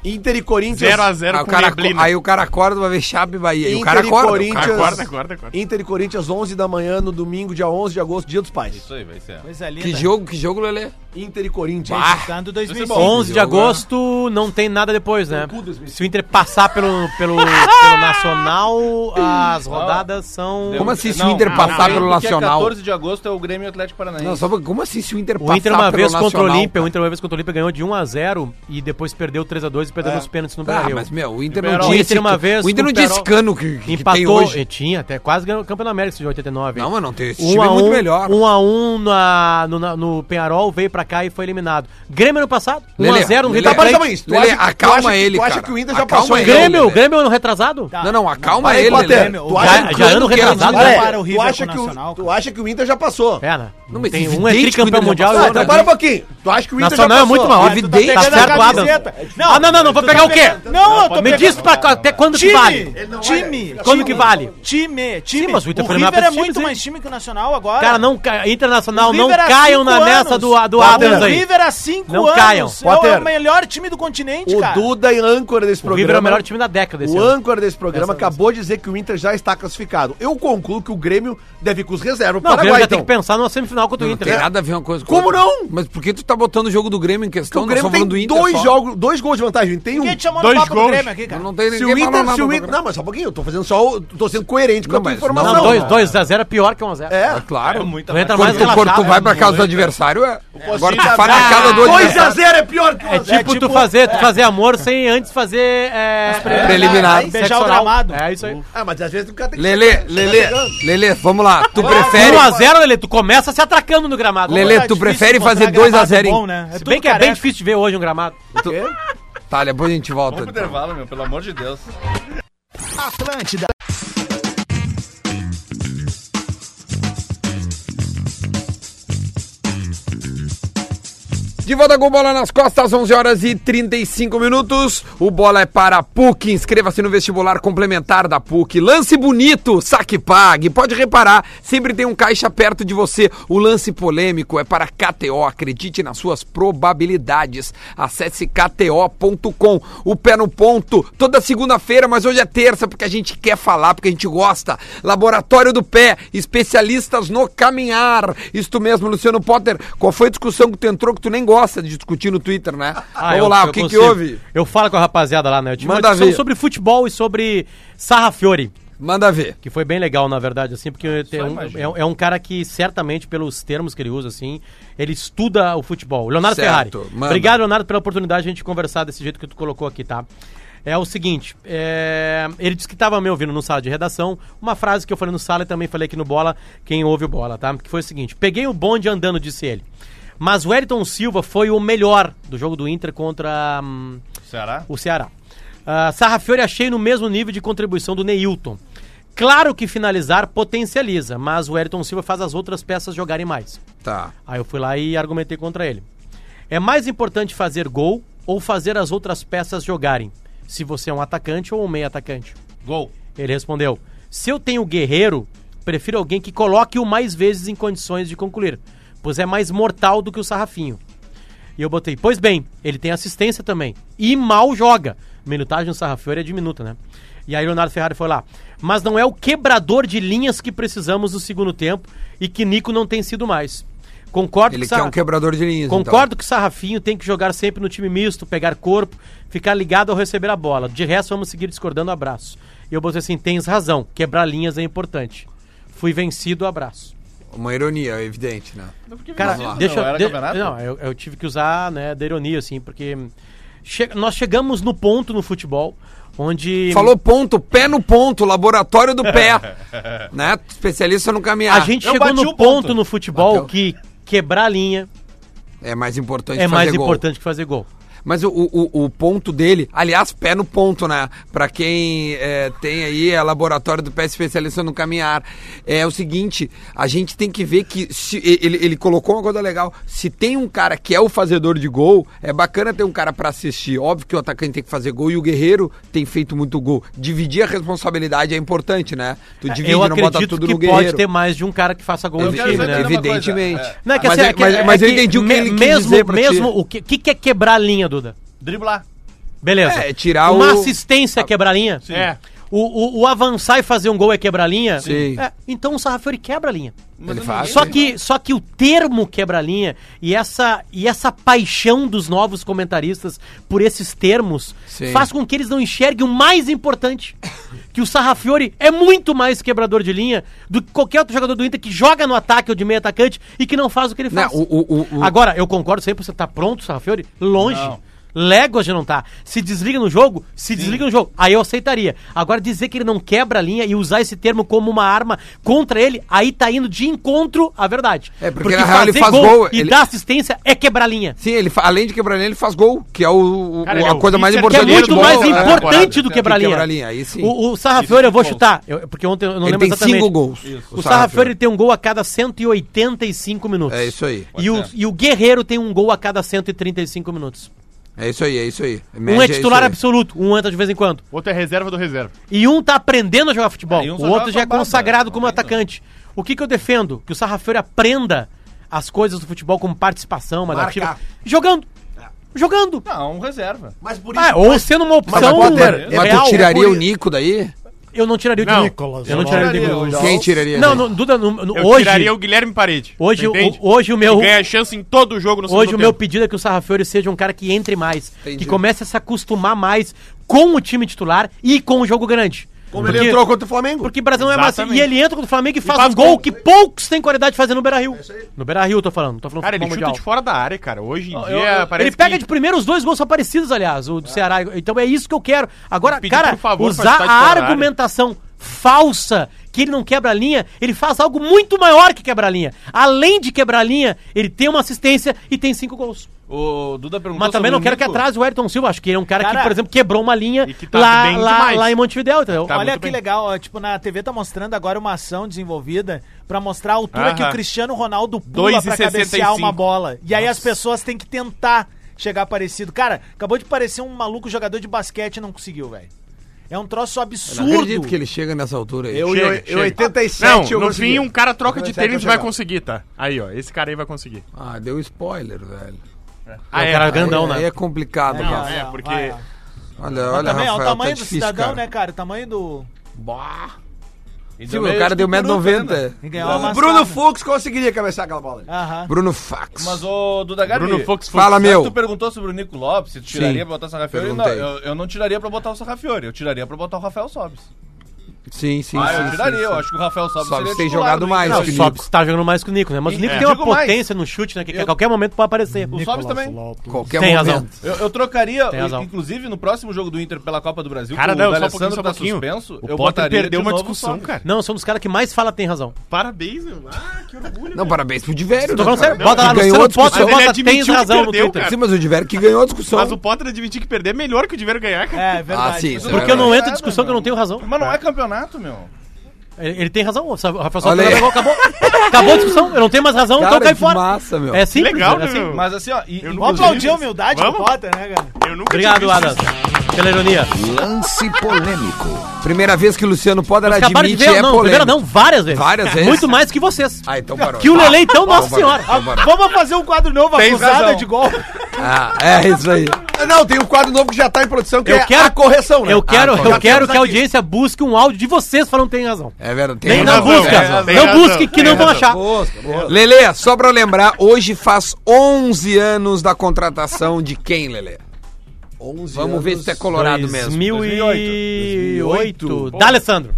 [SPEAKER 6] Inter e Corinthians.
[SPEAKER 4] 0x0
[SPEAKER 1] Aí Ah, o,
[SPEAKER 4] com
[SPEAKER 1] cara,
[SPEAKER 4] neblina.
[SPEAKER 1] aí o cara acorda pra ver Chape e Bahia. E o
[SPEAKER 6] Inter
[SPEAKER 1] cara
[SPEAKER 6] e
[SPEAKER 1] acorda. o
[SPEAKER 6] Corinthians.
[SPEAKER 1] cara acorda.
[SPEAKER 4] Acorda, acorda, acorda.
[SPEAKER 6] Inter e Corinthians, 11 da manhã, no domingo, dia 11 de agosto, dia dos pais.
[SPEAKER 7] Isso aí, vai ser.
[SPEAKER 2] Coisa linda.
[SPEAKER 1] Que jogo, que jogo, Lelê?
[SPEAKER 6] Inter e Corinthians.
[SPEAKER 1] Bah.
[SPEAKER 2] Visitando
[SPEAKER 5] é
[SPEAKER 2] 2005.
[SPEAKER 5] 11 de
[SPEAKER 1] jogo,
[SPEAKER 5] agosto não tem nada depois, né? Se o Inter passar pelo, pelo, pelo Nacional, as rodadas são.
[SPEAKER 1] Como assim se o
[SPEAKER 7] Não,
[SPEAKER 1] Inter
[SPEAKER 7] não,
[SPEAKER 1] passar
[SPEAKER 7] não,
[SPEAKER 1] pelo
[SPEAKER 7] porque
[SPEAKER 1] Nacional?
[SPEAKER 7] 14 de agosto é o Grêmio e Atlético Paranaense.
[SPEAKER 1] Não, só pra- como assim se o Inter
[SPEAKER 5] O
[SPEAKER 1] passar
[SPEAKER 5] Inter
[SPEAKER 1] pelo
[SPEAKER 5] uma vez contra o
[SPEAKER 1] Nacional? tá.
[SPEAKER 5] Olímpia, o Inter uma vez contra o Olímpia ganhou de 1 a 0 e depois perdeu 3 a 2 e perdeu nos pênaltis no
[SPEAKER 1] Ah,
[SPEAKER 5] Brasil.
[SPEAKER 1] mas meu, o Inter não
[SPEAKER 7] Liberal.
[SPEAKER 1] tinha
[SPEAKER 5] O Inter
[SPEAKER 1] esse-
[SPEAKER 5] uma vez
[SPEAKER 1] O Inter não
[SPEAKER 5] com o
[SPEAKER 1] tinha esse
[SPEAKER 5] Perol-
[SPEAKER 1] cano que, que tem
[SPEAKER 5] Empatou,
[SPEAKER 1] hoje.
[SPEAKER 5] e tinha até quase ganhou o Campeonato América de 89.
[SPEAKER 1] Não, mas não tem esse
[SPEAKER 5] Um
[SPEAKER 1] time
[SPEAKER 5] a
[SPEAKER 1] é muito
[SPEAKER 5] um,
[SPEAKER 1] melhor.
[SPEAKER 5] Um a um na, no, na- no Penharol, veio pra cá e foi eliminado. Grêmio no passado, 1 a
[SPEAKER 1] Lelê,
[SPEAKER 5] 0 no
[SPEAKER 1] Lelê,
[SPEAKER 5] Rio Grande.
[SPEAKER 1] peraí,
[SPEAKER 6] calma isso, tu
[SPEAKER 1] Lelê,
[SPEAKER 6] acha que- tu acha
[SPEAKER 1] acalma
[SPEAKER 6] que-
[SPEAKER 1] ele,
[SPEAKER 6] tu acha
[SPEAKER 1] cara.
[SPEAKER 6] que o Inter já
[SPEAKER 1] Acalma
[SPEAKER 6] passou
[SPEAKER 1] ele,
[SPEAKER 5] Grêmio,
[SPEAKER 1] Lelê.
[SPEAKER 5] Grêmio no retrasado?
[SPEAKER 2] Tá.
[SPEAKER 1] Não, não, acalma
[SPEAKER 6] Para aí,
[SPEAKER 1] ele, Lelê.
[SPEAKER 6] Potter.
[SPEAKER 2] Grêmio-
[SPEAKER 6] Tu
[SPEAKER 5] Já-
[SPEAKER 6] acha que o
[SPEAKER 5] já
[SPEAKER 6] Grêmio-
[SPEAKER 5] ano
[SPEAKER 1] quer
[SPEAKER 5] retrasado,
[SPEAKER 2] dizer-
[SPEAKER 5] né?
[SPEAKER 2] Para o
[SPEAKER 6] Olha, tu
[SPEAKER 2] River
[SPEAKER 6] acha
[SPEAKER 2] com o
[SPEAKER 6] que o-
[SPEAKER 2] Nacional,
[SPEAKER 6] tu
[SPEAKER 2] cara.
[SPEAKER 6] acha que o Inter já passou?
[SPEAKER 5] É, né?
[SPEAKER 1] Não,
[SPEAKER 5] Não
[SPEAKER 1] mas
[SPEAKER 5] tem, um é
[SPEAKER 1] evidente que o Inter
[SPEAKER 5] tricampeão
[SPEAKER 1] já
[SPEAKER 5] mundial e
[SPEAKER 1] passou,
[SPEAKER 5] o
[SPEAKER 6] Ah,
[SPEAKER 5] outro
[SPEAKER 6] então
[SPEAKER 5] é
[SPEAKER 1] né?
[SPEAKER 6] para um
[SPEAKER 5] bem-
[SPEAKER 6] pouquinho. Tu acha que o Inter
[SPEAKER 5] Nacional é
[SPEAKER 6] já passou?
[SPEAKER 5] muito maior.
[SPEAKER 1] Evidente.
[SPEAKER 5] Tá certo,
[SPEAKER 2] a
[SPEAKER 5] Adams.
[SPEAKER 2] camiseta.
[SPEAKER 5] Ah, não, não, não, vou pegar o quê?
[SPEAKER 2] Não, eu tô
[SPEAKER 5] Me
[SPEAKER 2] pegando-
[SPEAKER 5] diz pra, até quando que
[SPEAKER 2] Time,
[SPEAKER 5] vale.
[SPEAKER 2] time,
[SPEAKER 5] Quando que vale?
[SPEAKER 2] Time, time.
[SPEAKER 5] Sim, mas o Inter foi
[SPEAKER 2] River
[SPEAKER 5] eliminado
[SPEAKER 2] é
[SPEAKER 5] pelos
[SPEAKER 2] muito
[SPEAKER 5] times, hein?
[SPEAKER 2] mais time que o Nacional agora.
[SPEAKER 5] Cara, não ca... internacional, não
[SPEAKER 2] River há
[SPEAKER 5] caiam
[SPEAKER 2] cinco
[SPEAKER 5] na nessa
[SPEAKER 2] anos.
[SPEAKER 5] do, do
[SPEAKER 2] Potter.
[SPEAKER 5] Adams
[SPEAKER 2] O
[SPEAKER 5] aí.
[SPEAKER 2] River há cinco
[SPEAKER 5] Não
[SPEAKER 2] anos.
[SPEAKER 5] caiam.
[SPEAKER 2] É o- É
[SPEAKER 6] Potter.
[SPEAKER 2] o melhor time do continente,
[SPEAKER 6] O
[SPEAKER 2] cara.
[SPEAKER 6] Duda é âncora desse
[SPEAKER 5] O
[SPEAKER 6] programa.
[SPEAKER 5] River é o melhor time da década esse
[SPEAKER 6] O
[SPEAKER 5] ano.
[SPEAKER 6] âncora desse programa
[SPEAKER 5] Dessa vez.
[SPEAKER 6] acabou de dizer que o Inter já está classificado. Eu concluo que o Grêmio deve ir com os reservas.
[SPEAKER 5] Não, o Grêmio
[SPEAKER 6] Paraguai,
[SPEAKER 5] já tem que
[SPEAKER 6] então.
[SPEAKER 5] pensar numa semifinal contra o
[SPEAKER 1] Não
[SPEAKER 5] Inter.
[SPEAKER 1] tem nada a ver uma coisa com
[SPEAKER 6] Como
[SPEAKER 1] outra.
[SPEAKER 6] não?
[SPEAKER 1] Mas por que tu tá botando o jogo do Grêmio em
[SPEAKER 6] Porque
[SPEAKER 1] questão?
[SPEAKER 6] o
[SPEAKER 1] Nós
[SPEAKER 6] Grêmio
[SPEAKER 1] estamos
[SPEAKER 6] tem
[SPEAKER 1] falando do Inter
[SPEAKER 6] dois,
[SPEAKER 1] só.
[SPEAKER 6] jogos, dois gols de vantagem. Tem um.
[SPEAKER 2] Ninguém te chamou no
[SPEAKER 4] Dois
[SPEAKER 2] papo do
[SPEAKER 4] gols.
[SPEAKER 2] Grêmio aqui, cara.
[SPEAKER 1] Então Não tem
[SPEAKER 6] Se o
[SPEAKER 1] ninguém falando
[SPEAKER 6] Inter,
[SPEAKER 1] nada
[SPEAKER 6] se o
[SPEAKER 1] do
[SPEAKER 6] Inter,
[SPEAKER 1] Grêmio.
[SPEAKER 6] não, mas só um pouquinho, eu tô fazendo só, o- tô sendo coerente com
[SPEAKER 1] Não,
[SPEAKER 6] a tua
[SPEAKER 1] mas-
[SPEAKER 6] informação.
[SPEAKER 5] Não, 2x0 é pior que 1x0.
[SPEAKER 6] É,
[SPEAKER 1] É claro.
[SPEAKER 5] Tu entra mais
[SPEAKER 1] Quando tu, quando tu
[SPEAKER 5] relaxado.
[SPEAKER 1] vai pra casa do adversário, é. Agora tu
[SPEAKER 7] Postinho
[SPEAKER 1] faz
[SPEAKER 7] da-
[SPEAKER 1] na casa do adversário.
[SPEAKER 6] 2x0 é pior que 1
[SPEAKER 5] É
[SPEAKER 6] a 0.
[SPEAKER 5] tipo tu fazer, tu fazer amor sem antes fazer. É, é,
[SPEAKER 1] Preliminar.
[SPEAKER 5] sexo
[SPEAKER 2] Beijar o
[SPEAKER 5] oral.
[SPEAKER 2] gramado.
[SPEAKER 5] É isso aí.
[SPEAKER 6] Ah, mas às vezes o cara tem
[SPEAKER 1] Lele, Lele, Lele, vamos lá. Tu prefere.
[SPEAKER 5] 1x0, Lelê, tu começa se atracando no gramado.
[SPEAKER 1] Lelê,
[SPEAKER 2] Tá
[SPEAKER 1] tu
[SPEAKER 2] difícil
[SPEAKER 1] prefere
[SPEAKER 2] encontrar
[SPEAKER 1] fazer 2 a 0 em-
[SPEAKER 2] gramado bom, né?
[SPEAKER 5] Se
[SPEAKER 2] tudo
[SPEAKER 5] bem que é bem
[SPEAKER 2] careca.
[SPEAKER 5] difícil de ver hoje um gramado.
[SPEAKER 1] Tá, depois a gente volta.
[SPEAKER 7] Vamos pro intervalo, meu, pelo amor de Deus.
[SPEAKER 1] De volta com bola nas costas, 11 horas e 35 minutos. O bola é para a PUC. Inscreva-se no vestibular complementar da PUC. Lance bonito, saque pague. Pode reparar, sempre tem um caixa perto de você. O lance polêmico é para KTO. Acredite nas suas probabilidades. Acesse KTO.com. O pé no ponto, toda segunda-feira, mas hoje é terça, porque a gente quer falar, porque a gente gosta. Laboratório do Pé, especialistas no caminhar. Isto mesmo, Luciano Potter. Qual foi a discussão que tu entrou que tu nem gosta de discutir no Twitter, né?
[SPEAKER 5] Ah,
[SPEAKER 1] Vamos
[SPEAKER 5] eu-
[SPEAKER 1] lá,
[SPEAKER 5] eu
[SPEAKER 1] o que, que
[SPEAKER 5] consigo.
[SPEAKER 1] houve?
[SPEAKER 5] Eu falo com a rapaziada lá, né? Eu tive
[SPEAKER 1] Manda
[SPEAKER 5] uma discussão
[SPEAKER 1] ver.
[SPEAKER 5] sobre futebol e sobre Sarra Fiore.
[SPEAKER 1] Manda ver.
[SPEAKER 5] Que foi bem legal, na verdade, assim,
[SPEAKER 1] Ah,
[SPEAKER 5] porque tem um- é, um, é um cara que, certamente, pelos termos que ele usa, assim, ele estuda o futebol. Leonardo
[SPEAKER 1] Certo,
[SPEAKER 5] Ferrari.
[SPEAKER 1] manda.
[SPEAKER 5] Obrigado, Leonardo, pela oportunidade de a gente conversar desse jeito que tu colocou aqui, tá? É o seguinte, é, ele disse que estava me ouvindo no sala de redação, uma frase que eu falei no sala e também falei aqui no Bola, quem ouve o Bola, tá? Que foi o seguinte, peguei o bonde andando, disse ele. Mas o Elton Silva foi o melhor do jogo do Inter contra... hum,
[SPEAKER 7] Ceará?
[SPEAKER 5] o Ceará. Ah, Sarra Fiore achei no mesmo nível de contribuição do Neilton. Claro que finalizar potencializa, mas o Ayrton Silva faz as outras peças jogarem mais.
[SPEAKER 1] Tá.
[SPEAKER 5] Aí eu fui lá e argumentei contra ele. É mais importante fazer gol ou fazer as outras peças jogarem? Se você é um atacante ou um meio atacante?
[SPEAKER 7] Gol.
[SPEAKER 5] Ele respondeu: Se eu tenho guerreiro, prefiro alguém que coloque o mais vezes em condições de concluir, pois é mais mortal do que o sarrafinho. E eu botei: Pois bem, ele tem assistência também e mal joga. Minutagem do sarrafiore é diminuta, né? E aí Leonardo Ferrari foi lá. Mas não é o quebrador de linhas que precisamos no segundo tempo e que Nico não tem sido mais. Concordo
[SPEAKER 1] Ele
[SPEAKER 5] que
[SPEAKER 1] quer
[SPEAKER 5] Sarra-
[SPEAKER 1] um quebrador de linhas.
[SPEAKER 5] Concordo que o Sarrafinho tem que jogar sempre no time misto, pegar corpo, ficar ligado ao receber a bola. De resto, vamos seguir discordando. Abraço. E eu botei assim: tens razão, quebrar linhas é importante. Fui vencido, abraço.
[SPEAKER 1] Então. Uma ironia, é evidente, né?
[SPEAKER 5] Cara,
[SPEAKER 1] vencido,
[SPEAKER 5] deixa
[SPEAKER 7] não,
[SPEAKER 5] eu.
[SPEAKER 7] era
[SPEAKER 5] de-
[SPEAKER 7] campeonato?
[SPEAKER 5] não, eu, eu tive que usar né, da ironia, assim, porque che- nós chegamos no ponto no futebol onde.
[SPEAKER 1] Falou ponto, pé no ponto, laboratório do
[SPEAKER 5] <laughs>
[SPEAKER 1] pé. né? Especialista no caminhar.
[SPEAKER 5] A gente
[SPEAKER 7] eu
[SPEAKER 5] chegou
[SPEAKER 7] bati
[SPEAKER 5] no
[SPEAKER 7] o
[SPEAKER 5] ponto.
[SPEAKER 7] ponto.
[SPEAKER 5] no futebol
[SPEAKER 1] um Bateu.
[SPEAKER 5] que quebrar linha
[SPEAKER 1] É mais importante
[SPEAKER 5] é mais
[SPEAKER 1] gol.
[SPEAKER 5] importante que fazer gol.
[SPEAKER 1] Mas o, o, o ponto dele, aliás, pé no ponto, né? Pra quem é, tem aí é laboratório do pé especialista no caminhar, é o seguinte: a gente tem que ver que se, e- ele, ele colocou uma coisa legal. Se tem um cara que é o fazedor de gol, é bacana ter um cara pra assistir. Óbvio que o atacante tem que fazer gol e o Guerreiro tem feito muito gol. Dividir a responsabilidade é importante, né? Tu divide,
[SPEAKER 5] É, eu
[SPEAKER 1] não bota
[SPEAKER 5] acredito
[SPEAKER 1] tudo
[SPEAKER 5] que
[SPEAKER 1] no
[SPEAKER 5] pode
[SPEAKER 1] Guerreiro.
[SPEAKER 5] ter mais de um cara que faça gol no
[SPEAKER 7] quero
[SPEAKER 5] time,
[SPEAKER 7] saber
[SPEAKER 5] né?
[SPEAKER 7] da
[SPEAKER 1] Evidentemente.
[SPEAKER 7] coisa, é.
[SPEAKER 5] Não, é que
[SPEAKER 1] mas
[SPEAKER 5] assim,
[SPEAKER 1] é-
[SPEAKER 5] é que-
[SPEAKER 1] mas,
[SPEAKER 5] é
[SPEAKER 1] mas eu
[SPEAKER 5] que
[SPEAKER 1] entendi o que
[SPEAKER 5] me-
[SPEAKER 1] ele quis
[SPEAKER 5] mesmo,
[SPEAKER 1] dizer pra ti.
[SPEAKER 5] mesmo o que, que que é quebrar a linha, Duda?
[SPEAKER 7] Driblar.
[SPEAKER 5] Beleza.
[SPEAKER 1] É, tirar
[SPEAKER 5] Uma
[SPEAKER 1] o-
[SPEAKER 5] assistência é quebrar a linha?
[SPEAKER 7] É.
[SPEAKER 5] O, o, o avançar e fazer um gol é quebrar a linha?
[SPEAKER 1] Sim.
[SPEAKER 5] É, então o Sarrafiori quebra a linha.
[SPEAKER 7] Mas
[SPEAKER 1] Ele
[SPEAKER 7] eu
[SPEAKER 1] faz.
[SPEAKER 7] não-
[SPEAKER 5] Só que, só que o termo quebra-linha e essa, e essa paixão dos novos comentaristas por esses termos
[SPEAKER 1] Sim.
[SPEAKER 5] faz com que eles não enxerguem o mais importante. Que o Sarrafiori é muito mais quebrador de linha do que qualquer outro jogador do Inter que joga no ataque ou de meio atacante e que não faz o que ele
[SPEAKER 1] Não,
[SPEAKER 5] faz.
[SPEAKER 1] Né, o- o- o- o-
[SPEAKER 5] Agora, eu concordo sempre, você tá pronto, Sarrafiori? Longe. Léguas de não tá. Se desliga no jogo, se desliga no jogo. Aí eu aceitaria. Agora, dizer que ele não quebra a linha e usar esse termo como uma arma contra ele, aí tá indo de encontro à verdade.
[SPEAKER 1] É, porque na real ele faz gol,
[SPEAKER 5] e
[SPEAKER 1] ele-
[SPEAKER 5] dar assistência é quebrar a linha.
[SPEAKER 1] Sim, ele, fa- além de quebrar linha, ele faz gol, que é o, o-
[SPEAKER 4] Cara,
[SPEAKER 1] a
[SPEAKER 4] ele é o
[SPEAKER 1] coisa mais
[SPEAKER 5] Que é
[SPEAKER 1] importante. do
[SPEAKER 5] muito
[SPEAKER 1] futebol,
[SPEAKER 5] mais
[SPEAKER 1] né?
[SPEAKER 5] importante do
[SPEAKER 1] Que
[SPEAKER 5] quebrar a linha.
[SPEAKER 1] quebra-linha, aí sim.
[SPEAKER 5] O, o Sarrafiori, eu vou chutar, eu- porque ontem eu não
[SPEAKER 1] ele
[SPEAKER 5] lembro
[SPEAKER 1] tem
[SPEAKER 5] exatamente.
[SPEAKER 1] cinco gols.
[SPEAKER 5] O Sarrafiori tem um gol a cada 185 minutos.
[SPEAKER 1] É isso aí.
[SPEAKER 5] E o, e o Guerreiro tem um gol a cada 135 minutos.
[SPEAKER 1] É isso aí, é isso aí.
[SPEAKER 5] Um
[SPEAKER 1] Média
[SPEAKER 5] é titular
[SPEAKER 1] isso aí.
[SPEAKER 5] absoluto, um entra de vez em quando.
[SPEAKER 4] Outro é reserva do reserva.
[SPEAKER 5] E um tá aprendendo a jogar futebol,
[SPEAKER 7] É, e um
[SPEAKER 5] o
[SPEAKER 7] só
[SPEAKER 5] outro
[SPEAKER 7] joga
[SPEAKER 5] já é
[SPEAKER 7] com a base,
[SPEAKER 5] consagrado
[SPEAKER 7] né?
[SPEAKER 5] como atacante. O que, que eu defendo? Que o Sarrafeiro aprenda as coisas do futebol como participação, mas ativa. Jogando. Jogando.
[SPEAKER 7] Não, um reserva.
[SPEAKER 6] Mas por
[SPEAKER 5] Ah, ou sendo uma
[SPEAKER 6] Mas,
[SPEAKER 5] opção
[SPEAKER 6] Potter, é
[SPEAKER 1] Mas
[SPEAKER 5] um, real.
[SPEAKER 1] tu tiraria
[SPEAKER 6] é
[SPEAKER 1] o
[SPEAKER 6] por-
[SPEAKER 1] Nico daí?
[SPEAKER 5] Eu não tiraria o
[SPEAKER 4] Não.
[SPEAKER 5] Nicolas. Eu não tiraria o
[SPEAKER 7] tiraria o
[SPEAKER 5] Nicolas.
[SPEAKER 1] Quem tiraria?
[SPEAKER 5] Não,
[SPEAKER 1] daí?
[SPEAKER 5] não, Duda, no- no-
[SPEAKER 4] Eu
[SPEAKER 5] hoje.
[SPEAKER 4] tiraria o Guilherme Parede.
[SPEAKER 5] Hoje,
[SPEAKER 4] tu entende?
[SPEAKER 5] o, hoje o meu.
[SPEAKER 4] Que ganha chance em todo jogo no
[SPEAKER 5] Hoje o meu
[SPEAKER 4] tempo.
[SPEAKER 5] pedido é que o Sarrafiori seja um cara que entre mais,
[SPEAKER 1] Entendi.
[SPEAKER 5] que comece a se acostumar mais com o time titular e com o jogo grande.
[SPEAKER 6] Como ele entrou contra o Flamengo.
[SPEAKER 5] Porque Brasil não é massa. E
[SPEAKER 4] Exatamente.
[SPEAKER 5] ele entra contra o Flamengo e faz,
[SPEAKER 4] faz
[SPEAKER 5] um gol,
[SPEAKER 4] gol.
[SPEAKER 5] que poucos têm qualidade de fazer no Beira-Rio.
[SPEAKER 6] É
[SPEAKER 5] no Beira-Rio, eu tô falando. Não tô falando
[SPEAKER 4] Cara, ele
[SPEAKER 5] futebol
[SPEAKER 4] chuta
[SPEAKER 5] mundial.
[SPEAKER 4] de fora da área, cara. Hoje em dia É, parece
[SPEAKER 5] Então, Ele pega
[SPEAKER 4] que-
[SPEAKER 5] de primeiro, os dois gols são parecidos, aliás, o do Ceará. Então é isso que eu quero. Agora,
[SPEAKER 4] Pedir,
[SPEAKER 5] cara,
[SPEAKER 4] por favor, pra
[SPEAKER 5] usar
[SPEAKER 4] chutar de fora da
[SPEAKER 5] a
[SPEAKER 4] área.
[SPEAKER 5] argumentação falsa que ele não quebra a linha, ele faz algo muito maior que quebrar a linha. Além de quebrar a linha, ele tem uma assistência e tem cinco gols.
[SPEAKER 7] O Duda perguntou
[SPEAKER 5] Mas também
[SPEAKER 7] sobre
[SPEAKER 5] não
[SPEAKER 7] o
[SPEAKER 5] quero que
[SPEAKER 7] Nico.
[SPEAKER 5] atrase o Ayrton Silva. Acho que ele é um cara, que,
[SPEAKER 2] Cara,
[SPEAKER 5] por exemplo, quebrou uma linha
[SPEAKER 4] e que tá
[SPEAKER 5] lá,
[SPEAKER 4] bem
[SPEAKER 5] lá,
[SPEAKER 4] demais.
[SPEAKER 5] lá em Montevideo, entendeu?
[SPEAKER 4] Tá
[SPEAKER 2] Olha
[SPEAKER 4] muito
[SPEAKER 2] que
[SPEAKER 4] bem.
[SPEAKER 2] legal, ó, tipo, na TV tá mostrando agora uma ação desenvolvida pra mostrar a altura
[SPEAKER 4] Aham.
[SPEAKER 2] que o Cristiano Ronaldo pula pra
[SPEAKER 4] 2,65.
[SPEAKER 2] cabecear uma bola. E aí as pessoas têm que tentar chegar parecido. Cara, acabou de parecer um maluco jogador de basquete e não conseguiu, velho. É um troço
[SPEAKER 1] Eu não acredito
[SPEAKER 2] absurdo.
[SPEAKER 1] que ele chega nessa altura aí.
[SPEAKER 6] Eu,
[SPEAKER 4] Chega,
[SPEAKER 6] eu,
[SPEAKER 4] chega.
[SPEAKER 6] eu 87
[SPEAKER 4] Não,
[SPEAKER 6] eu
[SPEAKER 4] no
[SPEAKER 6] consegui.
[SPEAKER 4] fim um cara troca de
[SPEAKER 6] 87
[SPEAKER 4] tênis e
[SPEAKER 6] eu
[SPEAKER 4] vai
[SPEAKER 6] chegava.
[SPEAKER 4] conseguir, tá? Aí, ó, esse cara aí vai conseguir.
[SPEAKER 1] Ah, deu spoiler, velho.
[SPEAKER 4] Ah,
[SPEAKER 5] cara
[SPEAKER 4] é,
[SPEAKER 5] grandão,
[SPEAKER 1] aí,
[SPEAKER 5] né?
[SPEAKER 1] aí é complicado,
[SPEAKER 2] Não,
[SPEAKER 1] cara.
[SPEAKER 4] é,
[SPEAKER 2] não,
[SPEAKER 4] porque-
[SPEAKER 2] vai lá.
[SPEAKER 1] Olha,
[SPEAKER 2] Mas
[SPEAKER 1] olha,
[SPEAKER 2] também, é
[SPEAKER 1] Rafael,
[SPEAKER 2] o tamanho
[SPEAKER 1] tá
[SPEAKER 2] do
[SPEAKER 1] difícil,
[SPEAKER 2] cidadão,
[SPEAKER 1] cara.
[SPEAKER 2] né, cara? O tamanho do.
[SPEAKER 1] Bah.
[SPEAKER 7] Ele
[SPEAKER 1] Sim,
[SPEAKER 7] deu
[SPEAKER 1] o
[SPEAKER 5] é
[SPEAKER 7] meio
[SPEAKER 1] cara deu
[SPEAKER 7] chucuruca,
[SPEAKER 1] 1,90m.
[SPEAKER 7] né?
[SPEAKER 2] Ele
[SPEAKER 6] O
[SPEAKER 2] ganhou uma
[SPEAKER 6] Ah, Bruno
[SPEAKER 2] amassada.
[SPEAKER 6] Fux conseguiria cabeçar aquela bola. ali.
[SPEAKER 2] Aham.
[SPEAKER 1] Bruno Fax.
[SPEAKER 7] Mas o Duda Garbi,
[SPEAKER 4] Bruno Fox Fox.
[SPEAKER 1] Fala,
[SPEAKER 7] já que
[SPEAKER 1] meu.
[SPEAKER 7] tu perguntou sobre o Nico Lopes, se tu tiraria pra botar o Sarrafiori? Não,
[SPEAKER 1] perguntei.
[SPEAKER 7] eu, eu não tiraria pra botar o Sarrafiori, eu tiraria pra botar o Rafael Sobis.
[SPEAKER 1] Sim, sim,
[SPEAKER 7] Ah,
[SPEAKER 1] sim.
[SPEAKER 7] eu
[SPEAKER 1] sim,
[SPEAKER 7] tiraria,
[SPEAKER 1] sim.
[SPEAKER 7] eu acho que o Rafael Sobis
[SPEAKER 1] Sobis
[SPEAKER 7] seria
[SPEAKER 1] tem
[SPEAKER 7] titular
[SPEAKER 1] jogado
[SPEAKER 7] do
[SPEAKER 1] mais
[SPEAKER 7] Inter
[SPEAKER 5] Não, o
[SPEAKER 7] hoje.
[SPEAKER 1] que o
[SPEAKER 5] Sobs tá jogando mais que o Nico, né? Mas
[SPEAKER 7] E-
[SPEAKER 5] o Nico
[SPEAKER 7] é.
[SPEAKER 5] tem uma
[SPEAKER 7] Digo mais.
[SPEAKER 5] potência no chute, né? Que a
[SPEAKER 7] Eu-
[SPEAKER 5] qualquer momento pode aparecer.
[SPEAKER 7] O Sobis também.
[SPEAKER 1] Qualquer
[SPEAKER 5] Tem
[SPEAKER 1] momento.
[SPEAKER 5] razão.
[SPEAKER 7] Eu, eu trocaria,
[SPEAKER 5] Tem razão.
[SPEAKER 7] inclusive, no próximo jogo do Inter pela Copa do Brasil,
[SPEAKER 4] Cara,
[SPEAKER 7] que o
[SPEAKER 4] não, só um pouquinho,
[SPEAKER 7] Alessandro
[SPEAKER 4] só um
[SPEAKER 7] tá
[SPEAKER 4] pouquinho.
[SPEAKER 7] suspenso,
[SPEAKER 4] O
[SPEAKER 7] eu
[SPEAKER 4] Potter
[SPEAKER 7] botaria
[SPEAKER 4] perdeu
[SPEAKER 7] de
[SPEAKER 4] uma
[SPEAKER 7] novo o
[SPEAKER 4] discussão,
[SPEAKER 7] Sobis.
[SPEAKER 4] cara.
[SPEAKER 5] Não, sou um dos caras que mais fala tem razão.
[SPEAKER 4] Parabéns, meu. Ah, que orgulho.
[SPEAKER 1] Não, parabéns pro Divério.
[SPEAKER 5] Tô falando
[SPEAKER 1] né, cara?
[SPEAKER 5] sério, bota lá
[SPEAKER 1] Que
[SPEAKER 5] no
[SPEAKER 1] ganhou a
[SPEAKER 5] Luciano
[SPEAKER 1] discussão.
[SPEAKER 5] Potter,
[SPEAKER 4] Mas ele
[SPEAKER 5] bota
[SPEAKER 4] admitiu
[SPEAKER 5] tem
[SPEAKER 4] que
[SPEAKER 5] razão no
[SPEAKER 4] perdeu,
[SPEAKER 5] Twitter.
[SPEAKER 4] cara.
[SPEAKER 1] <laughs> Sim, mas o Divério que ganhou a discussão.
[SPEAKER 4] Mas o Potter admitir que perder é melhor que o Diverio ganhar, cara.
[SPEAKER 2] É, é verdade.
[SPEAKER 1] Ah, sim. isso é
[SPEAKER 5] Porque eu não
[SPEAKER 1] verdade.
[SPEAKER 5] entro em discussão que eu não tenho razão. É,
[SPEAKER 7] Mas não é campeonato, meu.
[SPEAKER 5] Ele, ele tem razão, o Rafael
[SPEAKER 1] Olha
[SPEAKER 5] Sobis
[SPEAKER 1] aí.
[SPEAKER 5] acabou, acabou, acabou a discussão, eu não tenho mais razão,
[SPEAKER 1] Cara,
[SPEAKER 5] então cai
[SPEAKER 1] que
[SPEAKER 5] fora.
[SPEAKER 1] massa, meu.
[SPEAKER 5] É simples,
[SPEAKER 4] Legal,
[SPEAKER 5] é
[SPEAKER 4] né,
[SPEAKER 5] assim.
[SPEAKER 4] meu?
[SPEAKER 7] Mas assim, ó... E,
[SPEAKER 4] Eu
[SPEAKER 7] e-
[SPEAKER 4] não
[SPEAKER 2] Vamos aplaudir a humildade do
[SPEAKER 4] Vamos?
[SPEAKER 2] Potter, né, cara?
[SPEAKER 4] Eu nunca tinha
[SPEAKER 5] Obrigado,
[SPEAKER 4] visto
[SPEAKER 5] Adams,
[SPEAKER 4] isso.
[SPEAKER 5] pela ironia.
[SPEAKER 8] Lance polêmico.
[SPEAKER 1] Primeira vez que o Luciano Potter
[SPEAKER 5] Acabaram de
[SPEAKER 1] admite
[SPEAKER 5] ver,
[SPEAKER 1] é
[SPEAKER 5] não,
[SPEAKER 1] polêmico.
[SPEAKER 5] primeira não, várias vezes.
[SPEAKER 1] Várias vezes.
[SPEAKER 5] Muito mais
[SPEAKER 1] <laughs>
[SPEAKER 5] que vocês.
[SPEAKER 1] Ah, então parou.
[SPEAKER 5] Que o Lele, então,
[SPEAKER 1] Parou,
[SPEAKER 5] nossa
[SPEAKER 1] parou,
[SPEAKER 5] senhora.
[SPEAKER 1] então parou.
[SPEAKER 2] Vamos fazer um quadro novo,
[SPEAKER 7] Tem
[SPEAKER 2] acusada
[SPEAKER 7] razão.
[SPEAKER 2] de gol.
[SPEAKER 1] Ah, é isso aí.
[SPEAKER 6] Não, tem um quadro novo que já tá em produção, que
[SPEAKER 5] Eu
[SPEAKER 6] é
[SPEAKER 5] quero-
[SPEAKER 6] a correção, né?
[SPEAKER 5] Eu quero,
[SPEAKER 1] Ah,
[SPEAKER 5] eu
[SPEAKER 1] então.
[SPEAKER 5] quero que a audiência busque um áudio de vocês falando que tem razão.
[SPEAKER 1] É verdade. tem
[SPEAKER 5] Nem não
[SPEAKER 1] razão.
[SPEAKER 5] busca,
[SPEAKER 4] tem razão, tem
[SPEAKER 5] não
[SPEAKER 4] razão,
[SPEAKER 5] busque que
[SPEAKER 4] tem
[SPEAKER 5] não vão
[SPEAKER 4] razão.
[SPEAKER 5] achar.
[SPEAKER 1] Lele, É. só pra lembrar, hoje faz 11 anos da contratação de quem, Lele? 11 Vamos ver se tu é colorado mesmo.
[SPEAKER 5] 2008. 2008. D'Alessandro.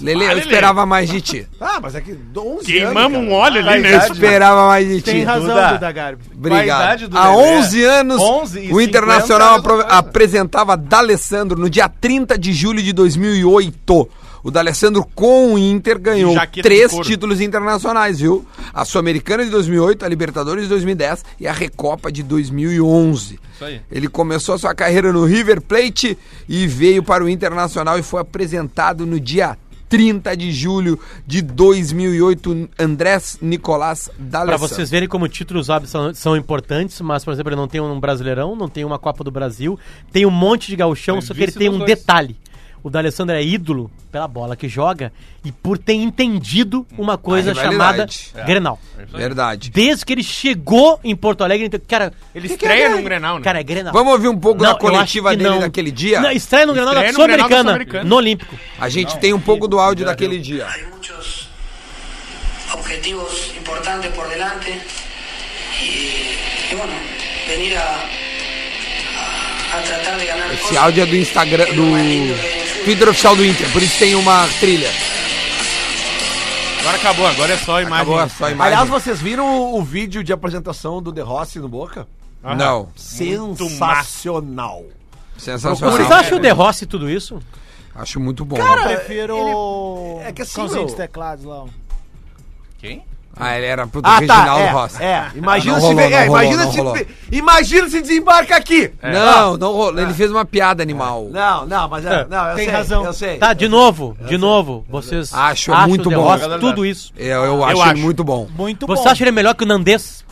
[SPEAKER 1] Lele, eu
[SPEAKER 4] Lelê.
[SPEAKER 1] esperava mais de ti.
[SPEAKER 6] Ah, mas é que 11
[SPEAKER 4] Queimamos
[SPEAKER 6] anos,
[SPEAKER 4] um óleo
[SPEAKER 7] Ah,
[SPEAKER 4] ali, né?
[SPEAKER 7] verdade.
[SPEAKER 1] Esperava mais de
[SPEAKER 2] Tem
[SPEAKER 1] ti.
[SPEAKER 2] razão,
[SPEAKER 7] Duda.
[SPEAKER 2] Duda Garbi.
[SPEAKER 1] Obrigado.
[SPEAKER 7] Qualidade do
[SPEAKER 1] Há
[SPEAKER 7] Lelê.
[SPEAKER 1] 11 anos,
[SPEAKER 7] 11 e
[SPEAKER 1] o
[SPEAKER 7] 50 é
[SPEAKER 1] Internacional
[SPEAKER 7] a mesma
[SPEAKER 1] apro-
[SPEAKER 7] coisa.
[SPEAKER 1] apresentava D'Alessandro no dia 30 de julho de 2008. O D'Alessandro com o Inter ganhou
[SPEAKER 4] Jaqueta de
[SPEAKER 1] três
[SPEAKER 4] couro.
[SPEAKER 1] títulos internacionais, viu? A Sul-Americana de 2008, a Libertadores de 2010 e a Recopa de 2011.
[SPEAKER 7] Isso aí.
[SPEAKER 1] Ele começou sua carreira no River Plate e veio para o Internacional e foi apresentado no dia 30 de julho de 2008, Andrés Nicolás
[SPEAKER 5] Pra
[SPEAKER 1] D'Alessandro.
[SPEAKER 5] vocês verem como títulos óbvios são, são importantes, mas, por exemplo, ele não tem um Brasileirão, não tem uma Copa do Brasil, tem um monte de gauchão,
[SPEAKER 7] Foi
[SPEAKER 5] só que ele
[SPEAKER 7] vice
[SPEAKER 5] tem um
[SPEAKER 7] dos dois.
[SPEAKER 5] detalhe. O D'Alessandro é ídolo pela bola que joga e por ter entendido uma coisa chamada
[SPEAKER 1] rivalidade. É.
[SPEAKER 5] Grenal.
[SPEAKER 1] Verdade.
[SPEAKER 5] Desde que ele chegou em Porto Alegre, então, cara,
[SPEAKER 4] Ele estreia num Grenal, né?
[SPEAKER 5] cara, é Grenal.
[SPEAKER 1] Vamos ouvir um pouco da
[SPEAKER 5] eu acho
[SPEAKER 1] coletiva
[SPEAKER 5] que
[SPEAKER 1] dele
[SPEAKER 5] não.
[SPEAKER 1] daquele dia?
[SPEAKER 5] Não, estreia no Grenal da
[SPEAKER 4] Estreia no Grenal da
[SPEAKER 5] Sul-Americana,
[SPEAKER 4] Sul-Americana.
[SPEAKER 5] no Olímpico.
[SPEAKER 1] A gente tem um pouco do áudio daquele dia.
[SPEAKER 11] Hay muchos objetivos importantes por delante y, y bueno, venir a, a- a tratar de ganar
[SPEAKER 1] Esse
[SPEAKER 11] cosas.
[SPEAKER 1] áudio é do Instagram, do Twitter oficial do Inter, por isso tem uma trilha.
[SPEAKER 4] Agora acabou, agora é só a imagem.
[SPEAKER 1] Acabou só a imagem.
[SPEAKER 6] Aliás, vocês viram o, o vídeo de apresentação do De Rossi no Boca?
[SPEAKER 4] Aham.
[SPEAKER 1] Não,
[SPEAKER 6] Sensacional.
[SPEAKER 1] sensacional.
[SPEAKER 5] Vocês acham o De Rossi tudo isso?
[SPEAKER 1] Acho muito bom.
[SPEAKER 2] Eu
[SPEAKER 1] né?
[SPEAKER 2] prefiro.
[SPEAKER 6] ele- é que assim,
[SPEAKER 2] Cãozinho
[SPEAKER 6] meu-
[SPEAKER 2] dos teclados lá. ó.
[SPEAKER 7] Quem?
[SPEAKER 1] Ah, ele era pro
[SPEAKER 6] Ah, tá.
[SPEAKER 1] Reginaldo
[SPEAKER 6] É,
[SPEAKER 1] Rossi.
[SPEAKER 6] é. Imagina
[SPEAKER 1] Ah, não
[SPEAKER 6] se,
[SPEAKER 1] rolou,
[SPEAKER 6] vem- é,
[SPEAKER 1] não rolou,
[SPEAKER 6] imagina,
[SPEAKER 1] não
[SPEAKER 6] se
[SPEAKER 1] rolou.
[SPEAKER 6] imagina se desembarca aqui.
[SPEAKER 1] Não, não rolou. Ele fez uma piada animal.
[SPEAKER 6] Não, não, mas é, não, eu
[SPEAKER 2] Tem
[SPEAKER 6] sei,
[SPEAKER 2] razão.
[SPEAKER 6] Eu sei.
[SPEAKER 5] Tá, de novo, de novo, vocês
[SPEAKER 1] Acho
[SPEAKER 5] acham
[SPEAKER 1] muito
[SPEAKER 5] o De
[SPEAKER 1] bom.
[SPEAKER 5] Rossi tudo isso.
[SPEAKER 1] Eu, eu acho, ele
[SPEAKER 4] acho.
[SPEAKER 1] muito bom.
[SPEAKER 2] Muito
[SPEAKER 5] Você
[SPEAKER 2] bom.
[SPEAKER 5] acha ele melhor que o Nandês?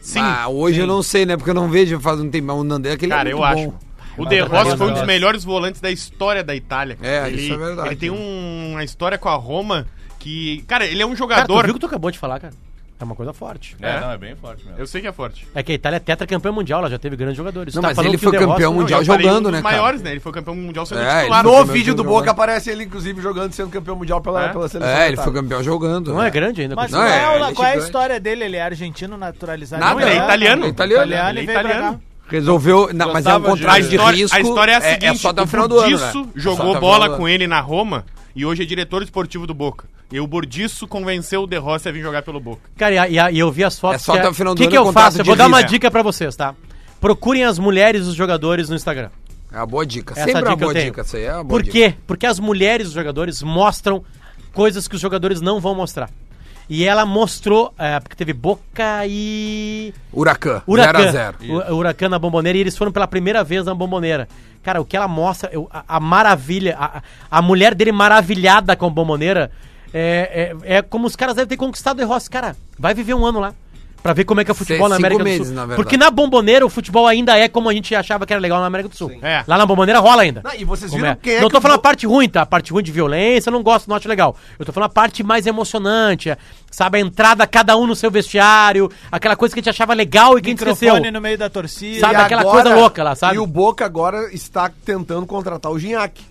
[SPEAKER 1] Sim. Ah, hoje eu não sei, né? Porque eu não vejo faz um tempo. O Nandé, aquele
[SPEAKER 4] Cara,
[SPEAKER 1] é
[SPEAKER 4] eu
[SPEAKER 1] muito
[SPEAKER 4] acho.
[SPEAKER 1] bom.
[SPEAKER 4] O De Rossi foi um dos
[SPEAKER 1] Nossa.
[SPEAKER 4] melhores volantes da história da Itália. cara.
[SPEAKER 1] É,
[SPEAKER 4] ele,
[SPEAKER 1] isso é verdade,
[SPEAKER 4] Ele tem
[SPEAKER 1] né?
[SPEAKER 4] um- uma história com a Roma que. Cara, ele é um
[SPEAKER 5] Cara, tu
[SPEAKER 4] jogador.
[SPEAKER 5] viu o que tu acabou de falar, cara? É uma coisa forte.
[SPEAKER 7] É, não, é bem forte mesmo.
[SPEAKER 4] Eu sei que é forte.
[SPEAKER 5] É que a Itália é tetracampeã mundial, ela já teve grandes jogadores.
[SPEAKER 1] Não,
[SPEAKER 5] Tu tá
[SPEAKER 1] mas
[SPEAKER 5] falando
[SPEAKER 1] ele
[SPEAKER 5] que o
[SPEAKER 1] foi
[SPEAKER 5] De Rossi-
[SPEAKER 1] campeão
[SPEAKER 5] Não,
[SPEAKER 4] É
[SPEAKER 1] mundial
[SPEAKER 5] eu falei
[SPEAKER 1] jogando,
[SPEAKER 5] um dos
[SPEAKER 1] né, cara?
[SPEAKER 4] maiores, né? Ele foi campeão mundial sendo
[SPEAKER 1] É, ele
[SPEAKER 4] titular.
[SPEAKER 1] foi
[SPEAKER 6] No
[SPEAKER 1] campeão
[SPEAKER 6] vídeo do
[SPEAKER 1] mundial
[SPEAKER 6] Boca
[SPEAKER 1] jogando.
[SPEAKER 6] aparece ele, inclusive, jogando, sendo campeão mundial pela,
[SPEAKER 4] É?
[SPEAKER 6] pela seleção.
[SPEAKER 1] É, ele
[SPEAKER 6] da
[SPEAKER 1] foi
[SPEAKER 6] Itália.
[SPEAKER 1] campeão jogando. né?
[SPEAKER 5] Não é grande ainda.
[SPEAKER 2] Mas
[SPEAKER 1] Não,
[SPEAKER 2] qual, é,
[SPEAKER 1] é,
[SPEAKER 2] o-
[SPEAKER 1] ele é
[SPEAKER 2] qual é a
[SPEAKER 1] gigante.
[SPEAKER 2] história dele? Ele é argentino naturalizado?
[SPEAKER 1] Nada, ele é
[SPEAKER 4] italiano.
[SPEAKER 2] né?
[SPEAKER 1] Italiano.
[SPEAKER 2] Italiano,
[SPEAKER 4] Ele é
[SPEAKER 2] ele veio pra
[SPEAKER 4] italiano.
[SPEAKER 2] cá.
[SPEAKER 1] Resolveu. não, mas é um
[SPEAKER 7] Gostava de-
[SPEAKER 1] contrato de,
[SPEAKER 4] a história,
[SPEAKER 1] risco.
[SPEAKER 4] a história é a seguinte:
[SPEAKER 1] é só até o final do ano.
[SPEAKER 4] Bordiço
[SPEAKER 1] né? É só
[SPEAKER 4] jogou
[SPEAKER 1] até o final
[SPEAKER 4] bola
[SPEAKER 1] do
[SPEAKER 4] com
[SPEAKER 1] ano.
[SPEAKER 4] ele na Roma e hoje é diretor esportivo do Boca. E o Bordiço convenceu o De Rossi a vir jogar pelo Boca.
[SPEAKER 5] Cara, e a- e, a- e eu vi as fotos.
[SPEAKER 1] É só
[SPEAKER 5] que
[SPEAKER 1] até o final do
[SPEAKER 5] que
[SPEAKER 1] ano
[SPEAKER 5] que
[SPEAKER 1] é
[SPEAKER 5] eu
[SPEAKER 1] contrato
[SPEAKER 5] faço? Eu
[SPEAKER 1] de
[SPEAKER 5] vou dar uma
[SPEAKER 1] rica.
[SPEAKER 5] dica pra vocês, tá? Procurem as mulheres dos jogadores no Instagram.
[SPEAKER 1] É uma boa dica.
[SPEAKER 5] Essa
[SPEAKER 1] Sempre
[SPEAKER 5] dica
[SPEAKER 1] uma
[SPEAKER 5] eu
[SPEAKER 1] boa
[SPEAKER 5] tenho.
[SPEAKER 1] dica. Essa aí é uma boa
[SPEAKER 5] Por
[SPEAKER 1] dica.
[SPEAKER 5] quê? Porque as mulheres dos jogadores mostram coisas que os jogadores não vão mostrar. E ela mostrou, é, porque teve Boca e
[SPEAKER 1] Huracan.
[SPEAKER 5] Huracan.
[SPEAKER 1] 0x0.
[SPEAKER 5] O- Huracan na bomboneira e eles foram pela primeira vez na bomboneira. Cara, o que ela mostra, eu- a, a maravilha, a, a mulher dele maravilhada com a bomboneira, é, é, é como os caras devem ter conquistado o Rossi. Cara, vai viver um ano lá. Pra ver como é que é o futebol
[SPEAKER 1] Se-
[SPEAKER 5] na América
[SPEAKER 1] cinco
[SPEAKER 5] do
[SPEAKER 1] meses,
[SPEAKER 5] Sul.
[SPEAKER 1] na verdade.
[SPEAKER 5] Porque na bomboneira o futebol ainda é como a gente achava que era legal na América do Sul.
[SPEAKER 4] É.
[SPEAKER 5] Lá na bomboneira rola ainda.
[SPEAKER 6] Ah, e vocês
[SPEAKER 5] Como
[SPEAKER 6] viram
[SPEAKER 5] é?
[SPEAKER 6] quem é
[SPEAKER 5] não
[SPEAKER 6] que
[SPEAKER 5] tô falando
[SPEAKER 6] vo-
[SPEAKER 5] a parte ruim, tá? A parte ruim de violência, eu não gosto, não acho legal. Eu tô falando a parte mais emocionante, é, sabe? A entrada, cada um no seu vestiário, aquela coisa que a gente achava legal e que a gente esqueceu.
[SPEAKER 2] Microfone no meio da torcida.
[SPEAKER 5] Sabe
[SPEAKER 6] E
[SPEAKER 5] aquela Tá coisa louca lá, sabe?
[SPEAKER 6] E o Boca agora está tentando contratar o Ginhaque.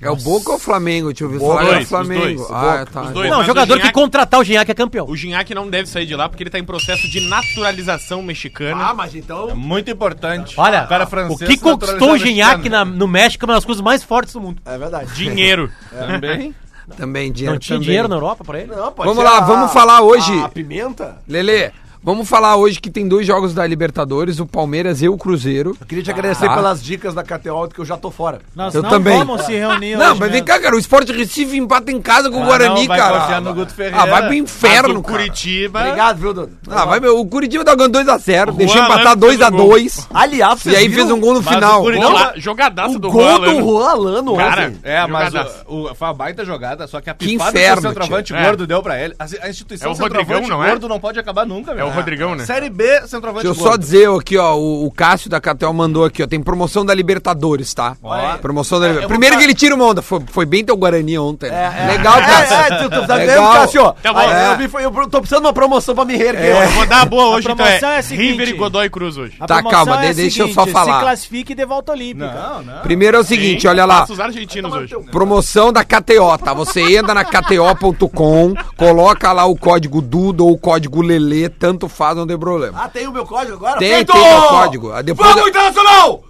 [SPEAKER 1] É o Boca ou o Flamengo? Deixa eu ver. Falar
[SPEAKER 4] Dois,
[SPEAKER 1] é o
[SPEAKER 4] os
[SPEAKER 1] Flamengo.
[SPEAKER 4] dois.
[SPEAKER 1] Ah, tá.
[SPEAKER 4] Os dois.
[SPEAKER 5] Não,
[SPEAKER 4] mas
[SPEAKER 5] jogador
[SPEAKER 4] o Gignac-
[SPEAKER 5] que contratar o Gignac é campeão.
[SPEAKER 4] O Gignac não deve sair de lá porque ele tá em processo de naturalização mexicana.
[SPEAKER 6] mas então...
[SPEAKER 7] É muito importante.
[SPEAKER 5] Olha,
[SPEAKER 7] o, cara
[SPEAKER 5] o
[SPEAKER 7] francês
[SPEAKER 5] que conquistou o Gignac
[SPEAKER 7] mexicano.
[SPEAKER 5] na- no México é uma das coisas mais fortes do mundo.
[SPEAKER 6] É verdade.
[SPEAKER 4] Dinheiro.
[SPEAKER 7] Também.
[SPEAKER 1] Também, dinheiro.
[SPEAKER 5] Não tinha
[SPEAKER 1] também.
[SPEAKER 5] dinheiro na Europa pra ele?
[SPEAKER 6] <laughs> Não,
[SPEAKER 1] Vamos lá, vamos falar hoje.
[SPEAKER 6] A pimenta?
[SPEAKER 1] Lele, vamos falar hoje que tem dois jogos da Libertadores, o Palmeiras e o Cruzeiro.
[SPEAKER 6] Eu queria te agradecer
[SPEAKER 1] Ah.
[SPEAKER 6] pelas dicas da KTO, que eu já tô fora.
[SPEAKER 2] Nós
[SPEAKER 1] Eu
[SPEAKER 2] não
[SPEAKER 1] também.
[SPEAKER 2] vamos se reunir
[SPEAKER 1] Não,
[SPEAKER 2] hoje né?
[SPEAKER 1] mas vem
[SPEAKER 5] né?
[SPEAKER 2] mesmo.
[SPEAKER 1] cá, cara. O Sport Recife empata em casa
[SPEAKER 4] Ah,
[SPEAKER 1] com o Guarani,
[SPEAKER 7] vai
[SPEAKER 1] cara.
[SPEAKER 7] confiar no Guto Ferreira.
[SPEAKER 1] Ah, vai pro
[SPEAKER 4] Mas o
[SPEAKER 1] inferno, cara.
[SPEAKER 4] Curitiba.
[SPEAKER 6] Obrigado, viu, Dudu?
[SPEAKER 1] Ah, vai, meu. O Curitiba tá ganhando 2x0. Deixou
[SPEAKER 4] Juan
[SPEAKER 1] empatar
[SPEAKER 4] Alves fez o gol.
[SPEAKER 1] 2x2.
[SPEAKER 6] Aliás,
[SPEAKER 1] E aí fez um gol no
[SPEAKER 7] Mas o
[SPEAKER 1] final.
[SPEAKER 7] Curitiba-
[SPEAKER 4] Olha
[SPEAKER 7] Não,
[SPEAKER 4] tá lá, jogadaço
[SPEAKER 6] O
[SPEAKER 4] do
[SPEAKER 6] gol
[SPEAKER 4] Juan
[SPEAKER 6] do
[SPEAKER 4] Alano.
[SPEAKER 6] Juan Alano
[SPEAKER 4] Cara,
[SPEAKER 6] ontem.
[SPEAKER 7] É, mas
[SPEAKER 4] Jogadaço.
[SPEAKER 7] o, o- foi uma baita jogada, só que a
[SPEAKER 1] Que
[SPEAKER 7] pifada
[SPEAKER 1] inferno,
[SPEAKER 7] que o centroavante
[SPEAKER 4] tio.
[SPEAKER 6] É.
[SPEAKER 7] gordo deu pra ele. A, a instituição
[SPEAKER 4] É o Rodrigão, não é?
[SPEAKER 7] gordo não pode acabar nunca,
[SPEAKER 4] É o Rodrigão, né?
[SPEAKER 7] Série B, centroavante
[SPEAKER 1] Deixa eu só dizer aqui, ó, o, o Cássio da Catel mandou aqui, ó, tem promoção da Libertadores, tá?
[SPEAKER 7] Ó.
[SPEAKER 1] Promoção da
[SPEAKER 6] É,
[SPEAKER 7] eu vou
[SPEAKER 1] Libertadores. Primeiro
[SPEAKER 7] fa-
[SPEAKER 1] que ele tira uma onda, foi, foi bem teu Guarani ontem. né? Legal, Cássio.
[SPEAKER 6] É, é, tu, tu, sabe,
[SPEAKER 1] Legal.
[SPEAKER 6] eu, Cássio,
[SPEAKER 4] Tá bom.
[SPEAKER 6] aí
[SPEAKER 1] É.
[SPEAKER 6] eu, me fui- eu tô precisando de uma promoção pra me reerguer.
[SPEAKER 4] Eu vou dar a boa hoje,
[SPEAKER 2] A
[SPEAKER 4] então. É,
[SPEAKER 2] promoção é a seguinte.
[SPEAKER 4] River e Godoy Cruz hoje.
[SPEAKER 2] A
[SPEAKER 1] Tá,
[SPEAKER 2] promoção é
[SPEAKER 1] calma,
[SPEAKER 2] a
[SPEAKER 1] de- deixa eu só falar.
[SPEAKER 2] Se classifique e dê volta olímpica.
[SPEAKER 7] Não, não.
[SPEAKER 1] Primeiro é o seguinte, olha lá.
[SPEAKER 4] Passa os argentinos hoje.
[SPEAKER 1] Promoção da KTO, tá? Você entra na KTO.com, coloca lá o código Dudo ou o código Lelê, tanto faz, não tem problema.
[SPEAKER 6] Ah, tem o meu código agora?
[SPEAKER 1] Tem,
[SPEAKER 6] Feito!
[SPEAKER 1] tem o código. Ah, depois
[SPEAKER 6] Vamos,
[SPEAKER 1] eu-
[SPEAKER 6] Internacional!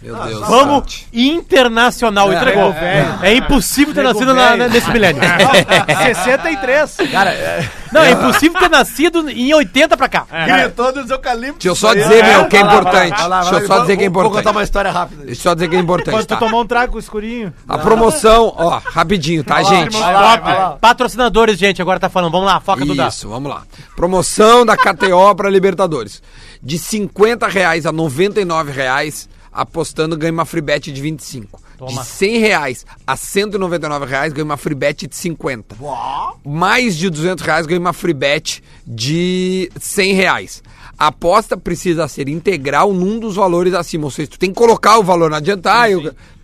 [SPEAKER 1] Meu Deus.
[SPEAKER 5] Vamos internacional, entregou. É, impossível ter nascido na- na- nesse milênio.
[SPEAKER 2] <laughs>
[SPEAKER 1] <laughs>
[SPEAKER 2] 63.
[SPEAKER 5] Não, é impossível ter nascido em 80 pra cá.
[SPEAKER 7] Gritou dos eucaliptos.
[SPEAKER 1] Deixa eu só dizer, meu, que é
[SPEAKER 6] Vai lá, vai lá,
[SPEAKER 1] importante.
[SPEAKER 6] vai lá, vai
[SPEAKER 1] Deixa
[SPEAKER 6] lá.
[SPEAKER 1] eu só dizer que é
[SPEAKER 6] Vou- Vou contar uma
[SPEAKER 1] importante.
[SPEAKER 6] história rápida.
[SPEAKER 1] Deixa eu só dizer que é importante,
[SPEAKER 2] Quando tu
[SPEAKER 1] tá?
[SPEAKER 2] tomou um trago escurinho.
[SPEAKER 1] A promoção, ó, rapidinho, tá, gente?
[SPEAKER 5] Patrocinadores, gente, agora tá falando. Vamos lá, foca do Dá.
[SPEAKER 1] Isso, vamos lá. Promoção da KTO para Libertadores. De 50 reais a 99 reais, apostando ganha uma free bet de 25.
[SPEAKER 5] Toma.
[SPEAKER 1] De 100 reais a 199 reais, ganha uma free bet de 50. Mais de 200 reais, ganha uma free bet de 100 reais. A aposta precisa ser integral num dos valores acima. Ou seja, tu tem que colocar o valor, não adianta. ah, eu-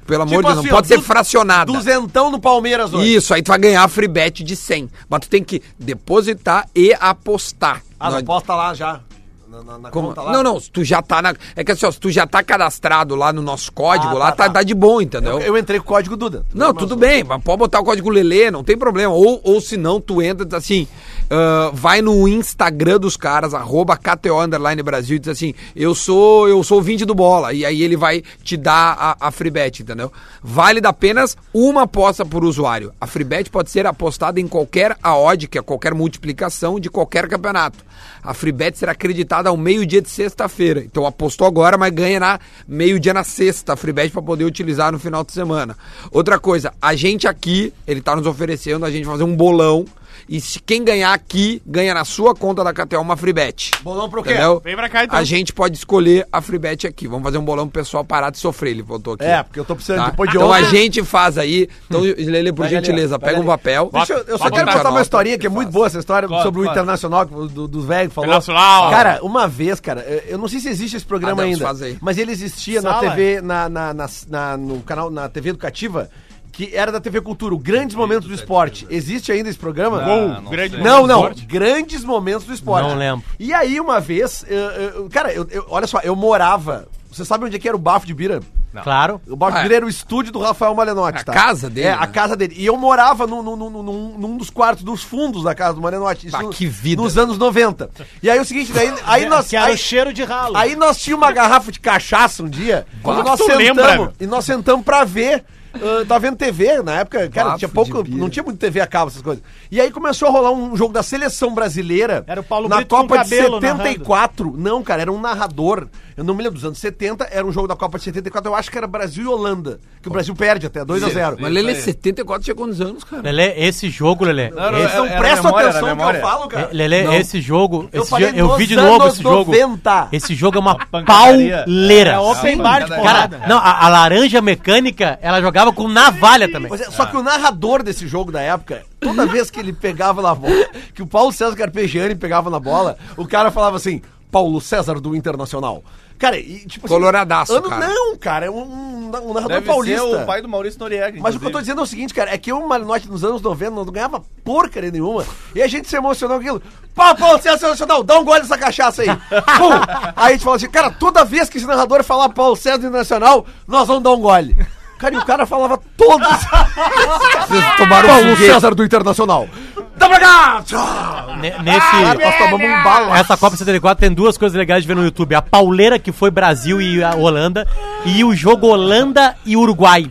[SPEAKER 1] pelo
[SPEAKER 5] Tipo
[SPEAKER 6] Tipo
[SPEAKER 1] amor de
[SPEAKER 5] assim,
[SPEAKER 1] Deus, não pode ser fracionada.
[SPEAKER 6] assim, Duzentão no Palmeiras hoje.
[SPEAKER 1] Isso, aí tu vai ganhar a free bet de 100. Mas tu tem que depositar e apostar.
[SPEAKER 6] Ah, não,
[SPEAKER 1] Não-
[SPEAKER 6] posta lá já. Na, na- na
[SPEAKER 1] como-
[SPEAKER 6] conta lá.
[SPEAKER 1] Não, não, se tu já tá na. É que assim, ó, se tu já tá cadastrado lá no nosso código,
[SPEAKER 6] Ah,
[SPEAKER 1] lá
[SPEAKER 6] tá,
[SPEAKER 1] tá,
[SPEAKER 6] tá.
[SPEAKER 1] tá de bom, entendeu?
[SPEAKER 6] Eu, eu entrei com o código Duda.
[SPEAKER 1] Não, tudo bem, mas pode botar o código Lelê, não tem problema. Ou, ou se não, tu entra e diz assim, ah, vai no Instagram dos caras, arroba KTO Underline Brasil, e diz assim, eu sou eu sou ouvinte do Bola, e aí ele vai te dar a, a free bet, entendeu? Válida apenas uma aposta por usuário. A free bet pode ser apostada em qualquer AOD, que é qualquer multiplicação de qualquer campeonato. A free bet será acreditada ao meio-dia de sexta-feira. Então apostou agora, mas ganha na meio-dia na sexta, a free bet para poder utilizar no final de semana. Outra coisa, a gente aqui, ele tá nos oferecendo a gente fazer um bolão E se quem ganhar aqui, ganha na sua conta da KTO uma Freebet.
[SPEAKER 6] Bolão pro quê?
[SPEAKER 1] Vem pra cá então. A gente pode escolher a Freebet aqui. Vamos fazer um bolão pro pessoal parar de sofrer. Ele voltou aqui.
[SPEAKER 6] É, porque eu tô precisando depois de
[SPEAKER 1] Então
[SPEAKER 6] ontem. Hum.
[SPEAKER 1] a gente faz aí. Então, Lele, por
[SPEAKER 6] Pega ali, ó.
[SPEAKER 1] gentileza, pega,
[SPEAKER 6] ali.
[SPEAKER 1] um papel.
[SPEAKER 6] Deixa eu, eu só
[SPEAKER 1] Bota
[SPEAKER 6] quero
[SPEAKER 1] pra
[SPEAKER 6] contar uma
[SPEAKER 1] nós.
[SPEAKER 6] historinha que é muito boa essa história
[SPEAKER 1] Claro,
[SPEAKER 6] sobre
[SPEAKER 1] claro.
[SPEAKER 6] o Internacional que o- do, do velho que falou.
[SPEAKER 1] Internacional.
[SPEAKER 6] Cara, uma vez, cara, eu- eu não sei se existe esse programa
[SPEAKER 1] Ah, Deus,
[SPEAKER 6] ainda,
[SPEAKER 1] faz aí.
[SPEAKER 6] mas ele existia na
[SPEAKER 1] Sala.
[SPEAKER 6] TV, na, na- na- na- no canal, na TV Educativa, que era da TV Cultura, o Grandes Momentos do Esporte. Existe ainda esse programa?
[SPEAKER 4] Não, Gol, não Grande sei. Momento
[SPEAKER 6] não,
[SPEAKER 4] do
[SPEAKER 6] não,
[SPEAKER 4] Esporte.
[SPEAKER 6] Grandes Momentos do Esporte.
[SPEAKER 5] Não lembro.
[SPEAKER 6] E aí, uma vez, eu- eu- cara, eu- eu- olha só, eu morava, você sabe onde é que era o Bafo de Bira?
[SPEAKER 5] Claro.
[SPEAKER 6] O Bafo de Bira era o estúdio do Rafael Malenotti,
[SPEAKER 1] Ah, é. A casa dele,
[SPEAKER 6] É, a
[SPEAKER 1] né?
[SPEAKER 6] casa dele. E eu morava num, num- num- num- num dos quartos dos fundos da casa do Malenotti. Isso
[SPEAKER 1] Bah, que vida.
[SPEAKER 6] Nos anos 90. E aí é o seguinte, daí,
[SPEAKER 1] <laughs>
[SPEAKER 6] aí nós...
[SPEAKER 2] Que era
[SPEAKER 6] aí,
[SPEAKER 2] o cheiro de ralo.
[SPEAKER 6] aí nós tínhamos uma garrafa de cachaça um dia.
[SPEAKER 1] Bah,
[SPEAKER 6] e nós
[SPEAKER 1] tu
[SPEAKER 6] sentamos,
[SPEAKER 1] lembra, meu?
[SPEAKER 6] e nós sentamos pra ver. ah, tava vendo TV na época, cara,
[SPEAKER 1] Bafo
[SPEAKER 6] tinha pouco,
[SPEAKER 1] de bira.
[SPEAKER 6] não tinha muito TV a cabo, essas coisas. E aí começou a rolar um jogo da seleção brasileira
[SPEAKER 2] Era o Paulo
[SPEAKER 6] na
[SPEAKER 2] Brito com
[SPEAKER 6] Copa de
[SPEAKER 2] cabelo
[SPEAKER 6] 74. Não, cara, era um narrador. Eu não me lembro dos anos 70, era um jogo da Copa de 74, eu acho que era Brasil e Holanda, que o Brasil perde até 2 a 0.
[SPEAKER 1] Mas Lele, 74 tinha quantos anos, cara?
[SPEAKER 5] Lelê, esse jogo, Lelê. esse,
[SPEAKER 6] Não
[SPEAKER 7] era
[SPEAKER 6] presta
[SPEAKER 7] memória, era
[SPEAKER 6] atenção no que eu
[SPEAKER 7] memória.
[SPEAKER 6] falo, cara.
[SPEAKER 5] Lelê,
[SPEAKER 1] Não.
[SPEAKER 5] esse jogo,
[SPEAKER 6] Eu
[SPEAKER 5] esse
[SPEAKER 6] falei
[SPEAKER 5] dia- eu, vi
[SPEAKER 6] nos
[SPEAKER 5] de novo
[SPEAKER 6] anos
[SPEAKER 5] esse jogo.
[SPEAKER 6] 90.
[SPEAKER 5] Esse jogo é
[SPEAKER 6] <laughs>
[SPEAKER 5] uma
[SPEAKER 7] Pancadaria.
[SPEAKER 5] pauleira.
[SPEAKER 2] É open
[SPEAKER 7] Sim.
[SPEAKER 2] bar de porrada.
[SPEAKER 5] Cara, não, a, a laranja mecânica, ela jogava com navalha também.
[SPEAKER 6] Pois é, só que o narrador desse jogo da época, toda vez que ele pegava na bola, <laughs> que o Paulo César Carpegiani pegava na bola, o cara falava assim, Paulo César do Internacional. Cara, e tipo assim,
[SPEAKER 1] Coloradaço,
[SPEAKER 6] ano-
[SPEAKER 1] cara.
[SPEAKER 6] Não, cara, é um, um- um narrador
[SPEAKER 7] Deve
[SPEAKER 6] paulista.
[SPEAKER 7] ser o pai do Maurício Noriega,
[SPEAKER 6] Mas o que eu tô dizendo é o seguinte, cara, é que eu, Malinotti, nos anos 90, não ganhava porcaria nenhuma. E a gente se emocionou com aquilo. Pau, Paulo César Internacional, dá um gole nessa cachaça aí. Pum! Aí a gente fala assim, cara, toda vez que esse narrador falar Paulo César Internacional, nós vamos dar um gole. Cara, e o cara falava todos.
[SPEAKER 1] Vocês tomaram
[SPEAKER 6] Paulo
[SPEAKER 1] foguete.
[SPEAKER 6] César do Internacional. Dá pra cá! Tchau!
[SPEAKER 5] Ne- nesse,
[SPEAKER 6] Cara, nós tomamos um bala.
[SPEAKER 5] Essa Copa 74 tem duas coisas legais de ver no YouTube: a pauleira que foi Brasil e a Holanda, e o jogo Holanda e Uruguai.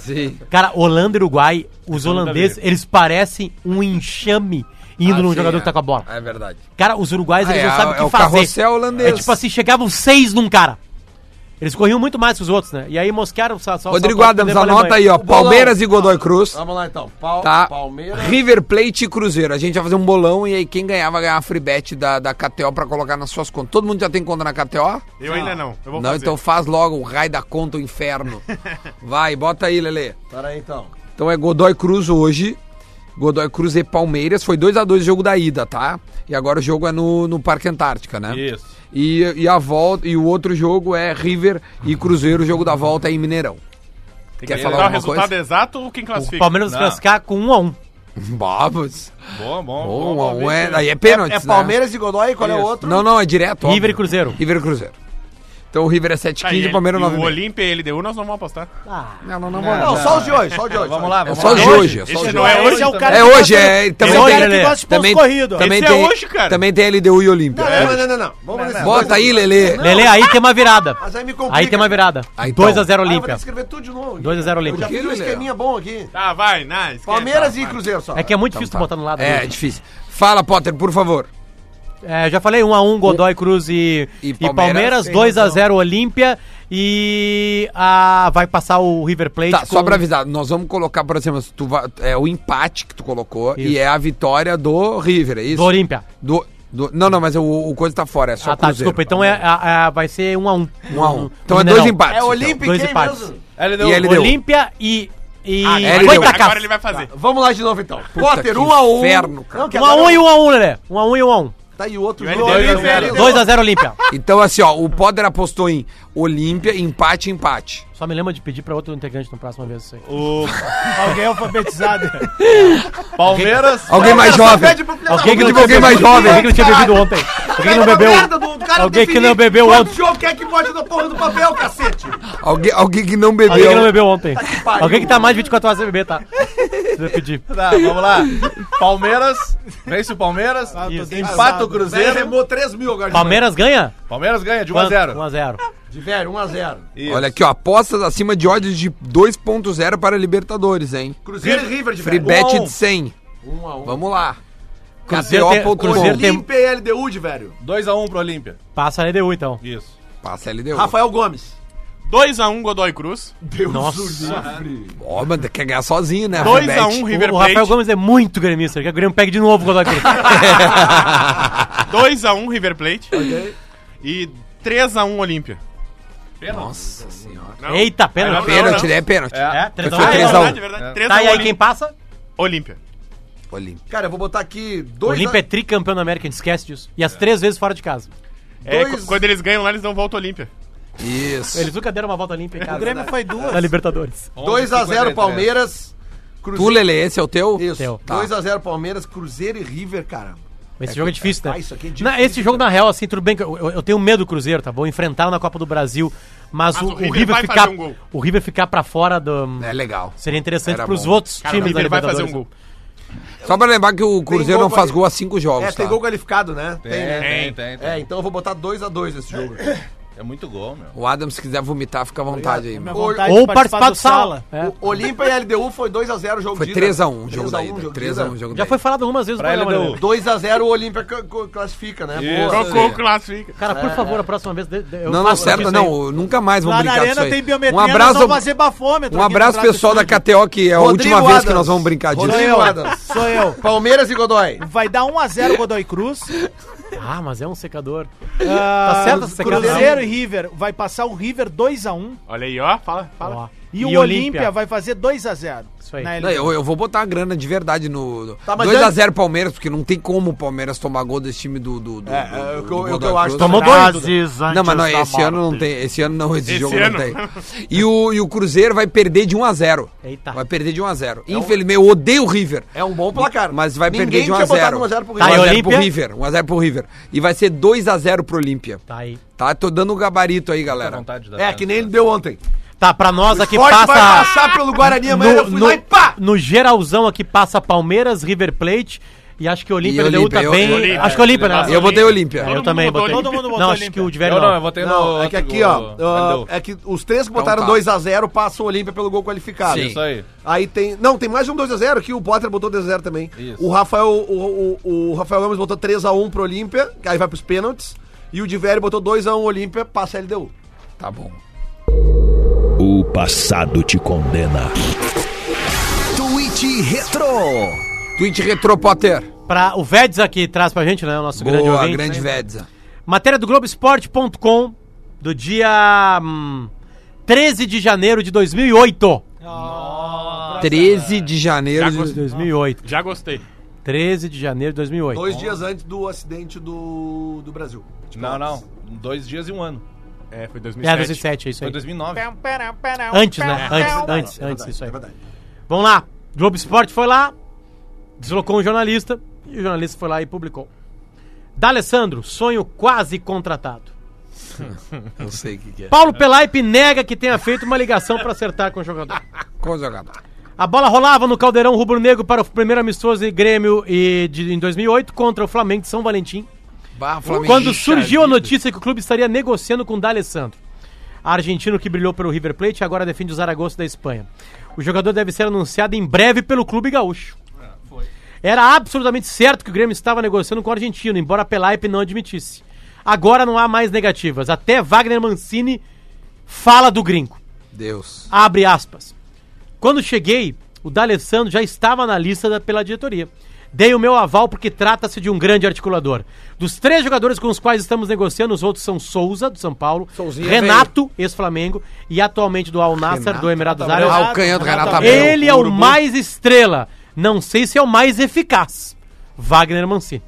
[SPEAKER 1] Sim.
[SPEAKER 5] Cara, Holanda e Uruguai, os holandeses, eles parecem um enxame indo
[SPEAKER 1] Ah,
[SPEAKER 5] num
[SPEAKER 1] sim,
[SPEAKER 5] jogador
[SPEAKER 1] é.
[SPEAKER 5] que tá com a bola.
[SPEAKER 1] É verdade.
[SPEAKER 5] Cara, os uruguais,
[SPEAKER 1] Ah,
[SPEAKER 5] eles
[SPEAKER 1] é,
[SPEAKER 5] não sabem
[SPEAKER 1] é o
[SPEAKER 5] o que fazer.
[SPEAKER 1] carrossel holandês.
[SPEAKER 5] É tipo assim, chegavam seis num cara. Eles corriam muito mais que os outros, né? E aí mosquearam só... só
[SPEAKER 1] Rodrigo
[SPEAKER 5] só-
[SPEAKER 1] Adams,
[SPEAKER 5] pra Alemanha.
[SPEAKER 1] anota aí, ó.
[SPEAKER 6] O bolão.
[SPEAKER 1] Palmeiras e Godoy Cruz.
[SPEAKER 6] Vamos lá então. Pau,
[SPEAKER 1] Tá.
[SPEAKER 6] Palmeiras.
[SPEAKER 1] River Plate e Cruzeiro. A gente vai fazer um bolão e aí quem ganhar vai ganhar a free bet da, da KTO pra colocar nas suas contas. Todo mundo já tem conta na KTO?
[SPEAKER 4] Eu ainda não. Eu vou
[SPEAKER 1] Não,
[SPEAKER 4] fazer.
[SPEAKER 1] então faz logo o raio da conta, o inferno. Vai, bota aí, Lele.
[SPEAKER 6] Pera aí então.
[SPEAKER 1] Então é Godoy Cruz hoje. Godoy Cruz e Palmeiras. Foi 2 a 2 o jogo da ida, tá? E agora o jogo é no, no Parque Antártica, né?
[SPEAKER 7] Isso.
[SPEAKER 1] E, e a volta e o outro jogo é River e Cruzeiro. O jogo da volta é em Mineirão.
[SPEAKER 4] Tem
[SPEAKER 1] Quer
[SPEAKER 4] que
[SPEAKER 1] falar
[SPEAKER 4] dar o
[SPEAKER 1] alguma
[SPEAKER 4] resultado
[SPEAKER 1] coisa?
[SPEAKER 4] exato ou quem
[SPEAKER 5] O
[SPEAKER 4] classifica?
[SPEAKER 5] Palmeiras vai
[SPEAKER 7] Não.
[SPEAKER 5] classificar com um a um.
[SPEAKER 1] <laughs> Babos.
[SPEAKER 7] Bom, bom,
[SPEAKER 1] Bom,
[SPEAKER 7] bom.
[SPEAKER 1] um, é,
[SPEAKER 7] palpite.
[SPEAKER 1] aí é pênalti.
[SPEAKER 6] É, é Palmeiras e Godoy, qual é o outro?
[SPEAKER 1] Não, não, é direto. óbvio.
[SPEAKER 5] River e Cruzeiro.
[SPEAKER 1] River e Cruzeiro. Então o River é
[SPEAKER 4] Tá, e
[SPEAKER 1] 7,15 e o
[SPEAKER 4] ele-
[SPEAKER 1] Palmeiras
[SPEAKER 4] e O
[SPEAKER 1] 9,5.
[SPEAKER 4] Olímpia e LDU nós não vamos apostar.
[SPEAKER 1] Não, não, não,
[SPEAKER 6] É, Não,
[SPEAKER 1] não.
[SPEAKER 6] só os de hoje, só os de hoje.
[SPEAKER 7] Vamos lá, vamos
[SPEAKER 1] só
[SPEAKER 7] lá.
[SPEAKER 1] de hoje, é só
[SPEAKER 4] Esse
[SPEAKER 1] hoje.
[SPEAKER 4] não é hoje.
[SPEAKER 2] Esse é o cara
[SPEAKER 1] É
[SPEAKER 2] que
[SPEAKER 1] hoje,
[SPEAKER 2] gosta-
[SPEAKER 1] é. Também
[SPEAKER 2] Esse é o
[SPEAKER 1] tem.
[SPEAKER 2] cara que gosta de pontos
[SPEAKER 1] também
[SPEAKER 2] corridos.
[SPEAKER 1] também
[SPEAKER 4] Esse é
[SPEAKER 1] tem,
[SPEAKER 4] hoje, cara.
[SPEAKER 1] Também tem LDU e Olímpia.
[SPEAKER 6] Não, não, não, não, não. Vamos nesse-
[SPEAKER 1] Bota aí, Lelê.
[SPEAKER 5] Lele, tá- aí tem uma virada.
[SPEAKER 6] Mas aí me complica.
[SPEAKER 5] Aí tem uma virada.
[SPEAKER 1] Ah, então.
[SPEAKER 5] 2x0
[SPEAKER 6] Ah, eu vou ter
[SPEAKER 5] Olímpia.
[SPEAKER 6] que escrever tudo de novo.
[SPEAKER 5] 2x0
[SPEAKER 6] Eu
[SPEAKER 5] Olímpia.
[SPEAKER 6] já fiz um
[SPEAKER 1] Lelê?
[SPEAKER 6] esqueminha bom aqui.
[SPEAKER 4] Tá, vai, nice. esquece,
[SPEAKER 6] Palmeiras
[SPEAKER 4] vai,
[SPEAKER 6] e
[SPEAKER 4] vai.
[SPEAKER 6] Cruzeiro só.
[SPEAKER 5] É que é muito difícil
[SPEAKER 1] tá.
[SPEAKER 5] tu botar no lado.
[SPEAKER 1] É,
[SPEAKER 5] né?
[SPEAKER 1] é difícil. Fala, Potter, por favor.
[SPEAKER 5] É, já falei 1x1 Godoy Cruz e,
[SPEAKER 1] E
[SPEAKER 5] e
[SPEAKER 1] Palmeiras,
[SPEAKER 5] Palmeiras,
[SPEAKER 1] tem
[SPEAKER 5] 2x0 Olímpia e a, vai passar o River Plate.
[SPEAKER 1] Tá, só
[SPEAKER 5] com-
[SPEAKER 1] pra avisar, nós vamos colocar, por exemplo, tu va- é o empate que tu colocou
[SPEAKER 5] Isso.
[SPEAKER 1] e é a vitória do River, é isso?
[SPEAKER 5] do Olímpia.
[SPEAKER 1] Do- do- não, não, mas o, o coisa tá fora, é só
[SPEAKER 5] Ah, tá,
[SPEAKER 1] Cruzeiro.
[SPEAKER 5] desculpa. Então é, a- a- vai ser 1x1.
[SPEAKER 1] Um a um. Então é dois empates.
[SPEAKER 6] É
[SPEAKER 1] então.
[SPEAKER 6] Olímpico
[SPEAKER 5] dois
[SPEAKER 6] quem
[SPEAKER 5] empates. é,
[SPEAKER 6] mesmo?
[SPEAKER 1] E
[SPEAKER 7] LDU.
[SPEAKER 1] ele- deu.
[SPEAKER 5] Olímpia e. e
[SPEAKER 1] Ah, ele
[SPEAKER 5] Vai
[SPEAKER 1] deu.
[SPEAKER 5] pra cá.
[SPEAKER 4] Agora ele vai fazer.
[SPEAKER 6] Vamos lá de novo então.
[SPEAKER 1] Puta
[SPEAKER 6] Potter,
[SPEAKER 1] que
[SPEAKER 6] 1 a 1
[SPEAKER 1] inferno, cara.
[SPEAKER 6] Não, que
[SPEAKER 5] 1x1
[SPEAKER 6] agora-
[SPEAKER 5] e 1x1, Lelé. 1x1 e 1x1.
[SPEAKER 6] Tá aí o outro
[SPEAKER 4] E o
[SPEAKER 6] jogo.
[SPEAKER 4] LDU,
[SPEAKER 6] Dois a
[SPEAKER 4] velho.
[SPEAKER 6] zero.
[SPEAKER 5] 2x0 Olímpia.
[SPEAKER 1] Então, assim, ó, o Potter apostou em Olímpia, empate, empate.
[SPEAKER 5] Só me lembra de pedir pra outro integrante na próxima vez isso aí.
[SPEAKER 7] O
[SPEAKER 2] Alguém alfabetizado.
[SPEAKER 7] Palmeiras.
[SPEAKER 1] Alguém mais
[SPEAKER 6] Só
[SPEAKER 1] jovem.
[SPEAKER 6] pede pro filho da
[SPEAKER 5] Alguém que
[SPEAKER 1] Vamos
[SPEAKER 5] não
[SPEAKER 1] de
[SPEAKER 5] tinha
[SPEAKER 1] alguém
[SPEAKER 5] bebido,
[SPEAKER 1] mais jovem.
[SPEAKER 5] Alguém que não tinha bebido ontem. Alguém que não bebeu.
[SPEAKER 6] Merda do- do cara
[SPEAKER 5] Alguém que
[SPEAKER 6] definir
[SPEAKER 5] não bebeu
[SPEAKER 6] quanto
[SPEAKER 5] ontem.
[SPEAKER 6] jogo quer que bote na porra do papel, cacete?
[SPEAKER 1] Alguém, alguém que não
[SPEAKER 5] Alguém que não
[SPEAKER 1] bebeu.
[SPEAKER 5] bebeu ontem.
[SPEAKER 6] que pariu.
[SPEAKER 5] Alguém que tá mais de 24 horas sem beber, tá? Precisa pedir.
[SPEAKER 7] Tá, vamos lá. <laughs> Palmeiras. Vence o Palmeiras.
[SPEAKER 5] Isso.
[SPEAKER 7] Empata o Cruzeiro.
[SPEAKER 6] remou 3 mil agora. de
[SPEAKER 5] Palmeiras ganha?
[SPEAKER 7] Palmeiras ganha
[SPEAKER 6] Um
[SPEAKER 7] de 1 a 0.
[SPEAKER 5] 1x0.
[SPEAKER 6] novo. De velho, 1 a 0.
[SPEAKER 1] Olha aqui, ó, apostas acima de odds de 2.0 para Libertadores, hein?
[SPEAKER 6] Cruzeiro e River de
[SPEAKER 1] Free
[SPEAKER 6] velho.
[SPEAKER 1] bet
[SPEAKER 7] um a um.
[SPEAKER 1] de 100.
[SPEAKER 6] 1 a 1.
[SPEAKER 1] Vamos lá.
[SPEAKER 5] Cruzeiro tem- Cruzeiro
[SPEAKER 1] KTO.com.
[SPEAKER 5] tem-
[SPEAKER 6] Olímpia e LDU de velho.
[SPEAKER 7] 2 a 1 pro Olímpia.
[SPEAKER 5] Passa a LDU então.
[SPEAKER 7] Isso.
[SPEAKER 1] Passa LDU.
[SPEAKER 6] Rafael Gomes.
[SPEAKER 4] 2x1 Godoy Cruz.
[SPEAKER 1] Deus
[SPEAKER 5] Nossa.
[SPEAKER 1] Ó, mas quer ganhar sozinho, né?
[SPEAKER 4] 2x1
[SPEAKER 5] O,
[SPEAKER 4] River
[SPEAKER 5] Ah, o Rafael
[SPEAKER 4] Plate.
[SPEAKER 5] Gomes é muito gremista. Ele quer que o Grêmio pegue de novo o Godoy Cruz.
[SPEAKER 4] 2x1 River Plate. E 3x1 Olímpia.
[SPEAKER 1] Nossa senhora.
[SPEAKER 4] Não.
[SPEAKER 5] Eita, pênalti.
[SPEAKER 4] Não, não,
[SPEAKER 1] Pênalti,
[SPEAKER 4] não.
[SPEAKER 1] né? Pênalti.
[SPEAKER 5] É,
[SPEAKER 1] Mas
[SPEAKER 5] 3
[SPEAKER 1] foi 3
[SPEAKER 5] a 1
[SPEAKER 1] a
[SPEAKER 4] um. Verdade,
[SPEAKER 1] 1.
[SPEAKER 4] verdade.
[SPEAKER 5] Tá, e aí
[SPEAKER 4] Olímpia.
[SPEAKER 5] quem passa?
[SPEAKER 4] Olímpia.
[SPEAKER 1] Olímpia.
[SPEAKER 6] Cara, eu vou botar aqui
[SPEAKER 5] O
[SPEAKER 6] dois.
[SPEAKER 5] Olímpia é tricampeão da América, a gente esquece disso. E as três vezes fora de casa.
[SPEAKER 4] É,
[SPEAKER 6] Dois-
[SPEAKER 4] qu- Quando eles ganham lá, eles dão volta Olímpia.
[SPEAKER 1] Isso.
[SPEAKER 5] Eles nunca deram uma volta limpa em casa.
[SPEAKER 2] O Grêmio foi duas.
[SPEAKER 5] Na Libertadores.
[SPEAKER 6] é 2x0 Palmeiras.
[SPEAKER 1] Tu, Lele, esse é o teu?
[SPEAKER 6] Isso.
[SPEAKER 5] Teu.
[SPEAKER 7] Tá.
[SPEAKER 6] 2x0 Palmeiras, Cruzeiro e River, caramba.
[SPEAKER 5] Esse jogo é difícil, né?
[SPEAKER 6] Ah, isso aqui é
[SPEAKER 5] Na- esse jogo, na real, assim, tudo bem que eu, eu- eu tenho medo do Cruzeiro, tá? Vou enfrentar na Copa do Brasil, mas, o, o River,
[SPEAKER 4] vai
[SPEAKER 5] ficar,
[SPEAKER 4] fazer um gol.
[SPEAKER 5] o River ficar pra fora do...
[SPEAKER 1] É legal.
[SPEAKER 5] Seria interessante
[SPEAKER 1] Era
[SPEAKER 5] pros
[SPEAKER 1] bom.
[SPEAKER 5] outros
[SPEAKER 4] Cara, o
[SPEAKER 5] times da
[SPEAKER 4] River vai fazer um
[SPEAKER 5] Libertadores.
[SPEAKER 4] gol.
[SPEAKER 1] Só pra lembrar que o Cruzeiro
[SPEAKER 6] gol
[SPEAKER 1] não faz
[SPEAKER 6] quali-
[SPEAKER 1] gol há 5 jogos,
[SPEAKER 6] É, tem
[SPEAKER 1] tá?
[SPEAKER 6] gol qualificado, né?
[SPEAKER 7] Tem,
[SPEAKER 6] né?
[SPEAKER 7] tem, tem. tem.
[SPEAKER 6] É, então eu vou botar 2x2 esse jogo.
[SPEAKER 7] É muito gol, meu.
[SPEAKER 1] O Adam, se quiser vomitar, fica à vontade aí.
[SPEAKER 2] Minha
[SPEAKER 1] mano.
[SPEAKER 2] vontade
[SPEAKER 5] Ou
[SPEAKER 2] de
[SPEAKER 5] participar do sala. É.
[SPEAKER 6] O Olímpia e LDU foi 2x0 o jogo
[SPEAKER 1] Foi
[SPEAKER 6] de
[SPEAKER 1] 3x1 o jogo né? da
[SPEAKER 6] 3x1
[SPEAKER 1] ida.
[SPEAKER 6] jogo de
[SPEAKER 1] 3x1
[SPEAKER 6] ida.
[SPEAKER 1] o jogo da
[SPEAKER 5] Já
[SPEAKER 1] ida.
[SPEAKER 5] foi falado algumas vezes
[SPEAKER 7] Pra
[SPEAKER 5] no
[SPEAKER 7] LDU.
[SPEAKER 5] né?
[SPEAKER 6] 2x0 o Olímpia c- c- classifica, né?
[SPEAKER 7] Isso.
[SPEAKER 6] Boa.
[SPEAKER 4] Trocou, classifica.
[SPEAKER 5] Cara, por favor, a próxima vez... de- de- eu
[SPEAKER 1] Não, não,
[SPEAKER 5] faço
[SPEAKER 1] certo,
[SPEAKER 5] isso aí.
[SPEAKER 1] não. Nunca mais vamos
[SPEAKER 2] Lá na
[SPEAKER 1] brincar disso
[SPEAKER 2] arena tem
[SPEAKER 1] aí.
[SPEAKER 2] biometria,
[SPEAKER 1] Um
[SPEAKER 2] nós
[SPEAKER 1] abraço,
[SPEAKER 2] vamos fazer bafômetro.
[SPEAKER 1] um
[SPEAKER 2] aqui no
[SPEAKER 1] abraço
[SPEAKER 2] Brasil.
[SPEAKER 1] pessoal da KTO, que é a
[SPEAKER 6] Rodrigo
[SPEAKER 1] última vez que
[SPEAKER 6] Adams.
[SPEAKER 1] nós vamos brincar disso.
[SPEAKER 2] Sou
[SPEAKER 6] Rodrigo
[SPEAKER 2] eu,
[SPEAKER 6] Adams.
[SPEAKER 2] sou eu.
[SPEAKER 6] Palmeiras e Godoy.
[SPEAKER 2] Vai dar 1x0 Godoy Cruz.
[SPEAKER 5] Ah, mas é um secador.
[SPEAKER 2] Ah,
[SPEAKER 5] Tá certo essa secador?
[SPEAKER 2] Cruzeiro e River. Vai passar o River 2x1.
[SPEAKER 4] Olha aí, ó. Fala, fala.
[SPEAKER 5] Ó.
[SPEAKER 2] E, o Olímpia vai fazer 2x0.
[SPEAKER 5] Isso aí.
[SPEAKER 1] Não, eu, eu vou botar a grana de verdade no. no-
[SPEAKER 6] Tá, mas
[SPEAKER 1] 2x0 Palmeiras, porque não tem como o Palmeiras tomar gol desse time do. do, do, do-
[SPEAKER 6] é o
[SPEAKER 1] do-
[SPEAKER 6] que
[SPEAKER 1] do
[SPEAKER 6] eu- é o que
[SPEAKER 1] Godoy
[SPEAKER 6] eu acho
[SPEAKER 1] Cruz.
[SPEAKER 6] também.
[SPEAKER 5] Tomou dois.
[SPEAKER 1] Não, mas não, esse ano não tem. Esse ano não, esse,
[SPEAKER 4] Esse
[SPEAKER 1] jogo
[SPEAKER 4] ano.
[SPEAKER 1] não tem. E o, e o Cruzeiro vai perder de 1x0.
[SPEAKER 5] Eita.
[SPEAKER 1] Vai perder de 1x0. Infelizmente, eu odeio o River.
[SPEAKER 6] É um bom placar.
[SPEAKER 1] Mas vai perder de
[SPEAKER 6] Ninguém tinha botado
[SPEAKER 1] 1x0.
[SPEAKER 6] 1x0 pro
[SPEAKER 5] Tá,
[SPEAKER 6] River.
[SPEAKER 5] e
[SPEAKER 1] 1x0 pro
[SPEAKER 5] Olímpia?
[SPEAKER 1] River. 1x0 pro River. E vai ser 2x0 pro Olímpia.
[SPEAKER 5] Tá aí.
[SPEAKER 1] Tá? Tô dando o gabarito aí, galera.
[SPEAKER 7] Vontade da
[SPEAKER 6] É, que nem ele deu ontem.
[SPEAKER 5] Tá, pra nós aqui
[SPEAKER 6] Forte
[SPEAKER 5] passa...
[SPEAKER 6] vai passar pelo Guarani amanhã, eu fui lá e pá!
[SPEAKER 5] no geralzão aqui passa Palmeiras, River Plate e acho que o Olímpia,
[SPEAKER 1] E
[SPEAKER 5] LDU
[SPEAKER 1] Olímpia, eu-
[SPEAKER 5] também.
[SPEAKER 4] Olímpia.
[SPEAKER 5] acho que o Olímpia, né?
[SPEAKER 1] E eu botei Olímpia.
[SPEAKER 5] É, eu
[SPEAKER 4] mundo
[SPEAKER 5] também
[SPEAKER 4] botou
[SPEAKER 5] botei.
[SPEAKER 4] Olímpia.
[SPEAKER 2] Todo mundo botou
[SPEAKER 5] Não, acho
[SPEAKER 2] Olímpia.
[SPEAKER 5] que o de
[SPEAKER 7] Eu
[SPEAKER 5] velho
[SPEAKER 7] não,
[SPEAKER 5] não.
[SPEAKER 7] eu votei
[SPEAKER 6] Não,
[SPEAKER 7] no.
[SPEAKER 6] é que
[SPEAKER 7] outro
[SPEAKER 6] aqui, ó.
[SPEAKER 7] gol. né?
[SPEAKER 6] ah,
[SPEAKER 7] Valeu.
[SPEAKER 6] é que os três que botaram
[SPEAKER 1] tá.
[SPEAKER 6] 2x0 passam o Olímpia pelo gol qualificado.
[SPEAKER 1] Sim.
[SPEAKER 7] Isso aí.
[SPEAKER 6] Aí tem. Não, tem mais um 2x0 que o Potter botou 2x0 também.
[SPEAKER 7] Isso.
[SPEAKER 6] O Rafael, o, o, o Rafael Gomes botou 3x1 pro Olímpia, que aí vai pros pênaltis. E o Diverio botou 2x1 Olímpia, passa a LDU.
[SPEAKER 1] Tá bom.
[SPEAKER 8] O passado te condena. Twitch Retro.
[SPEAKER 1] Twitch Retro Potter.
[SPEAKER 5] Pra, o Veds aqui traz pra gente, né? O nosso grande
[SPEAKER 1] Boa,
[SPEAKER 5] ouvinte.
[SPEAKER 1] grande Vedza.
[SPEAKER 5] Matéria do Globoesporte.com do dia hum, 13 de janeiro de 2008.
[SPEAKER 1] 13 de janeiro
[SPEAKER 4] Já
[SPEAKER 1] de
[SPEAKER 4] gostei.
[SPEAKER 5] 2008.
[SPEAKER 4] Já gostei.
[SPEAKER 5] 13 é de janeiro de 2008.
[SPEAKER 6] Dois dias antes do acidente do, do Brasil. Tipo,
[SPEAKER 7] Não, não. Dois dias e um ano.
[SPEAKER 4] É, foi
[SPEAKER 5] É,
[SPEAKER 4] 2007.
[SPEAKER 5] 2007, é isso
[SPEAKER 7] Foi
[SPEAKER 5] aí.
[SPEAKER 7] 2009.
[SPEAKER 5] Antes, né? Antes, antes, antes, isso aí. Vamos lá. Globo Esporte foi lá, deslocou um jornalista e o jornalista foi lá e publicou. D'Alessandro, sonho quase contratado.
[SPEAKER 1] Não sei o que, que é.
[SPEAKER 5] Paulo Pelaipe nega que tenha feito uma ligação para acertar com o jogador.
[SPEAKER 1] Qual jogador?
[SPEAKER 5] A bola rolava no Caldeirão Rubro-Negro para o primeiro amistoso e Grêmio e de, em 2008 contra o Flamengo de São Valentim.
[SPEAKER 1] Bah, Flamengo.
[SPEAKER 5] Quando surgiu a notícia que o clube estaria negociando com o D'Alessandro, argentino que brilhou pelo River Plate e agora defende o Zaragoza da Espanha. O jogador deve ser anunciado em breve pelo clube gaúcho. Era absolutamente certo que o Grêmio estava negociando com o argentino, embora a Pelaipe não admitisse. Agora não há mais negativas. Até Wagner Mancini fala do gringo.
[SPEAKER 1] Deus.
[SPEAKER 5] Abre aspas. Quando cheguei, o D'Alessandro já estava na lista da- pela diretoria. Dei o meu aval porque trata-se de um grande articulador. Dos três jogadores com os quais estamos negociando, os outros são Souza, do São Paulo,
[SPEAKER 1] Souzinha
[SPEAKER 5] Renato, ex-Flamengo, e atualmente do Al Nassr,
[SPEAKER 1] Renato,
[SPEAKER 5] do Emirados
[SPEAKER 1] Ah,
[SPEAKER 5] Árabes.
[SPEAKER 1] o canhão do Renato Abreu.
[SPEAKER 5] Ele é o mais estrela. Não sei se é o mais eficaz. Wagner Mancini.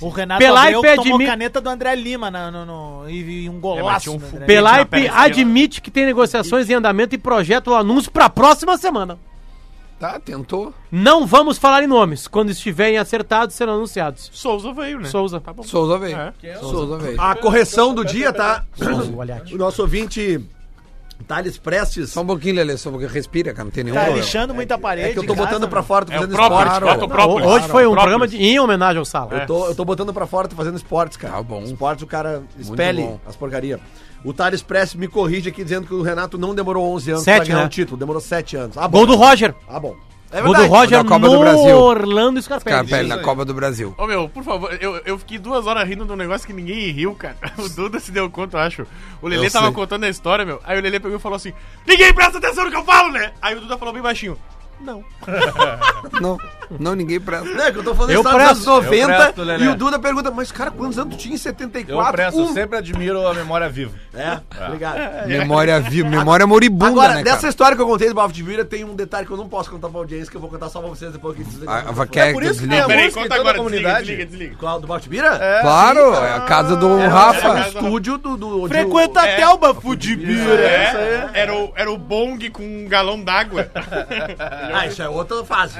[SPEAKER 2] O Renato
[SPEAKER 5] Pelaipe
[SPEAKER 2] Abreu tomou
[SPEAKER 5] admi-
[SPEAKER 2] caneta do André Lima na- no, no- e, e um
[SPEAKER 4] É, mas
[SPEAKER 2] golaço.
[SPEAKER 4] tinha um
[SPEAKER 2] do André
[SPEAKER 4] fu-
[SPEAKER 2] Lima.
[SPEAKER 5] Pelaipe
[SPEAKER 4] esquerda.
[SPEAKER 5] admite que tem negociações em andamento e projeta o anúncio para a próxima semana.
[SPEAKER 1] Tá, tentou.
[SPEAKER 5] Não vamos falar em nomes. Quando estiverem acertados, serão anunciados.
[SPEAKER 4] Souza veio, né?
[SPEAKER 5] Souza. Tá bom.
[SPEAKER 1] Souza veio.
[SPEAKER 4] É.
[SPEAKER 1] Souza veio.
[SPEAKER 6] A correção do dia, tá?
[SPEAKER 5] olha aqui.
[SPEAKER 6] O nosso ouvinte Thales Prestes.
[SPEAKER 1] Só um pouquinho, Lelê, só um pouquinho. Respira, cara, não tem nenhum
[SPEAKER 2] Tá
[SPEAKER 1] problema.
[SPEAKER 2] lixando muita parede.
[SPEAKER 6] É que eu tô
[SPEAKER 2] em casa,
[SPEAKER 6] botando pra
[SPEAKER 2] mano.
[SPEAKER 6] fora, tô
[SPEAKER 4] É o
[SPEAKER 6] fazendo
[SPEAKER 4] Própolis,
[SPEAKER 6] esporte.
[SPEAKER 4] bota o Própolis.
[SPEAKER 5] Hoje foi um
[SPEAKER 4] Própolis.
[SPEAKER 5] programa de, em homenagem ao Sala.
[SPEAKER 2] É.
[SPEAKER 6] Eu tô, eu tô botando pra fora, tô fazendo esportes, cara.
[SPEAKER 1] Tá bom.
[SPEAKER 6] Esportes o cara espelhe
[SPEAKER 1] bom.
[SPEAKER 6] as porcaria. O Thales Prestes me corrige aqui dizendo que o Renato não demorou 11 anos
[SPEAKER 5] Sete,
[SPEAKER 6] ganhar
[SPEAKER 5] né?
[SPEAKER 6] o título, demorou 7 anos. Ah,
[SPEAKER 5] Gol do Roger.
[SPEAKER 6] Ah, bom. É
[SPEAKER 5] Gol do
[SPEAKER 6] verdade.
[SPEAKER 5] Roger
[SPEAKER 1] Na Copa do
[SPEAKER 5] no
[SPEAKER 1] Brasil.
[SPEAKER 5] Orlando e Scarpelli.
[SPEAKER 1] Scarpelli
[SPEAKER 5] Isso
[SPEAKER 1] na
[SPEAKER 5] aí.
[SPEAKER 1] Copa do Brasil.
[SPEAKER 4] Ô meu, por favor, eu, eu fiquei duas horas rindo de um negócio que ninguém riu, cara. <laughs> O Duda se deu conta, eu acho. O Lelê
[SPEAKER 1] Eu
[SPEAKER 4] tava
[SPEAKER 1] sei.
[SPEAKER 4] contando a história, meu. Aí o Lelê pegou e falou assim: Ninguém presta atenção no que eu falo, né? Aí o Duda falou bem baixinho. Não.
[SPEAKER 1] Não, não, ninguém presta.
[SPEAKER 6] Não, é que eu tô falando
[SPEAKER 7] Eu
[SPEAKER 6] isso dos anos
[SPEAKER 7] presto,
[SPEAKER 6] 90
[SPEAKER 7] eu presto, Lelé.
[SPEAKER 6] e o Duda pergunta, mas cara, quantos anos tu tinha em 74?
[SPEAKER 7] Eu presto, eu
[SPEAKER 6] Um.
[SPEAKER 7] sempre admiro a memória viva.
[SPEAKER 6] É, obrigado.
[SPEAKER 1] Memória viva, memória moribunda,
[SPEAKER 6] Agora,
[SPEAKER 1] né,
[SPEAKER 6] dessa
[SPEAKER 1] cara?
[SPEAKER 6] história que eu contei do Bafo de Bira, tem um detalhe que eu não posso contar pra audiência, que eu vou contar só pra vocês depois que desliga.
[SPEAKER 1] Ah, vai- quer que eu
[SPEAKER 7] que tem
[SPEAKER 1] desligue?
[SPEAKER 7] a
[SPEAKER 4] Peraí,
[SPEAKER 7] Tá música em
[SPEAKER 4] conta
[SPEAKER 7] toda
[SPEAKER 4] agora,
[SPEAKER 7] a
[SPEAKER 4] desliga,
[SPEAKER 7] comunidade.
[SPEAKER 4] desliga, desliga.
[SPEAKER 6] Qual? Do Bafo de Bira? É.
[SPEAKER 1] Claro, é a casa do
[SPEAKER 6] Era
[SPEAKER 1] <laughs>
[SPEAKER 6] um
[SPEAKER 1] Rafa.
[SPEAKER 6] estúdio do... do, onde
[SPEAKER 2] Frequenta
[SPEAKER 6] o-
[SPEAKER 2] até o Bafu de Bira.
[SPEAKER 4] É, era o, era o bong com um galão
[SPEAKER 7] <laughs>
[SPEAKER 4] d'água.
[SPEAKER 6] Ah, isso é outra fase.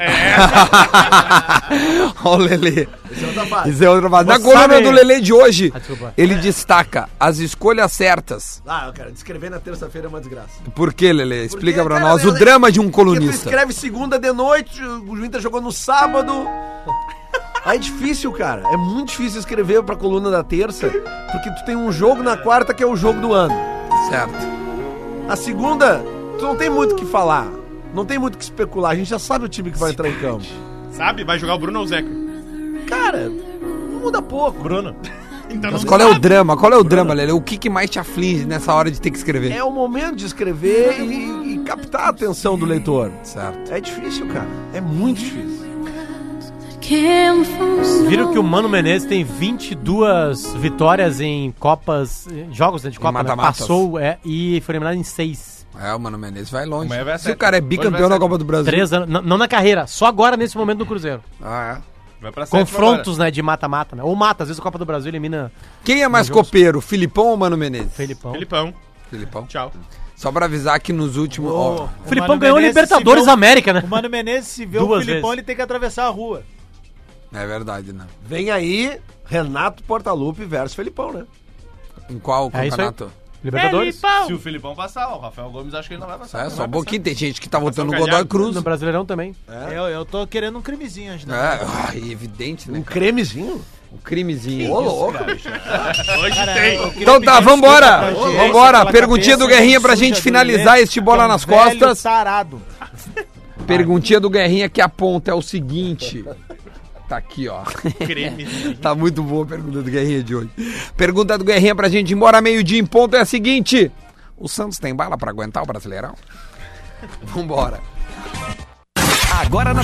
[SPEAKER 1] Olha o Lelê.
[SPEAKER 6] Isso é outra fase.
[SPEAKER 1] Isso é outra fase. Na
[SPEAKER 5] Você
[SPEAKER 1] coluna
[SPEAKER 5] sabe-
[SPEAKER 1] do Lelê de hoje,
[SPEAKER 5] Ah, desculpa.
[SPEAKER 1] ele destaca as escolhas certas.
[SPEAKER 6] Ah, cara, descrever na terça-feira é uma desgraça.
[SPEAKER 1] Por que, Lelê? Explica
[SPEAKER 6] Porque,
[SPEAKER 1] pra
[SPEAKER 6] cara,
[SPEAKER 1] nós o
[SPEAKER 6] Lelê,
[SPEAKER 1] drama de um
[SPEAKER 6] Porque tu
[SPEAKER 1] colunista.
[SPEAKER 6] escreve segunda de noite, o Inter jogou no sábado. <laughs> Aí é difícil, cara. É muito difícil escrever pra coluna da terça, porque tu tem um jogo na quarta que é o jogo do ano.
[SPEAKER 1] Certo.
[SPEAKER 6] A segunda, tu não tem muito o que falar. Não tem muito o que especular. A gente já sabe o time que vai entrar em campo.
[SPEAKER 4] Sabe? Vai jogar o Bruno ou o Zeca?
[SPEAKER 6] Cara, muda pouco. Bruno.
[SPEAKER 4] Então
[SPEAKER 1] Mas qual é o drama? Qual é o drama, Lelê? O que, que mais te aflige nessa hora de ter que escrever?
[SPEAKER 6] É o momento de escrever e, e captar a atenção do leitor.
[SPEAKER 1] Certo.
[SPEAKER 6] É difícil, cara. É muito difícil.
[SPEAKER 5] Viram que o Mano Menezes tem 22 vitórias em Copas, em jogos né, de Copa, né?
[SPEAKER 1] mata-matas.
[SPEAKER 5] passou é, e foi eliminado em 6.
[SPEAKER 1] É, o Mano Menezes vai longe.
[SPEAKER 7] Amanhã vai
[SPEAKER 1] Se o
[SPEAKER 7] sete.
[SPEAKER 1] cara é
[SPEAKER 7] Hoje
[SPEAKER 1] bicampeão
[SPEAKER 7] vai
[SPEAKER 1] da
[SPEAKER 7] sete.
[SPEAKER 1] Copa do Brasil.
[SPEAKER 5] 3 anos, não, não na carreira, só agora nesse momento no Cruzeiro.
[SPEAKER 1] Ah, é.
[SPEAKER 7] Vai pra sétima
[SPEAKER 5] Confrontos, né, de mata-mata, né? Ou mata, às vezes a Copa do Brasil elimina
[SPEAKER 1] Quem é mais copeiro, Filipão ou Mano Menezes?
[SPEAKER 5] Felipão.
[SPEAKER 4] Felipão,
[SPEAKER 1] Filipão.
[SPEAKER 4] tchau.
[SPEAKER 1] Só pra avisar que nos últimos... ó,
[SPEAKER 5] O Felipão ganhou
[SPEAKER 2] Menezes
[SPEAKER 5] Libertadores
[SPEAKER 2] se vê-
[SPEAKER 5] América, né?
[SPEAKER 2] O Mano Menezes, se vê o
[SPEAKER 5] Duas
[SPEAKER 2] Filipão,
[SPEAKER 5] vezes.
[SPEAKER 2] ele tem que atravessar a rua.
[SPEAKER 1] é verdade, né?
[SPEAKER 6] Vem aí Renato Portaluppi versus Felipão, né?
[SPEAKER 1] Em qual
[SPEAKER 5] É isso aí.
[SPEAKER 1] campeonato?
[SPEAKER 5] Libertadores.
[SPEAKER 7] hora. Se o Filipão passar, ó, o Rafael Gomes acho que ele não vai passar.
[SPEAKER 1] É, só um pouquinho. Tem gente que tá votando no
[SPEAKER 4] um
[SPEAKER 1] Godoy
[SPEAKER 4] galhardo.
[SPEAKER 1] Cruz.
[SPEAKER 5] No Brasileirão também.
[SPEAKER 2] Eu, eu tô querendo um cremezinho hoje,
[SPEAKER 1] É, <laughs>
[SPEAKER 2] né?
[SPEAKER 1] ah, evidente, né?
[SPEAKER 6] Um cremezinho.
[SPEAKER 1] Um crimezinho.
[SPEAKER 6] Ô, louco.
[SPEAKER 4] é- Hoje tem.
[SPEAKER 1] Então tá,
[SPEAKER 2] um
[SPEAKER 1] vambora!
[SPEAKER 2] Ô, louco.
[SPEAKER 1] Vambora!
[SPEAKER 2] Pela
[SPEAKER 1] Perguntinha do
[SPEAKER 2] cabeça,
[SPEAKER 1] Guerrinha pra
[SPEAKER 2] suja
[SPEAKER 1] gente
[SPEAKER 2] do
[SPEAKER 1] finalizar
[SPEAKER 2] Lelê. Tá um
[SPEAKER 1] este bola nas
[SPEAKER 2] Velho
[SPEAKER 1] costas.
[SPEAKER 2] Sarado.
[SPEAKER 1] Perguntinha do Guerrinha que aponta é o seguinte. Tá aqui, ó.
[SPEAKER 4] Creme.
[SPEAKER 1] <laughs> Tá muito boa a pergunta do Guerrinha de hoje. Pergunta do Guerrinha pra gente ir embora meio-dia em ponto é a seguinte: O Santos tem bala pra aguentar o Brasileirão? Vambora.
[SPEAKER 8] Agora na